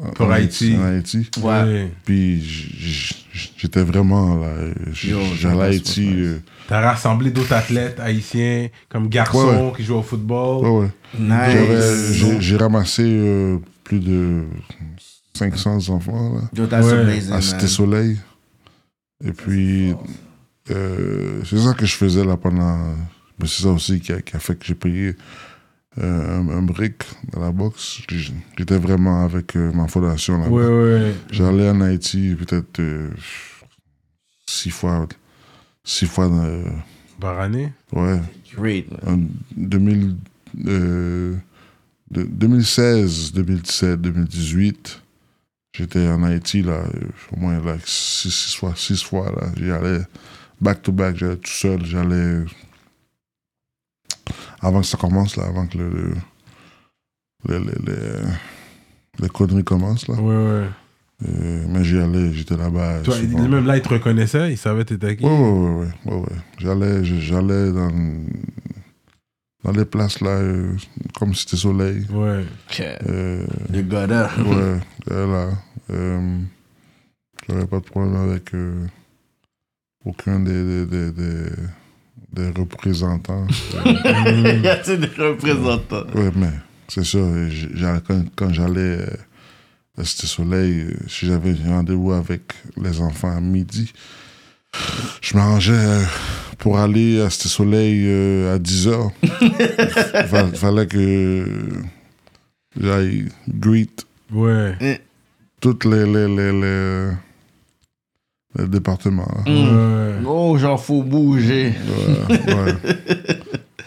D: en-
A: Pour
D: en
A: Haïti.
D: En Haïti.
C: Ouais.
A: Ouais.
D: Puis j- j- j- j'étais vraiment là. euh, j-
C: Yo,
D: J'allais à
C: nice,
D: Haïti.
C: nice.
D: euh,
A: T'as rassemblé d'autres athlètes haïtiens, comme garçons
D: Ouais, ouais.
A: qui jouent au football.
D: euh, ouais, ouais. J'avais-
C: Nice.
D: j'ai- J'ai ramassé euh, plus de 500 enfants, là.
C: Yo, that's
A: Ouais. Ah,
C: amazing,
D: à
C: man.
D: Cité Ah, Soleil. Et puis, euh, c'est ça que je faisais là pendant. mais C'est ça aussi qui a, qui a fait que j'ai payé euh, un, un brick dans la boxe. J- J'étais vraiment avec euh, ma fondation là
A: Ouais, ouais.
D: J'allais en Haïti peut-être euh, six fois. Six fois. euh,
A: Par année.
D: ouais.
C: Great, man.
D: En 2000, euh, de- 2016, 2017, 2018, j'étais en Haïti, là, euh, au moins là, six, six fois, six fois, là. J'y allais back to back, j'allais tout seul, j'allais. Avant que ça commence, là, avant que le. le, le- le- le- les conneries commencent, là.
A: Ouais, ouais.
D: Euh, mais j'y allais, j'étais là-bas.
A: Toi,
D: souvent.
A: même là, ils te reconnaissaient, ils savaient t'étais qui.
D: Ouais, ouais, ouais, ouais, ouais, ouais. J'allais, je- j'allais dans, dans les places là, euh, comme c'était soleil.
A: Ouais.
C: Okay.
D: Euh,
C: The gutter.
D: ouais, euh, là. Euh, J'avais pas de problème avec euh, aucun des, des, des, des, des représentants. Euh,
C: Il y a des représentants.
D: ouais, mais c'est sûr, j- j'allais- quand, quand j'allais euh, à Cité Soleil, euh, si j'avais un rendez-vous avec les enfants à midi, je m'arrangeais euh, pour aller à Cité Soleil euh, à 10 h Il fallait que j'aille greet
A: Ouais.
D: toutes les, les, les, les, les départements. hein. là.
A: Mm. Ouais.
D: Mm.
C: Oh, genre, faut bouger.
D: Ouais, ouais.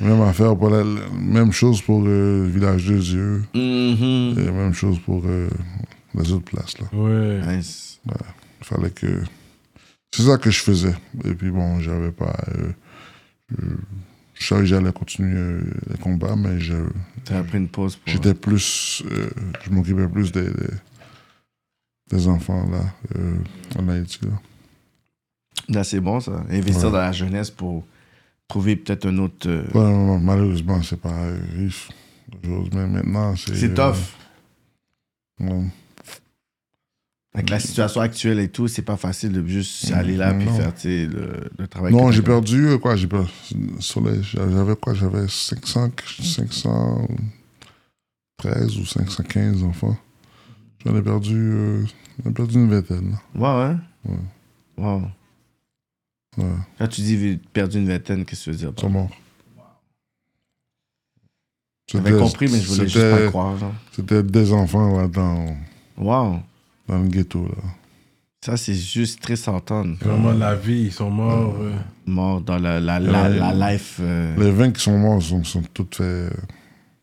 D: Même affaire pour la, la- même chose pour euh, Village des Yeux,
C: Mhm.
D: et même chose pour euh, les autres places. Là.
A: Ouais.
C: Nice.
D: fallait que. C'est ça que je faisais. Et puis bon, j'avais pas. euh, euh, je savais que j'allais continuer euh, les combats, mais je-
C: T'as pris une pause pour.
D: j'étais plus. euh, je m'occupais plus des, des, des enfants là, euh, en Haïti. là.
C: Là, c'est bon, ça. Investir dans la jeunesse pour trouver peut-être un autre. euh,
D: Ouais, non, non, malheureusement, c'est pas euh, riche. chose, Mais maintenant, c'est.
C: C'est
D: euh,
C: tough.
D: ouais.
C: Avec la situation actuelle et tout, c'est pas facile de juste aller là puis
D: Mm, non.
C: faire tu sais, le, le travail.
D: Non,
C: que
D: j'ai
C: t'as fait.
D: perdu euh, quoi J'ai perdu sur les- J'avais quoi J'avais 500, 513 ou 515 enfants. J'en ai perdu, euh, j'en ai perdu une vingtaine.
C: Ouais, hein?
D: Ouais.
C: Wow.
D: là. Ouais,
C: Quand tu dis perdu une vingtaine, qu'est-ce que tu veux dire?
D: ils sont morts.
C: J'avais compris, mais je voulais juste pas
D: c'était-
C: le croire. genre.
D: C'était des enfants là, dans,
C: Wow.
D: dans le ghetto. Là.
C: Ça, c'est juste triste à entendre.
A: Vraiment la vie, ils sont morts. euh.
C: Mort dans la, la, la,
D: Ouais.
C: la life. euh,
D: Les 20 qui sont morts sont, sont toutes fait,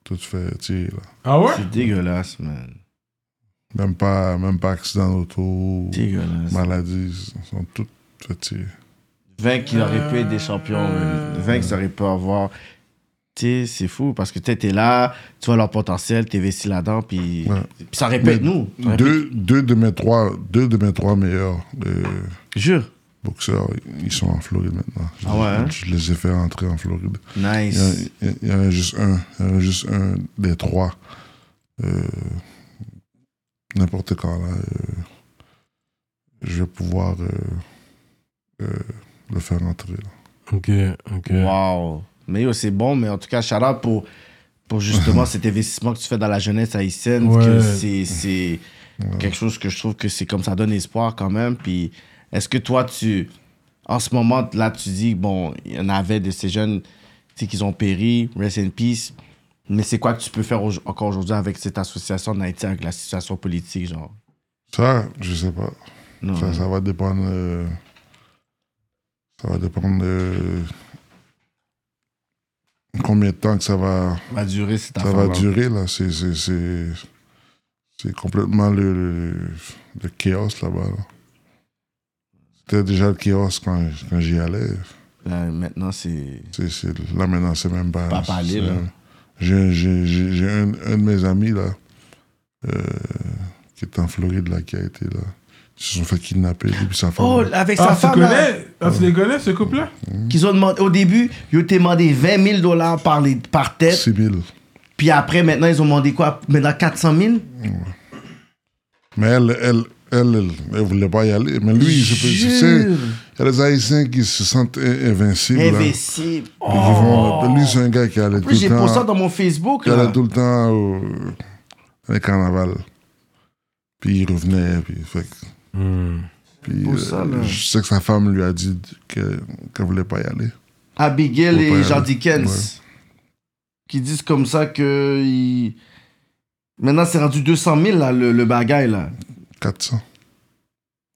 D: toutes fait tirer. Là.
A: Ah ouais?
C: C'est dégueulasse, man.
D: Même pas, même pas accident d'auto,
C: Dégueulasse.
D: maladie, ils sont toutes fait tirer.
C: 20 qui aurait pu être des champions, man. 20 qui aurait pu avoir. Tu sais, c'est fou parce que tu étais là, tu vois leur potentiel, t'es investi là-dedans, puis
D: Ouais.
C: puis ça répète
D: Mais
C: nous. Ça répète-
D: deux, deux de mes trois, deux de mes trois meilleurs euh,
C: Jure.
D: boxeurs, ils sont en Floride maintenant. Je,
C: Ah ouais, hein?
D: je les ai fait rentrer en Floride. Il y, en-
C: Nice.
D: il y en- il y en a juste un, il y en a juste un des trois. euh, N'importe quand là, euh, je vais pouvoir euh, euh, le faire rentrer. là.
A: Ok, ok.
C: Wow. Mais yo, c'est bon, mais en tout cas, shout pour, pour justement cet investissement que tu fais dans la jeunesse haïtienne.
A: Ouais.
C: que C'est c'est quelque chose que je trouve que c'est comme ça donne espoir quand même. Puis est-ce que toi, tu. En ce moment, là, tu dis, bon, il y en avait de ces jeunes tu sais, qui ont péri, rest in peace. Mais c'est quoi que tu peux faire au- encore aujourd'hui avec cette association en Haïti, avec la situation politique, genre?
D: Ça, je sais pas.
C: Non.
D: Ça, ça va dépendre. euh, ça va dépendre de combien de temps que ça va,
C: Ça va durer cette
D: ça va
C: affaire-là.
D: durer là. C'est c'est- c'est c'est complètement le, le, le chaos là-bas. là. C'était déjà le chaos quand, quand j'y allais.
C: Là, maintenant, c'est.
D: C'est- c'est- là maintenant, c'est même pas.
C: Pas parler,
D: c'est-
C: là.
D: J'ai j'ai- j'ai- j'ai un, un de mes amis là euh, qui est en Floride là qui a été là. Ils se sont fait kidnapper lui puis sa femme.
C: Oh, avec sa
A: Ah, tu
C: femme, là.
A: connais? Ah, tu les connais, ce couple-là?
C: qu'ils ont demandé au début, ils ont demandé 20 000 dollars par, les- par tête.
D: 6 000.
C: Puis après, maintenant, ils ont demandé quoi Maintenant, 400 000
D: Mais elle, elle, elle, elle, elle voulait pas y aller. Mais lui, je peux, tu sais,
C: Jure.
D: il y a des Haïtiens qui se sentent in- invincibles. là. Puis
C: Invincible.
D: qui vont- euh, ben, lui, c'est un gars qui
C: Oh. En
D: allait Oh, tout
C: plus, j'ai
D: le
C: pour ça
D: temps.
C: dans mon Facebook.
D: Il allait
C: Là.
D: tout le temps au, à les carnavals. Puis il revenait. Puis, fait, que-
A: Hmm.
D: puis, euh,
C: Pour ça, là.
D: je sais que sa femme lui a dit qu'elle ne voulait pas y aller.
C: Abigail
D: Faut pas y
C: et
D: aller.
C: Jean Dickens.
D: Ouais.
C: Qui disent comme ça que. ils- Maintenant, c'est rendu 200 000 là, le, le bagaille. Là.
D: 400.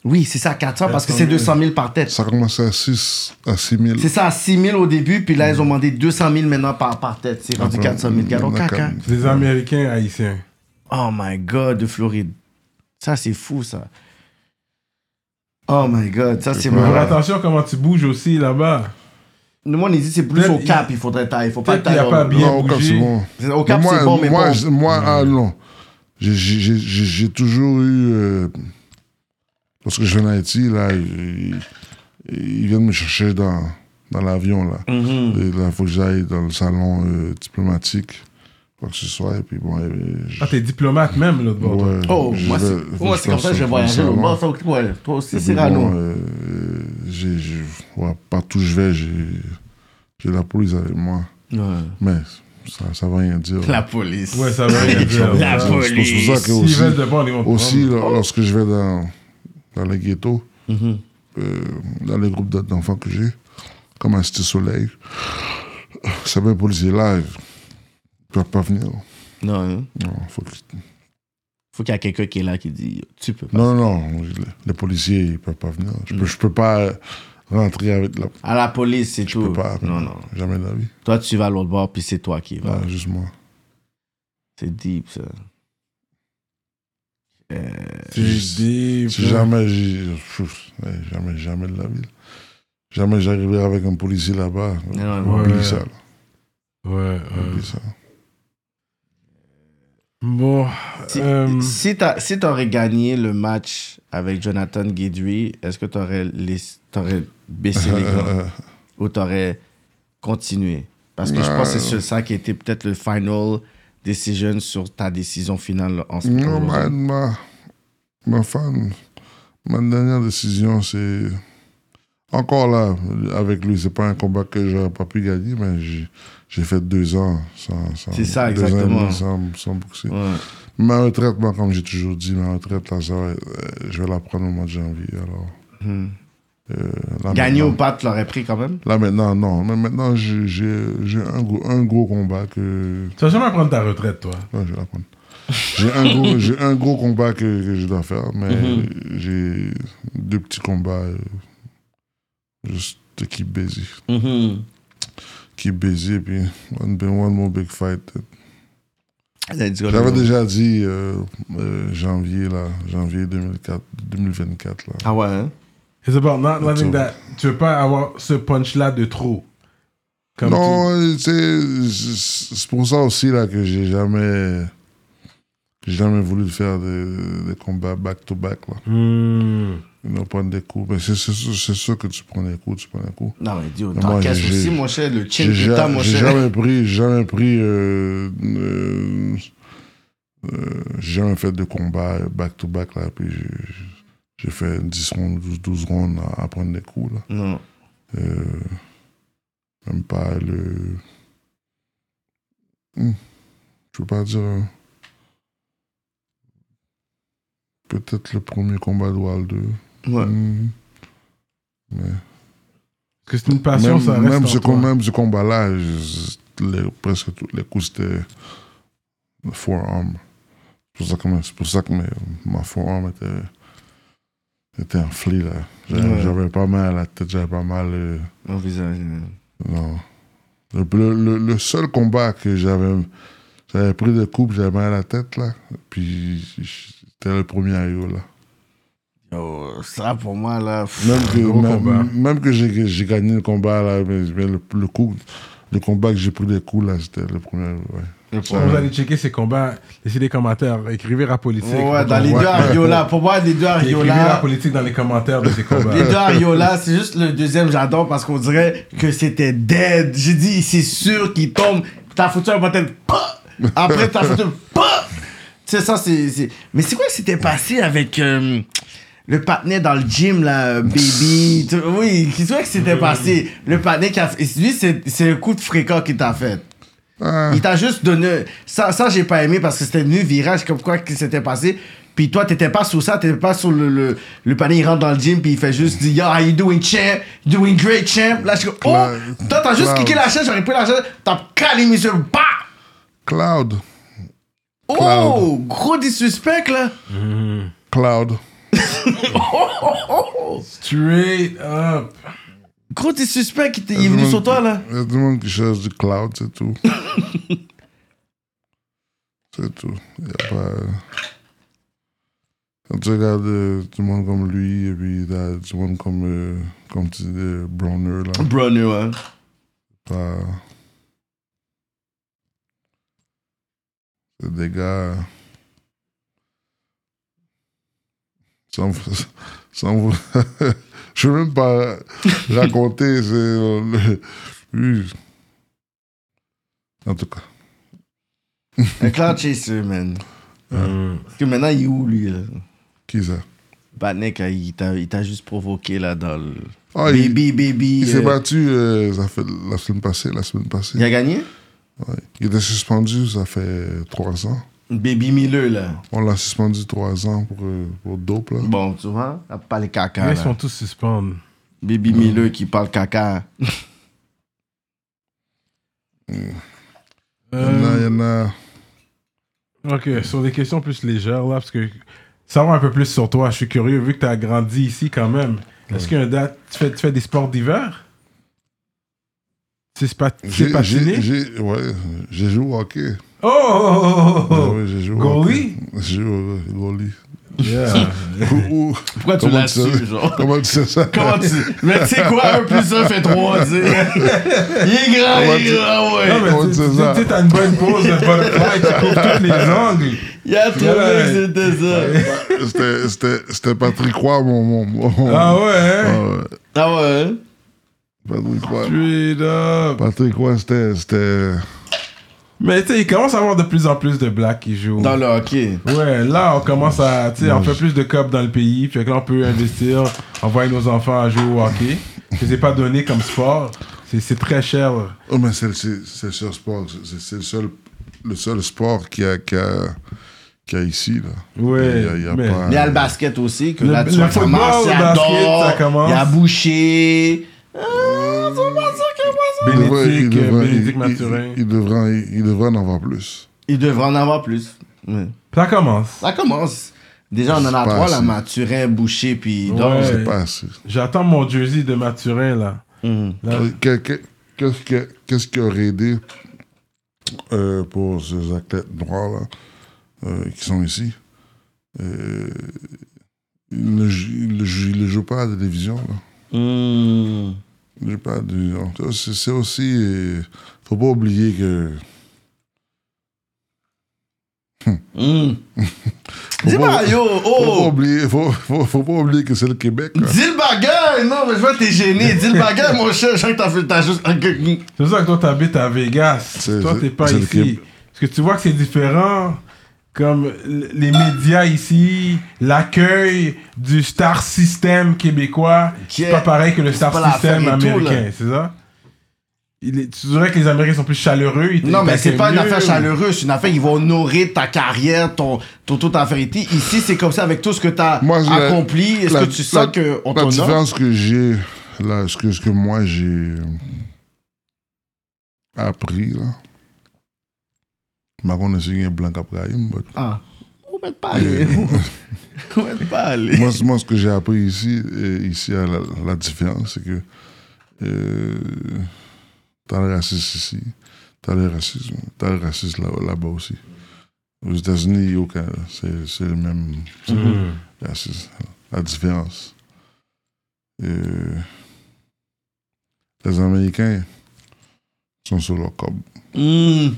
C: Oui, c'est ça, 400 parce que c'est 200 000 par tête.
D: Ça commençait à 6, à 6 000.
C: C'est ça, à 6 000 au début, puis là, ils ont demandé 200 000 maintenant par, par tête. C'est rendu 400 000. Gardons, caca.
A: Des Américains haïtiens.
C: Oh my god, de Floride. Ça, c'est fou, ça. Oh my god, ça, c'est
A: Faut faire
C: marrant.
A: attention comment tu bouges aussi là-bas.
C: Le monde, il dit c'est plus
A: Peut-être
C: au cap, il faudrait tailler. Il faut pas
A: peut-être qu'il y a
C: tailler.
A: pas bien-
D: Non, au Cap,
A: bougé.
D: c'est bon.
C: Au cap,
D: moi,
C: c'est bon, mais
D: moi,
C: bon.
D: je- moi, ah, non. J'ai- j'ai- J'ai j'ai- j'ai toujours eu. euh, lorsque je viens en Haïti, là, ils, ils viennent me chercher dans, dans l'avion, là.
C: Mhm.
D: Et là, il faut que j'aille dans le salon euh, diplomatique, quoi que ce soit. Et puis, bon, eh ben, je-
A: Ah, t'es diplomate même, l'autre bord. toi.
D: ouais,
C: Oh,
D: je
C: moi,
D: vais-
C: c'est
D: faut
C: moi,
D: que
C: c'est comme
D: passe
C: ça que je
D: dans
C: vais
D: le
C: voyager.
D: salon.
C: Bon, ça, ouais, toi aussi,
D: Et puis,
C: c'est
D: bon,
C: Rano.
D: euh, euh, j'ai- j'ai- ouais, partout où je vais, j'ai j'ai la police avec moi.
C: Ouais.
D: Mais Ça, ça va rien dire.
C: La police.
A: Ouais, ça va rien dire.
C: La
D: C'est pour- c'est
C: police.
D: pour ça que
A: S'ils
D: aussi,
A: veulent de bon, ils vont te
D: aussi,
A: prendre.
D: lo- lorsque je vais dans, dans les ghettos,
C: Mm-hmm.
D: euh, dans les groupes d- d'enfants que j'ai, comme un Cité Soleil, ça va un policier live. Ils peuvent pas venir.
C: Non, non.
D: Non, faut que-
C: Faut qu'il y ait quelqu'un qui est là qui dit Tu peux pas.
D: non, non, les- les policiers, ils peuvent pas venir. Je peux, je peux pas rentrer avec la.
C: À la police, c'est
D: Je
C: tout.
D: peux pas.
C: Non, non.
D: Jamais de la vie.
C: Toi, tu vas à l'autre bord, puis c'est toi qui vas.
D: Ah, juste moi.
C: C'est deep, ça. Euh,
D: Juste-
A: J'ai
D: Si jamais, j'ai- pff, ouais, jamais, jamais de la ville. Jamais j'arriverai avec un policier là-bas.
C: Non, non,
A: Ouais. Euh.
D: Oublie ça. là.
A: Ouais, ouais.
D: Oublie ça.
A: Bon.
C: Si,
A: euh,
C: si t'as- si t'aurais gagné le match avec Jonathan Guidry, est-ce que t'aurais laissé- t'aurais baissé les gars
D: Euh,
C: ou t'aurais continué? Parce que je pense que c'est
D: Euh.
C: sur ça qui était peut-être le final decision sur ta décision finale en ce
D: non, ma,
C: moment.
D: ma, ma femme, ma dernière décision, c'est. Encore là, avec lui, c'est pas un combat que j'aurais pas pu gagner, mais j'ai j'ai fait deux ans sans. sans-
C: C'est ça,
D: deux ans et
C: exactement.
D: demi sans, sans boxer.
C: Ouais.
D: Ma retraite, moi, comme j'ai toujours dit, ma retraite, là, ça va être- euh, je vais la prendre au mois de janvier. Alors,
C: Hmm.
D: euh, là,
C: Gagner
D: maintenant-
C: ou pas, tu l'aurais pris quand même?
D: Là maintenant, non. Mais maintenant, j'ai j'ai- j'ai un gros, un gros combat que.
A: Tu vas jamais prendre ta retraite, toi.
D: Ouais, je vais la prendre. J'ai un, gros- j'ai un gros combat que, que je dois faire, mais j'ai deux petits combats. euh, juste de keep busy. Keep busy, puis one, big- one more big fight.
C: Let's go,
D: J'avais
C: let's go.
D: déjà dit euh, euh, janvier, là, janvier 2004, 2024. Là.
C: Ah ouais, hein?
A: It's about not letting
D: tout.
A: that. Tu veux pas avoir ce punch-là de trop. Comme
D: non, euh, tu sais, c'est c'est pour ça aussi là, que j'ai jamais, j'ai jamais voulu faire des, des combats back-to-back. là.
A: tu- Hmm.
D: Non, prendre des coups. Mais c'est c'est sûr c'est sûr que tu prends des coups, tu prends des coups.
C: Non, mais Dieu,
D: Moi,
C: t'encaisses
D: j'ai-
C: aussi, mon cher, le chin
D: J'ai
C: que t'as,
D: ja-
C: mon
D: j'ai
C: cher.
D: jamais pris, j'ai jamais pris, euh, euh, euh, j'ai jamais fait de combat euh, back-to-back là. Puis j'ai- j'ai fait 10 rondes, 12, 12 rondes à, à prendre des coups là.
C: Non.
D: Euh, même pas le. Hmm. Je peux pas dire. euh, Peut-être le premier combat de Wall 2.
C: Ouais.
D: Hmm. Mais
A: Parce que c'est une passion,
D: même,
A: ça reste.
D: même
A: en
D: ce,
A: toi.
D: com- même ce combat-là, je- les- presque tous les coups, c'était le forearm. C'est pour ça que, ma- c'est pour ça que mes- ma forearm était, était enflée. là. J'avais
C: Ouais.
D: j'avais pas mal à la tête, j'avais pas mal. euh,
C: Mon visage. euh, non.
D: non. Le, le- le- le seul combat que j'avais. J'avais pris de coups, puis j'avais mal à la tête, là. Puis j'étais le premier à yo, là.
C: Yo, ça, pour moi, là. pff,
D: Même que,
A: Gros combat.
D: même, même que j'ai que j'ai gagné le combat, là, mais, mais le, le coup, le combat que j'ai pris des coups, là, c'était le premier. Ouais.
C: le
A: Si vous allez checker ces combats, laissez des commentaires. Écrivez rap politique.
C: Ouais, dans les deux Ariola. Pour moi, les deux
A: Écrivez rap
C: Ariola.
A: politique dans les commentaires de ces combats.
C: Les deux Ariola, c'est juste le deuxième, j'adore parce qu'on dirait que c'était dead. J'ai dit, c'est sûr qu'il tombe. T'as foutu un bâton. pah! Après, t'as foutu. pah! Tu sais, ça, c'est. c'est- Mais c'est quoi qui s'était passé avec. euh, le patinet dans le gym, là, euh, baby. Tu- Oui, qu'est-ce que c'était passé? Le patinet qui a. Lui, c'est c'est un coup de fréquent qu'il t'a fait.
D: Ah,
C: Il t'a juste donné. Ça, ça j'ai pas aimé parce que c'était nu virage, comme quoi qui s'était passé. Puis toi, t'étais pas sous ça, t'étais pas sur le, le, le panier. Il rentre dans le gym, puis il fait juste dire Yo, how you doing, champ? You doing great, champ? Là, je suis comme, Oh!
D: Claude.
C: Toi, t'as juste
D: Claude.
C: kické la chaise, j'aurais pris la chaise, t'as calé, monsieur, bah!
D: Cloud.
C: Oh!
D: Claude.
C: Gros disrespect, là!
D: Cloud.
A: Straight up.
C: Gros disrespect, il, t'est- il est venu sur toi, là!
D: Il y a du monde qui cherche du cloud, c'est tout. c'est tout. Il y a pas. euh, Quand tu regardes euh, du monde comme lui, et puis t'as du monde comme, euh, comme tu dis, euh, Browner, là.
C: Brunner, ouais.
D: hein. pas. C'est des gars. euh, Sans, sans vous. Je ne même pas raconter. c'est, euh, le- oui. En tout cas.
C: Un cloud chaser, man.
D: Mm.
C: Parce que maintenant, il est où, lui, là?
D: Qui ça
C: Batnek, il t'a il t'a juste provoqué, là, dans le.
D: Ah, il-
C: baby, baby.
D: Il s'est
C: euh,
D: battu euh, ça fait la semaine passée. La semaine passée.
C: il a gagné?
D: Ouais. Il était suspendu, ça fait trois ans.
C: Baby Miller, là.
D: On l'a suspendu trois ans pour, euh, pour dope, là.
C: Bon, tu vois, elle parle caca.
A: Ils
C: Ah, là.
A: sont tous suspendus.
C: Baby Miller qui parle caca.
D: Il y en a- il y en a...
A: Ok, sur des questions plus légères, là, parce que savoir un peu plus sur toi, je suis curieux, vu que tu as grandi ici quand même. Est-ce qu'il y a un date, tu fais, tu fais des sports d'hiver Tu sais spa- tu sais
D: J'ai-
A: patiner
D: j'ai- j'ai- Ouais, j'ai joué au hockey.
A: Oh, oh, oh, oh, oh.
C: Ben
D: Ouais, j'ai joué au
A: Goalie?
D: hockey. J'ai joué au goalie.
A: Yeah.
D: Ou- ou-
C: Pourquoi tu
D: comment
C: l'as
D: sais-
C: su, genre?
D: Comment tu sais ça
C: Comment tu. Mais tu sais quoi, un plus un fait trois, tu sais. Il est grand,
D: Comment
C: il
D: tu-
C: est grand,
A: Non,
C: ouais.
A: mais
D: Ouais,
A: tu-
D: c'est ça.
A: tu sais, t'as une bonne pose, une bonne taille, tu couvres tous les angles.
C: Il y a trop
A: Ouais.
C: de c'était ça.
D: C'était- C'était c'était Patrick Roy, mon. mon, mon-
A: Ah ouais, hein?
D: Ah ouais,
C: Ah ouais? hein?
D: Patrick Roy.
A: Straight up.
D: Patrick Roy, c'était. c'était-
A: Mais tu sais, il commence à avoir de plus en plus de blacks qui jouent.
C: Dans le hockey.
A: Ouais, là, on commence à. Tu sais, on fait plus de cop dans le pays. Fait que là, on peut investir, envoyer nos enfants à jouer au hockey. Que c'est pas donné comme sport. C'est- C'est très cher.
D: Oh, mais c'est c'est- c'est le seul sport. c'est- c'est- C'est le seul, le seul sport qu'il y, a- qu'il y a- qu'il y a ici, là.
A: Ouais,
D: Il y a- il y a
A: mais-
D: pas-
C: Mais il y a le basket aussi, que
A: Le-
C: là, tu
A: le
C: vois,
A: football,
C: commence,
A: le
C: il
A: basket,
C: adore.
A: ça commence.
C: Il y a Boucher. Ah,
D: Il devrait- il
A: Bénédicte,
D: devrait-
A: Bénédicte
D: il- il-
A: Mathurin.
D: il devrait- il- il devrait en avoir plus.
C: Il devrait en avoir plus. Ouais.
A: Ça commence.
C: Ça commence. Déjà, on en a
D: C'est pas
C: trois, là,
D: assez.
C: Maturin, Boucher, puis
A: Ouais.
C: Dor.
D: C'est pas assez.
A: J'attends mon jersey de Maturin, là.
C: Mhm.
A: Là,
D: Euh, Que- que- Qu'est-ce que- qu'est-ce qui aurait aidé euh, pour ces athlètes noirs là, euh, qui sont ici Euh, Ils ne jou- ils ne jou- ils ne jouent pas à la télévision.
A: Mm.
D: Là.
C: Mhm.
D: Ils ne jouent pas à la télévision. Ça, C'est c'est aussi. euh, faut pas oublier que.
C: Mhm.
D: Faut
C: Dis-moi,
D: pas-
C: yo,
D: Faut pas
C: oh!
D: oublier, faut, faut- faut pas oublier que c'est le Québec. là.
C: Dis le bagage! Non, mais je vois que t'es gêné. Dis le bagage, mon cher. Je sens que t'as fait- t'as juste.
A: C'est pour ça que toi, t'habites à Vegas.
D: C'est-
A: Toi,
D: c'est-
A: t'es pas
D: c'est le
A: ici.
D: Québec.
A: Parce que tu vois que c'est différent. Comme l- les médias ici, l'accueil du star system québécois,
C: Qui est-
A: c'est pas pareil que le star
C: pas l'affaire
A: system
C: et tout,
A: américain,
C: là.
A: c'est ça? Il est- tu dirais que les Américains sont plus chaleureux. ils t-
C: Non,
A: ils
C: mais c'est pas une
A: t'accueillent
C: affaire
A: mieux.
C: chaleureuse. C'est une affaire, ils vont nourrir ta carrière, ton, ton, toute affaire. et tout. Ici, c'est comme ça avec tout ce que t'as
D: Moi, je-
C: accompli. Est-ce
D: la-
C: que tu sens
D: la-
C: qu'on
D: La
C: t'honore?
D: différence que j'ai, là, ce que, ce que moi j'ai euh, appris, là, Marron a signé blanc après Aïm, but-
C: Ah. On va pas aller. On va pas aller.
D: Euh. moi, c'est- moi, ce que j'ai appris ici, euh, ici à la, la différence, c'est que euh, t'as le racisme ici, t'as le racisme, t'as le racisme là- là-bas aussi. Aux États-Unis et au Canada, c'est c'est le même c'est le même racisme. La différence. Euh, les Américains sont sur leur cob.
C: Hum.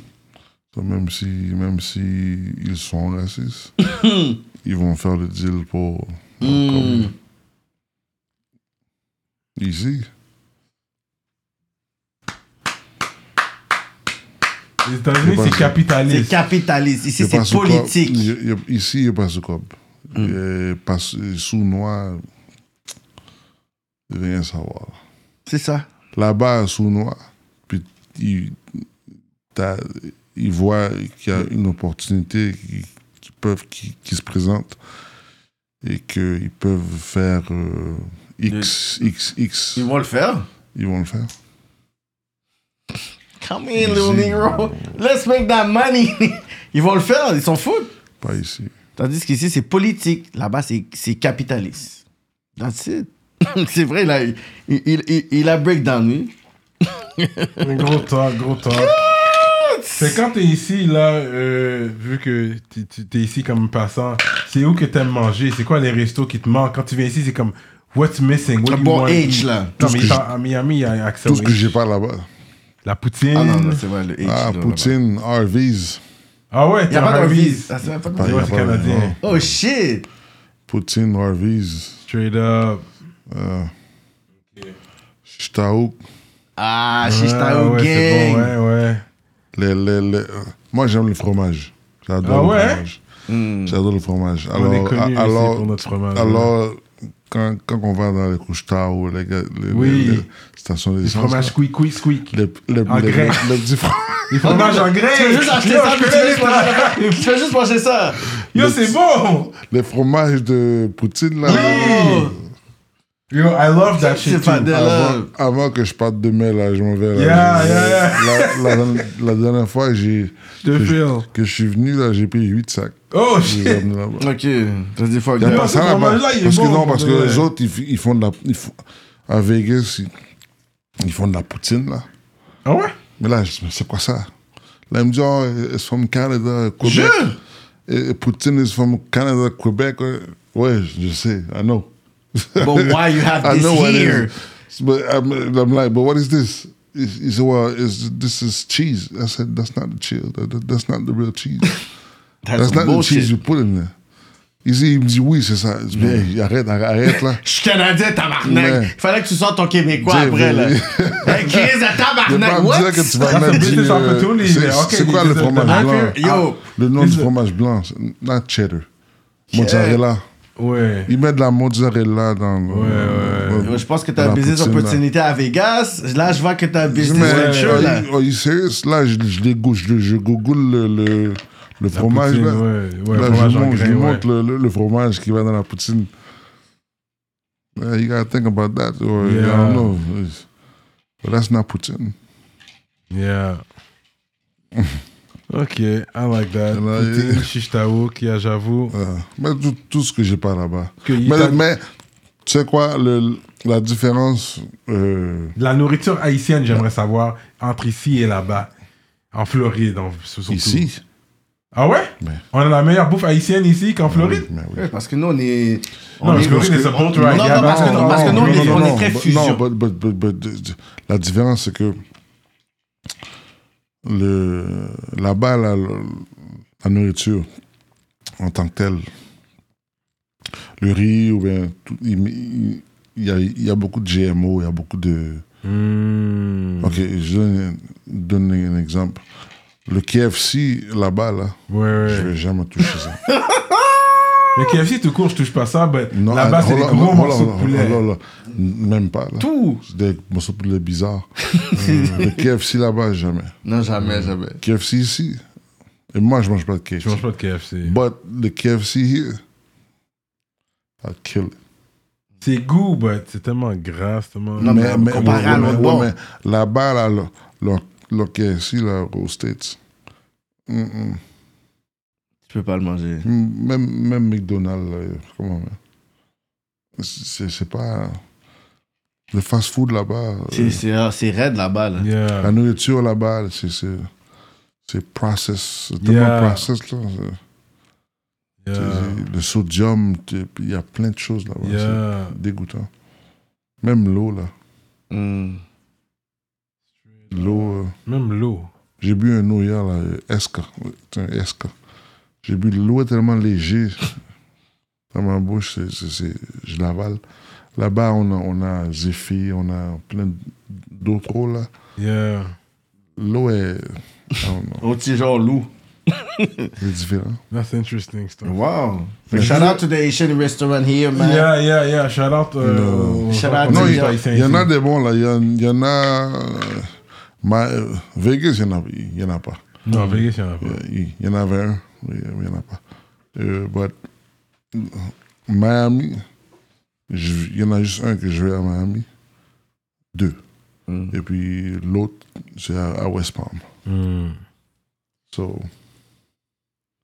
D: Ça, Même si, même si ils sont racistes, ils vont faire le deal pour. pour
C: Hum.
D: comme- Ici.
A: Les États-Unis, c'est
D: C'est pas ça.
C: C'est
A: capitaliste.
C: capitaliste. Ici,
D: Y a pas
C: c'est
D: sous
C: politique. Hmm.
D: cob. Y a- y a- ici, il n'y a pas ce cop. Pas sous sous noir. Rien savoir.
C: C'est ça.
D: Là-bas, sous noir, puis il, t'as- il voit qu'il y a une opportunité qui, qui peuvent, qui, qui se présente et qu'ils peuvent faire euh, X, X, X.
C: Ils vont le faire.
D: Ils vont le faire.
C: Come in, little
D: Easy.
C: Negro. Let's make that money. Ils vont le faire. Ils s'en foutent.
D: Pas ici.
C: Tandis qu'ici, c'est politique. Là-bas, c'est c'est capitaliste. That's it. c'est vrai, il a, il, il, il- il a breakdown, lui.
A: Gros talk, gros talk. C'est quand t'es ici, là, euh, vu que t'es- tu- t'es ici comme passant, c'est où que t'aimes manger? C'est quoi les restos qui te manquent? Quand tu viens ici, c'est comme, what's missing? What
C: Un
A: you
C: bon
A: want?
C: age, là.
A: Non,
D: Tout ce
A: mais
D: que
A: t'as- à Miami, il y a accès
D: Tout ce
A: au
D: que
A: age.
D: j'ai pas là-bas.
A: La poutine.
C: Ah
A: Ah,
C: non, non, c'est vrai, le age.
D: Ah,
C: là,
D: Poutine, Harvey's.
A: Ah ouais,
C: là-bas. Y
A: t'es
C: a
A: en
C: pas
A: Harvey's.
C: d'Harvey's. Ah, c'est pas
D: Ah,
C: de-
D: y a
A: Ouais, c'est
D: pas-
A: canadien.
D: non.
C: Oh shit!
D: Poutine, Harvey's.
A: Straight up.
D: Euh, Chitaouk.
C: Ah, shit,
A: Ah,
C: t'as au
A: ouais, c'est
C: gang!
A: bon, ouais, ouais.
D: Les- les- les- Moi, j'aime le fromage. J'adore
A: Ah
D: le
A: ouais?
C: Hmm.
D: fromage. J'adore le fromage. Alors,
A: On est connu
D: a-
A: ici
D: alors,
A: pour notre fromage.
D: alors quand, quand on va dans les couche-tard ou les, ga- les,
A: Oui.
D: les, les stations
A: Du
D: d'essence,
A: fromage squeak, squeak, squeak.
D: les, les, les,
A: En
D: les,
A: grès.
D: les petits fromages-
A: Les fromages en grès.
C: Ah, Tu veux juste acheter
A: Yo,
C: ça,
A: je
C: puis tu
A: connais
C: veux
A: les
C: juste manger
A: fromages.
C: Tu fais juste manger ça.
A: Yo, c'est bon.
D: les fromages de Poutine, là.
A: Oui. Yo, I love that shit
C: C'est
A: too.
C: pas de là.
D: Avant, avant que je parte demain, là, je m'en vais. Là,
A: Yeah, yeah,
D: La, la- la dernière fois que j'ai-
A: Je te
D: que je,
A: feel.
D: que je suis venu, là, j'ai payé 8 sacs.
A: Oh
D: Je les ai
A: shit.
D: amenés là-bas.
C: Ok, t'as dit fuck
D: Y a
C: that.
D: pas ça là-bas.
A: fromage-là, il est
D: Parce que
A: bon,
D: non,
A: pour
D: parce
A: de
D: que
A: vrai.
D: les autres, ils, f- ils font de la. Ils font, à Vegas, ils, ils font de la poutine, là.
A: Ah ouais?
D: Mais là, je- c'est quoi ça? Là, ils me disent, oh, it's from Canada, Quebec. Eh, Poutine is from Canada, Quebec. Ouais, je sais, I know.
C: But why you have
D: I
C: this
D: know what it
C: here?
D: is. But I'm, I'm like, but what is this? He he said, well, it's, this is cheese. I said, that's not the cheese. That, that- that's not the real cheese.
C: That's
D: that's not the
C: bullshit.
D: cheese you put in there. Il dit- il me dit, oui, c'est ça. Je dis, Hey, arrête, arrête, là.
C: Je suis Canadien,
D: Ouais.
C: tabarnak. Fallait que tu sortes ton Québécois
D: Jay,
C: après, là.
D: mais-
C: Hey, Chris de
D: De pas
C: tabarnak,
D: me
C: what? Hein,
D: dire que tu vas
A: That's a
D: mettre du,
A: business
D: euh,
A: opportunity,
D: c'est-
A: mais ok,
D: C'est quoi
A: il
D: le
A: dit,
D: fromage
A: the
D: blanc
A: back
C: Yo.
D: Le nom du
A: Is it-
D: fromage blanc, c'est not cheddar. Mozzarella.
A: Ouais.
D: Ils mettent de la mozzarella dans.
A: ouais,
C: Yo, Je pense que t'as
D: dans
C: un
D: la
C: business
D: poutine, là.
C: opportunité à Vegas. Là, je vois que t'as un
D: Je dis,
C: business
D: Mais,
C: venture,
D: are,
C: là.
D: you, are you serious? Là, je, je, les go- je, je google le, le, le fromage.
A: poutine,
D: là,
A: ouais. Ouais,
D: Là,
A: fromage
D: je,
A: en
D: lui montre- je
A: grain,
D: lui
A: ouais.
D: montre le, le, le fromage qui va dans la poutine. Yeah, you gotta think about that. Or, I
A: Yeah.
D: don't know. But that's not poutine.
A: Yeah. Ok, I like that.
D: Là,
A: Poutine,
D: il-
A: shish tao, qui a j'avoue.
D: Ah, mais tout, tout ce que j'ai pas là-bas.
A: Que il
D: mais,
A: t'a-
D: mais tu sais quoi, le, la différence, euh,
A: De La nourriture haïtienne, j'aimerais savoir, entre ici et là-bas. En Floride, en, surtout.
D: ici.
A: Ah ouais?
D: Ouais.
A: On a la meilleure bouffe haïtienne ici qu'en Floride?
D: Mais oui.
C: Ouais, Parce que nous, on est.
A: Non,
C: on
A: parce
C: est-
A: que Floride is a boat ride.
C: Non,
A: yeah,
C: non, parce que-
A: non,
C: parce que
A: non,
C: nous, on
A: non,
C: est-
A: non,
C: on
A: non.
C: est très
D: but-
C: fusion.
D: Non, but- but- but- but- but- la différence, c'est que le, là-bas, la, la nourriture, en tant que telle, le riz, ou bien, tout, il, il- il y a, il y a beaucoup de GMO, il y a beaucoup de... Ok, je donne, donne un exemple. Le KFC, là-bas, là,
A: Ouais,
D: je
A: ouais.
D: vais jamais toucher ça.
A: Le KFC tout court, je touche pas ça, mais
D: Non,
A: là-bas, c'est
D: oh
A: des
D: là,
A: gros
D: oh là,
A: morceaux de
D: oh là,
A: poulet.
D: oh là, oh là. Même pas, là.
A: Tout!
D: C'est des morceaux de poulet bizarres. Euh, le KFC là-bas, jamais.
C: Non, jamais, jamais.
D: KFC ici. Et moi, je mange pas de
A: Je
D: KFC.
A: mange pas de KFC.
D: But the KFC here, I'll kill it.
A: C'est goût, but c'est tellement gras, c'est tellement...
C: Non, mais comparé à
D: ouais,
C: l'autre
D: ouais,
C: bord.
D: mais là-bas, là, le, le- le KFC, là, aux States, mm, mm.
C: Tu peux pas le manger.
D: même, même McDonald's, là, euh, comment, mais c'est c'est pas... Le fast-food là-bas, euh,
C: C'est- C'est ah, c'est raide là-bas, là.
A: Yeah.
D: la nourriture là-bas, c'est- c'est... C'est process, c'est tellement
A: Yeah.
D: process, là. c'est-
A: yeah.
D: Le sodium, tu- il y a plein de choses là-bas.
A: Yeah.
D: C'est dégoûtant. Même l'eau, là.
C: Hmm.
D: L'eau. euh,
A: Même l'eau.
D: J'ai bu un eau hier, là, euh, Esca. Ouais, C'est un Esca. J'ai bu de l'eau tellement léger dans ma bouche, c'est- c'est- c'est- je l'avale. Là-bas, on a, on a Zephyr, on a plein d'eau pro, là.
A: Yeah.
D: L'eau est. I don't know,
C: Au petit genre loup.
D: c'est différent.
A: That's interesting stuff.
C: Wow. Shout out to the Asian restaurant here, man.
A: Yeah, yeah, yeah. Shout out. Euh,
D: No.
A: aux-
C: Shout out
A: aux
C: to
D: Ah, Non, il
C: Haïtiens,
A: Haïtiens
D: il y, en a
A: ici.
D: des bons, là. Il y, en- il y en a. euh, Ma- euh, Vegas, il n'y en, a- il y en a pas.
A: Non, Vegas, il y en a pas.
D: Il il Euh, y en avait un, mais il n'y en a pas. Euh, but, Miami, je- il y en a juste un que je vais à Miami. Deux.
C: Mm.
D: Et puis l'autre, c'est à, à West Palm.
A: Hmm.
D: So,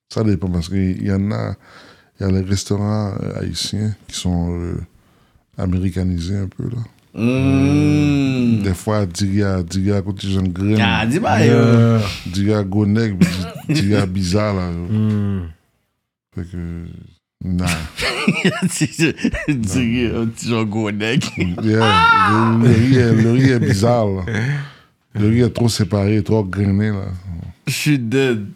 D: ça dépend parce qu'il y en a, il y a les restaurants euh, haïtiens qui sont euh, américanisés un peu. Là.
C: Hmm.
D: Des fois, Diga, Diga, côté Jean Green,
C: Ah, dis bah, yo.
A: Yeah.
D: Diga Gonek, Diga Bizarre. Là.
A: Hmm.
D: Fait que, nah.
C: Tu dirais un petit genre Gonek.
D: Yeah, le, le riz est, le riz est bizarre. Là. Le riz est trop séparé, trop grainé. Là.
C: Je suis dead.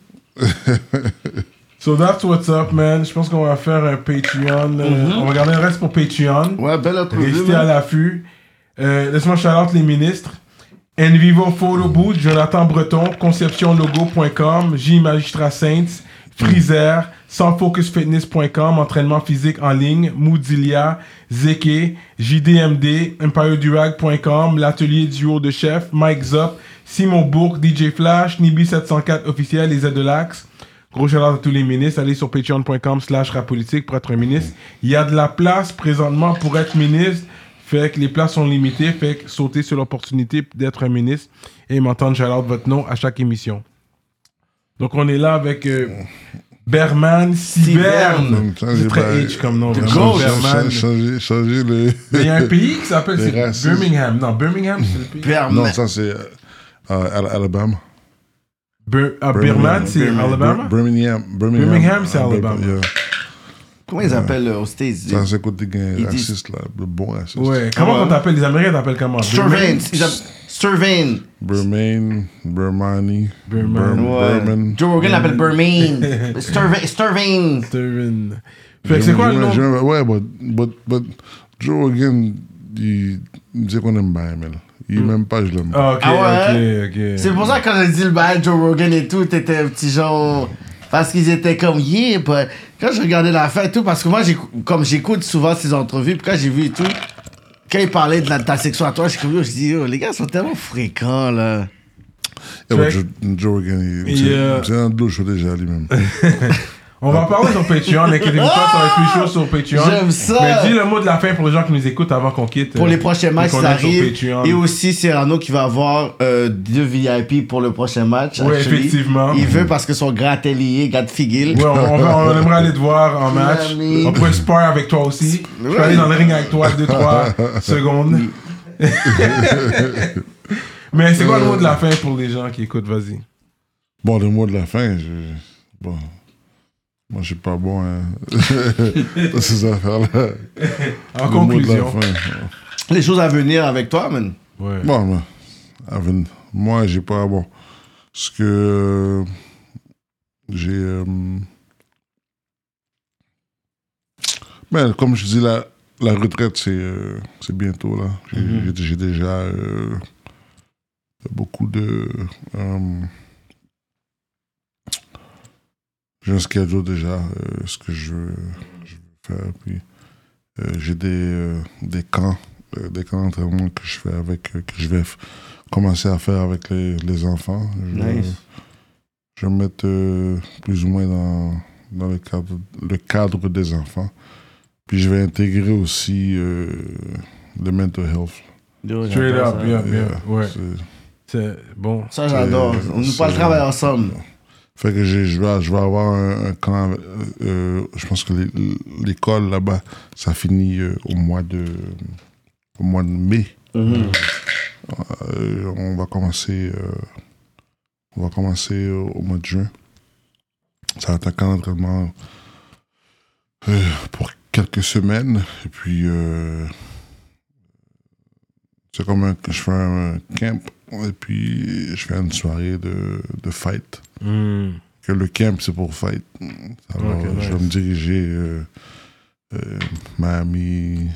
A: So that's what's up, man. Je pense qu'on va faire un Patreon. euh,
C: Mm-hmm.
A: On va garder le reste pour Patreon.
C: Ouais, belle entrevue,
A: Restez à
C: man.
A: l'affût. Euh, Laisse-moi shout out les ministres. Envivo Photo Booth, Jonathan Breton, conceptionlogo.com, J Magistrat Saints, Freezer, sansfocusfitness.com, entraînement physique en ligne, Moodilia, Zeke, JDMD, EmpireDurag.com, l'atelier duo de chef, Mike Zop, Simon Bourque, DJ Flash, Nibi704 officiel, les aides de l'Axe. Gros shout à tous les ministres. Allez sur patreon.com slash rapolitique pour être un ministre. Il y a de la place présentement pour être ministre. Fait que les places sont limitées. Fait que sautez sur l'opportunité d'être un ministre et m'entendre shout out votre nom à chaque émission. Donc on est là avec euh, Berman Ciberne.
D: Putain, j'ai
A: C'est
D: pas-
A: très H comme nom. vraiment,
D: Change-
A: Berman.
D: change- Changer, changer le.
A: Mais il y a un pays qui s'appelle
D: Les
A: c'est
D: racistes.
A: Birmingham. Non, Birmingham, c'est le pays.
C: Berman.
D: Non, ça c'est euh, euh, Al- Alabama.
A: Bir- ah, Birman, c'est Alabama.
D: Bir- Birmingham. Birmingham,
A: Birmingham, c'est
D: Ah, Bir-
A: Alabama.
D: yeah.
C: Comment ils appellent euh, aux States
D: Ça
C: euh,
D: c'est côté gain
C: Ils disent-
D: raciste là, le bon raciste.
A: Ouais. Comment
D: Ah
C: Ouais.
A: on t'appelle Les Américains t'appellent comment Birmingham?
C: Surveillance. Ils appellent Surveillance.
D: Bermain, Bermani,
A: Berman.
D: Berm- Berman.
C: Joe Rogan l'appelle Bermain. Surve- Surveillance.
A: Sturman. Fait que c'est quoi le nom
D: German- Ouais, but, but, but Joe Rogan, il il me dit qu'on aime bien, mais là. il m'aime pas, je l'aime pas.
A: Mm. Ah, ok,
C: Ah ouais,
A: ok, ok.
C: C'est pour ça que quand j'ai dit le bail Joe Rogan et tout, t'étais un petit genre. Parce qu'ils étaient comme yeah, but- quand je regardais la fin et tout, parce que moi, j'écou- comme j'écoute souvent ces entrevues, puis quand j'ai vu et tout, quand ils parlaient de, la, de ta sexo à toi, j'ai comme, yo, je dis, yo, les gars sont tellement fréquents, là.
D: Yeah, but
A: Fait-
D: Joe, Joe Rogan, il-
A: Et,
D: c'est-
A: euh,
D: c'est un dos, je suis déjà lui-même.
A: On va parler sur Patreon, inquiétez-vous pas, ça va être plus chaud sur Patreon.
C: J'aime ça.
A: Mais dis le mot de la fin pour les gens qui nous écoutent avant qu'on quitte.
C: Pour
A: euh,
C: les prochains
A: et
C: matchs,
A: qu'on
C: ça
A: aille sur
C: arrive.
A: Patreon.
C: Et aussi, Cyrano qui va avoir euh, deux VIP pour le prochain match.
A: Ouais,
C: actually.
A: effectivement.
C: Il veut parce que son gars est lié, gars de Figuil.
A: Ouais, on, on va- on aimerait aller te voir en match.
C: Miami.
A: On pourrait spar avec toi aussi. Je peux aller dans le ring avec toi 2-3 secondes. Mais c'est quoi le mot de la fin pour les gens qui écoutent Vas-y.
D: Bon, le mot de la fin, je... bon. Moi, je suis pas bon hein. dans ces affaires-là.
A: En
D: Le mot de la
A: conclusion.
D: fin.
C: Les choses à venir avec toi, man.
A: Ouais.
D: Bon, ben, à venir. moi, j'ai pas. Bon. Ce que. euh, J'ai. euh, ben, comme je dis, la, la retraite, c'est euh, c'est bientôt, là. J'ai
A: Mm-hmm.
D: j'ai déjà. euh, beaucoup de. euh, j'ai un schedule déjà, euh, ce que je, je veux faire. Puis, euh, j'ai des, euh, des camps, euh, des camps d'entraînement que je fais avec, euh, que je vais f- commencer à faire avec les, les enfants. Je,
C: Nice.
D: je vais me mettre euh, plus ou moins dans, dans le, cadre, le cadre des enfants. Puis je vais intégrer aussi euh, le mental health. Euh,
A: Straight up, yeah, yeah, ouais.
D: C'est-
A: C'est bon.
C: Ça, j'adore. On nous parle
D: C'est-
C: travail ensemble.
D: Fait que j'ai- je vais, je vais avoir un, un camp. euh, euh, je pense que l'é- l'école là-bas, ça finit euh, au mois de au mois de mai. Euh, on va commencer euh, on va commencer euh, au mois de juin. Ça va être un camp d'entraînement euh, pour quelques semaines. Et puis euh, c'est comme un, je fais un camp et puis je fais une soirée de, de fight
A: Hmm.
D: que le camp, c'est pour fight. Alors,
A: Ok,
D: je vais me diriger euh, euh, Miami,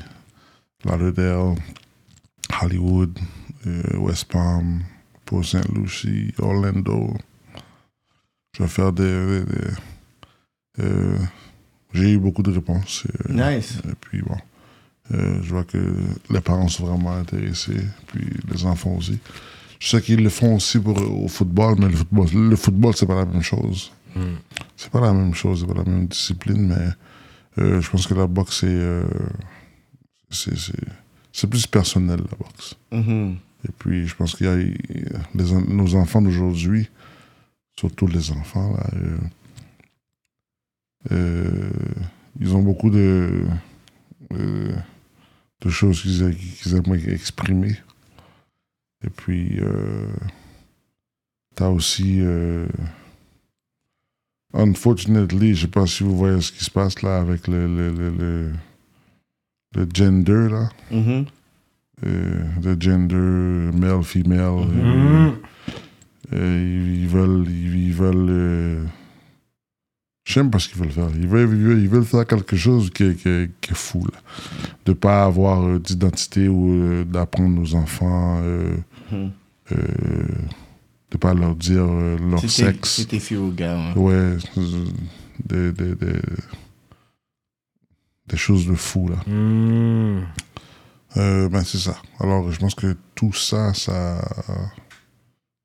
D: Lauderdale, Hollywood, euh, West Palm, Port St. Lucie, Orlando. Je vais faire des... des- des- euh, J'ai eu beaucoup de réponses. euh,
C: Nice.
D: et puis bon, euh, je vois que les parents sont vraiment intéressés, puis les enfants aussi. Je sais qu'ils le font aussi pour, au football, mais le football, le football c'est pas la même chose. C'est pas la même chose, c'est pas la même discipline, mais euh, je pense que la boxe, c'est, euh, c'est, c'est, c'est plus personnel, la boxe.
C: Mhm.
D: Et puis, je pense qu'il y a les en- nos enfants d'aujourd'hui, surtout les enfants, là, euh, euh, ils ont beaucoup de, euh, de choses qu'ils a- qu'ils aimeraient exprimer. Et puis, euh, t'as aussi. euh, unfortunately, je sais pas si vous voyez ce qui se passe là avec le, le, le, le, le gender, là
C: Mhm.
D: euh, de gender, male, female.
C: Mhm.
D: euh,
A: Hmm.
D: euh, ils, ils veulent. Ils, ils veulent euh, je sais même pas ce qu'ils veulent faire. Ils veulent, ils veulent, ils veulent faire quelque chose qui, est- qui est- qui est fou. Là. De pas avoir euh,
C: Mm-hmm.
D: d'identité ou euh, d'apprendre aux enfants euh,
C: Mhm.
D: euh, de pas leur dire euh, leur
C: C'était
D: sexe.
C: c'était filles ou gars. ouais.
D: Ouais, euh, des, des, des, des choses de fou, là.
A: Hmm.
D: Euh, ben, c'est ça. Alors, je pense que tout ça, ça.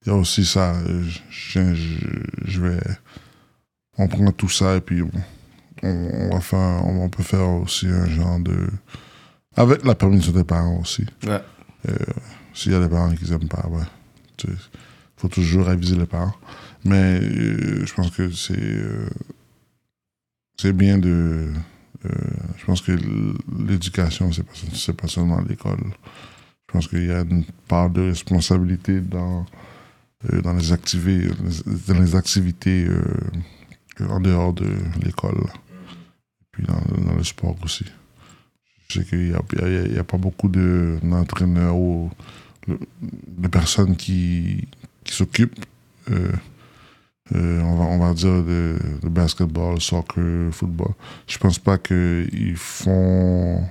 D: Il y a aussi ça. euh, Je, je, je vais. On prend tout ça et puis on, on- on va faire, on peut faire aussi un genre de. Avec la permission des parents aussi.
C: Ouais.
D: Euh, S'il y a des parents qui n'aiment pas, ouais. Tu- faut toujours aviser les parents. Mais euh, je pense que c'est. euh, c'est bien de. Euh, je pense que l- l'éducation, c'est pas, c'est pas seulement l'école. Je pense qu'il y a une part de responsabilité dans, euh, dans, les, activi- dans les activités euh, en dehors de l'école. Puis dans, dans le sport aussi. Je sais qu'il n'y a, il y a- il y a pas beaucoup de- d'entraîneurs ou de personnes qui, qui s'occupent. euh, euh, on, va, on va dire de, de basketball, soccer, football. Je pense pas qu'ils font.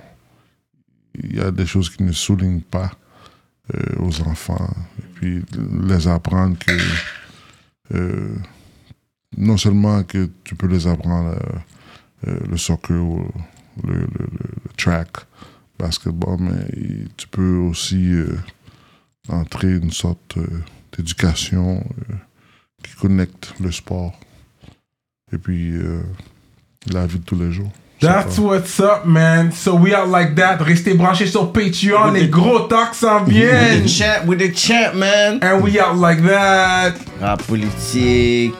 D: Il y a des choses qu'ils ne soulignent pas euh, aux enfants. Et puis les apprendre que. euh, non seulement que tu peux les apprendre euh, euh, le soccer ou le, le, le- le track, basketball, mais il- tu peux aussi euh, entrer une sorte euh, d'éducation euh, qui connecte le sport et puis euh, la vie de tous les jours.
A: That's what's up, man. So we are like that. Restez branchés sur Patreon. Les gros talks s'en
C: With
A: viennent.
C: the champ, with the champ, man.
A: And we are like that.
C: Rap politique.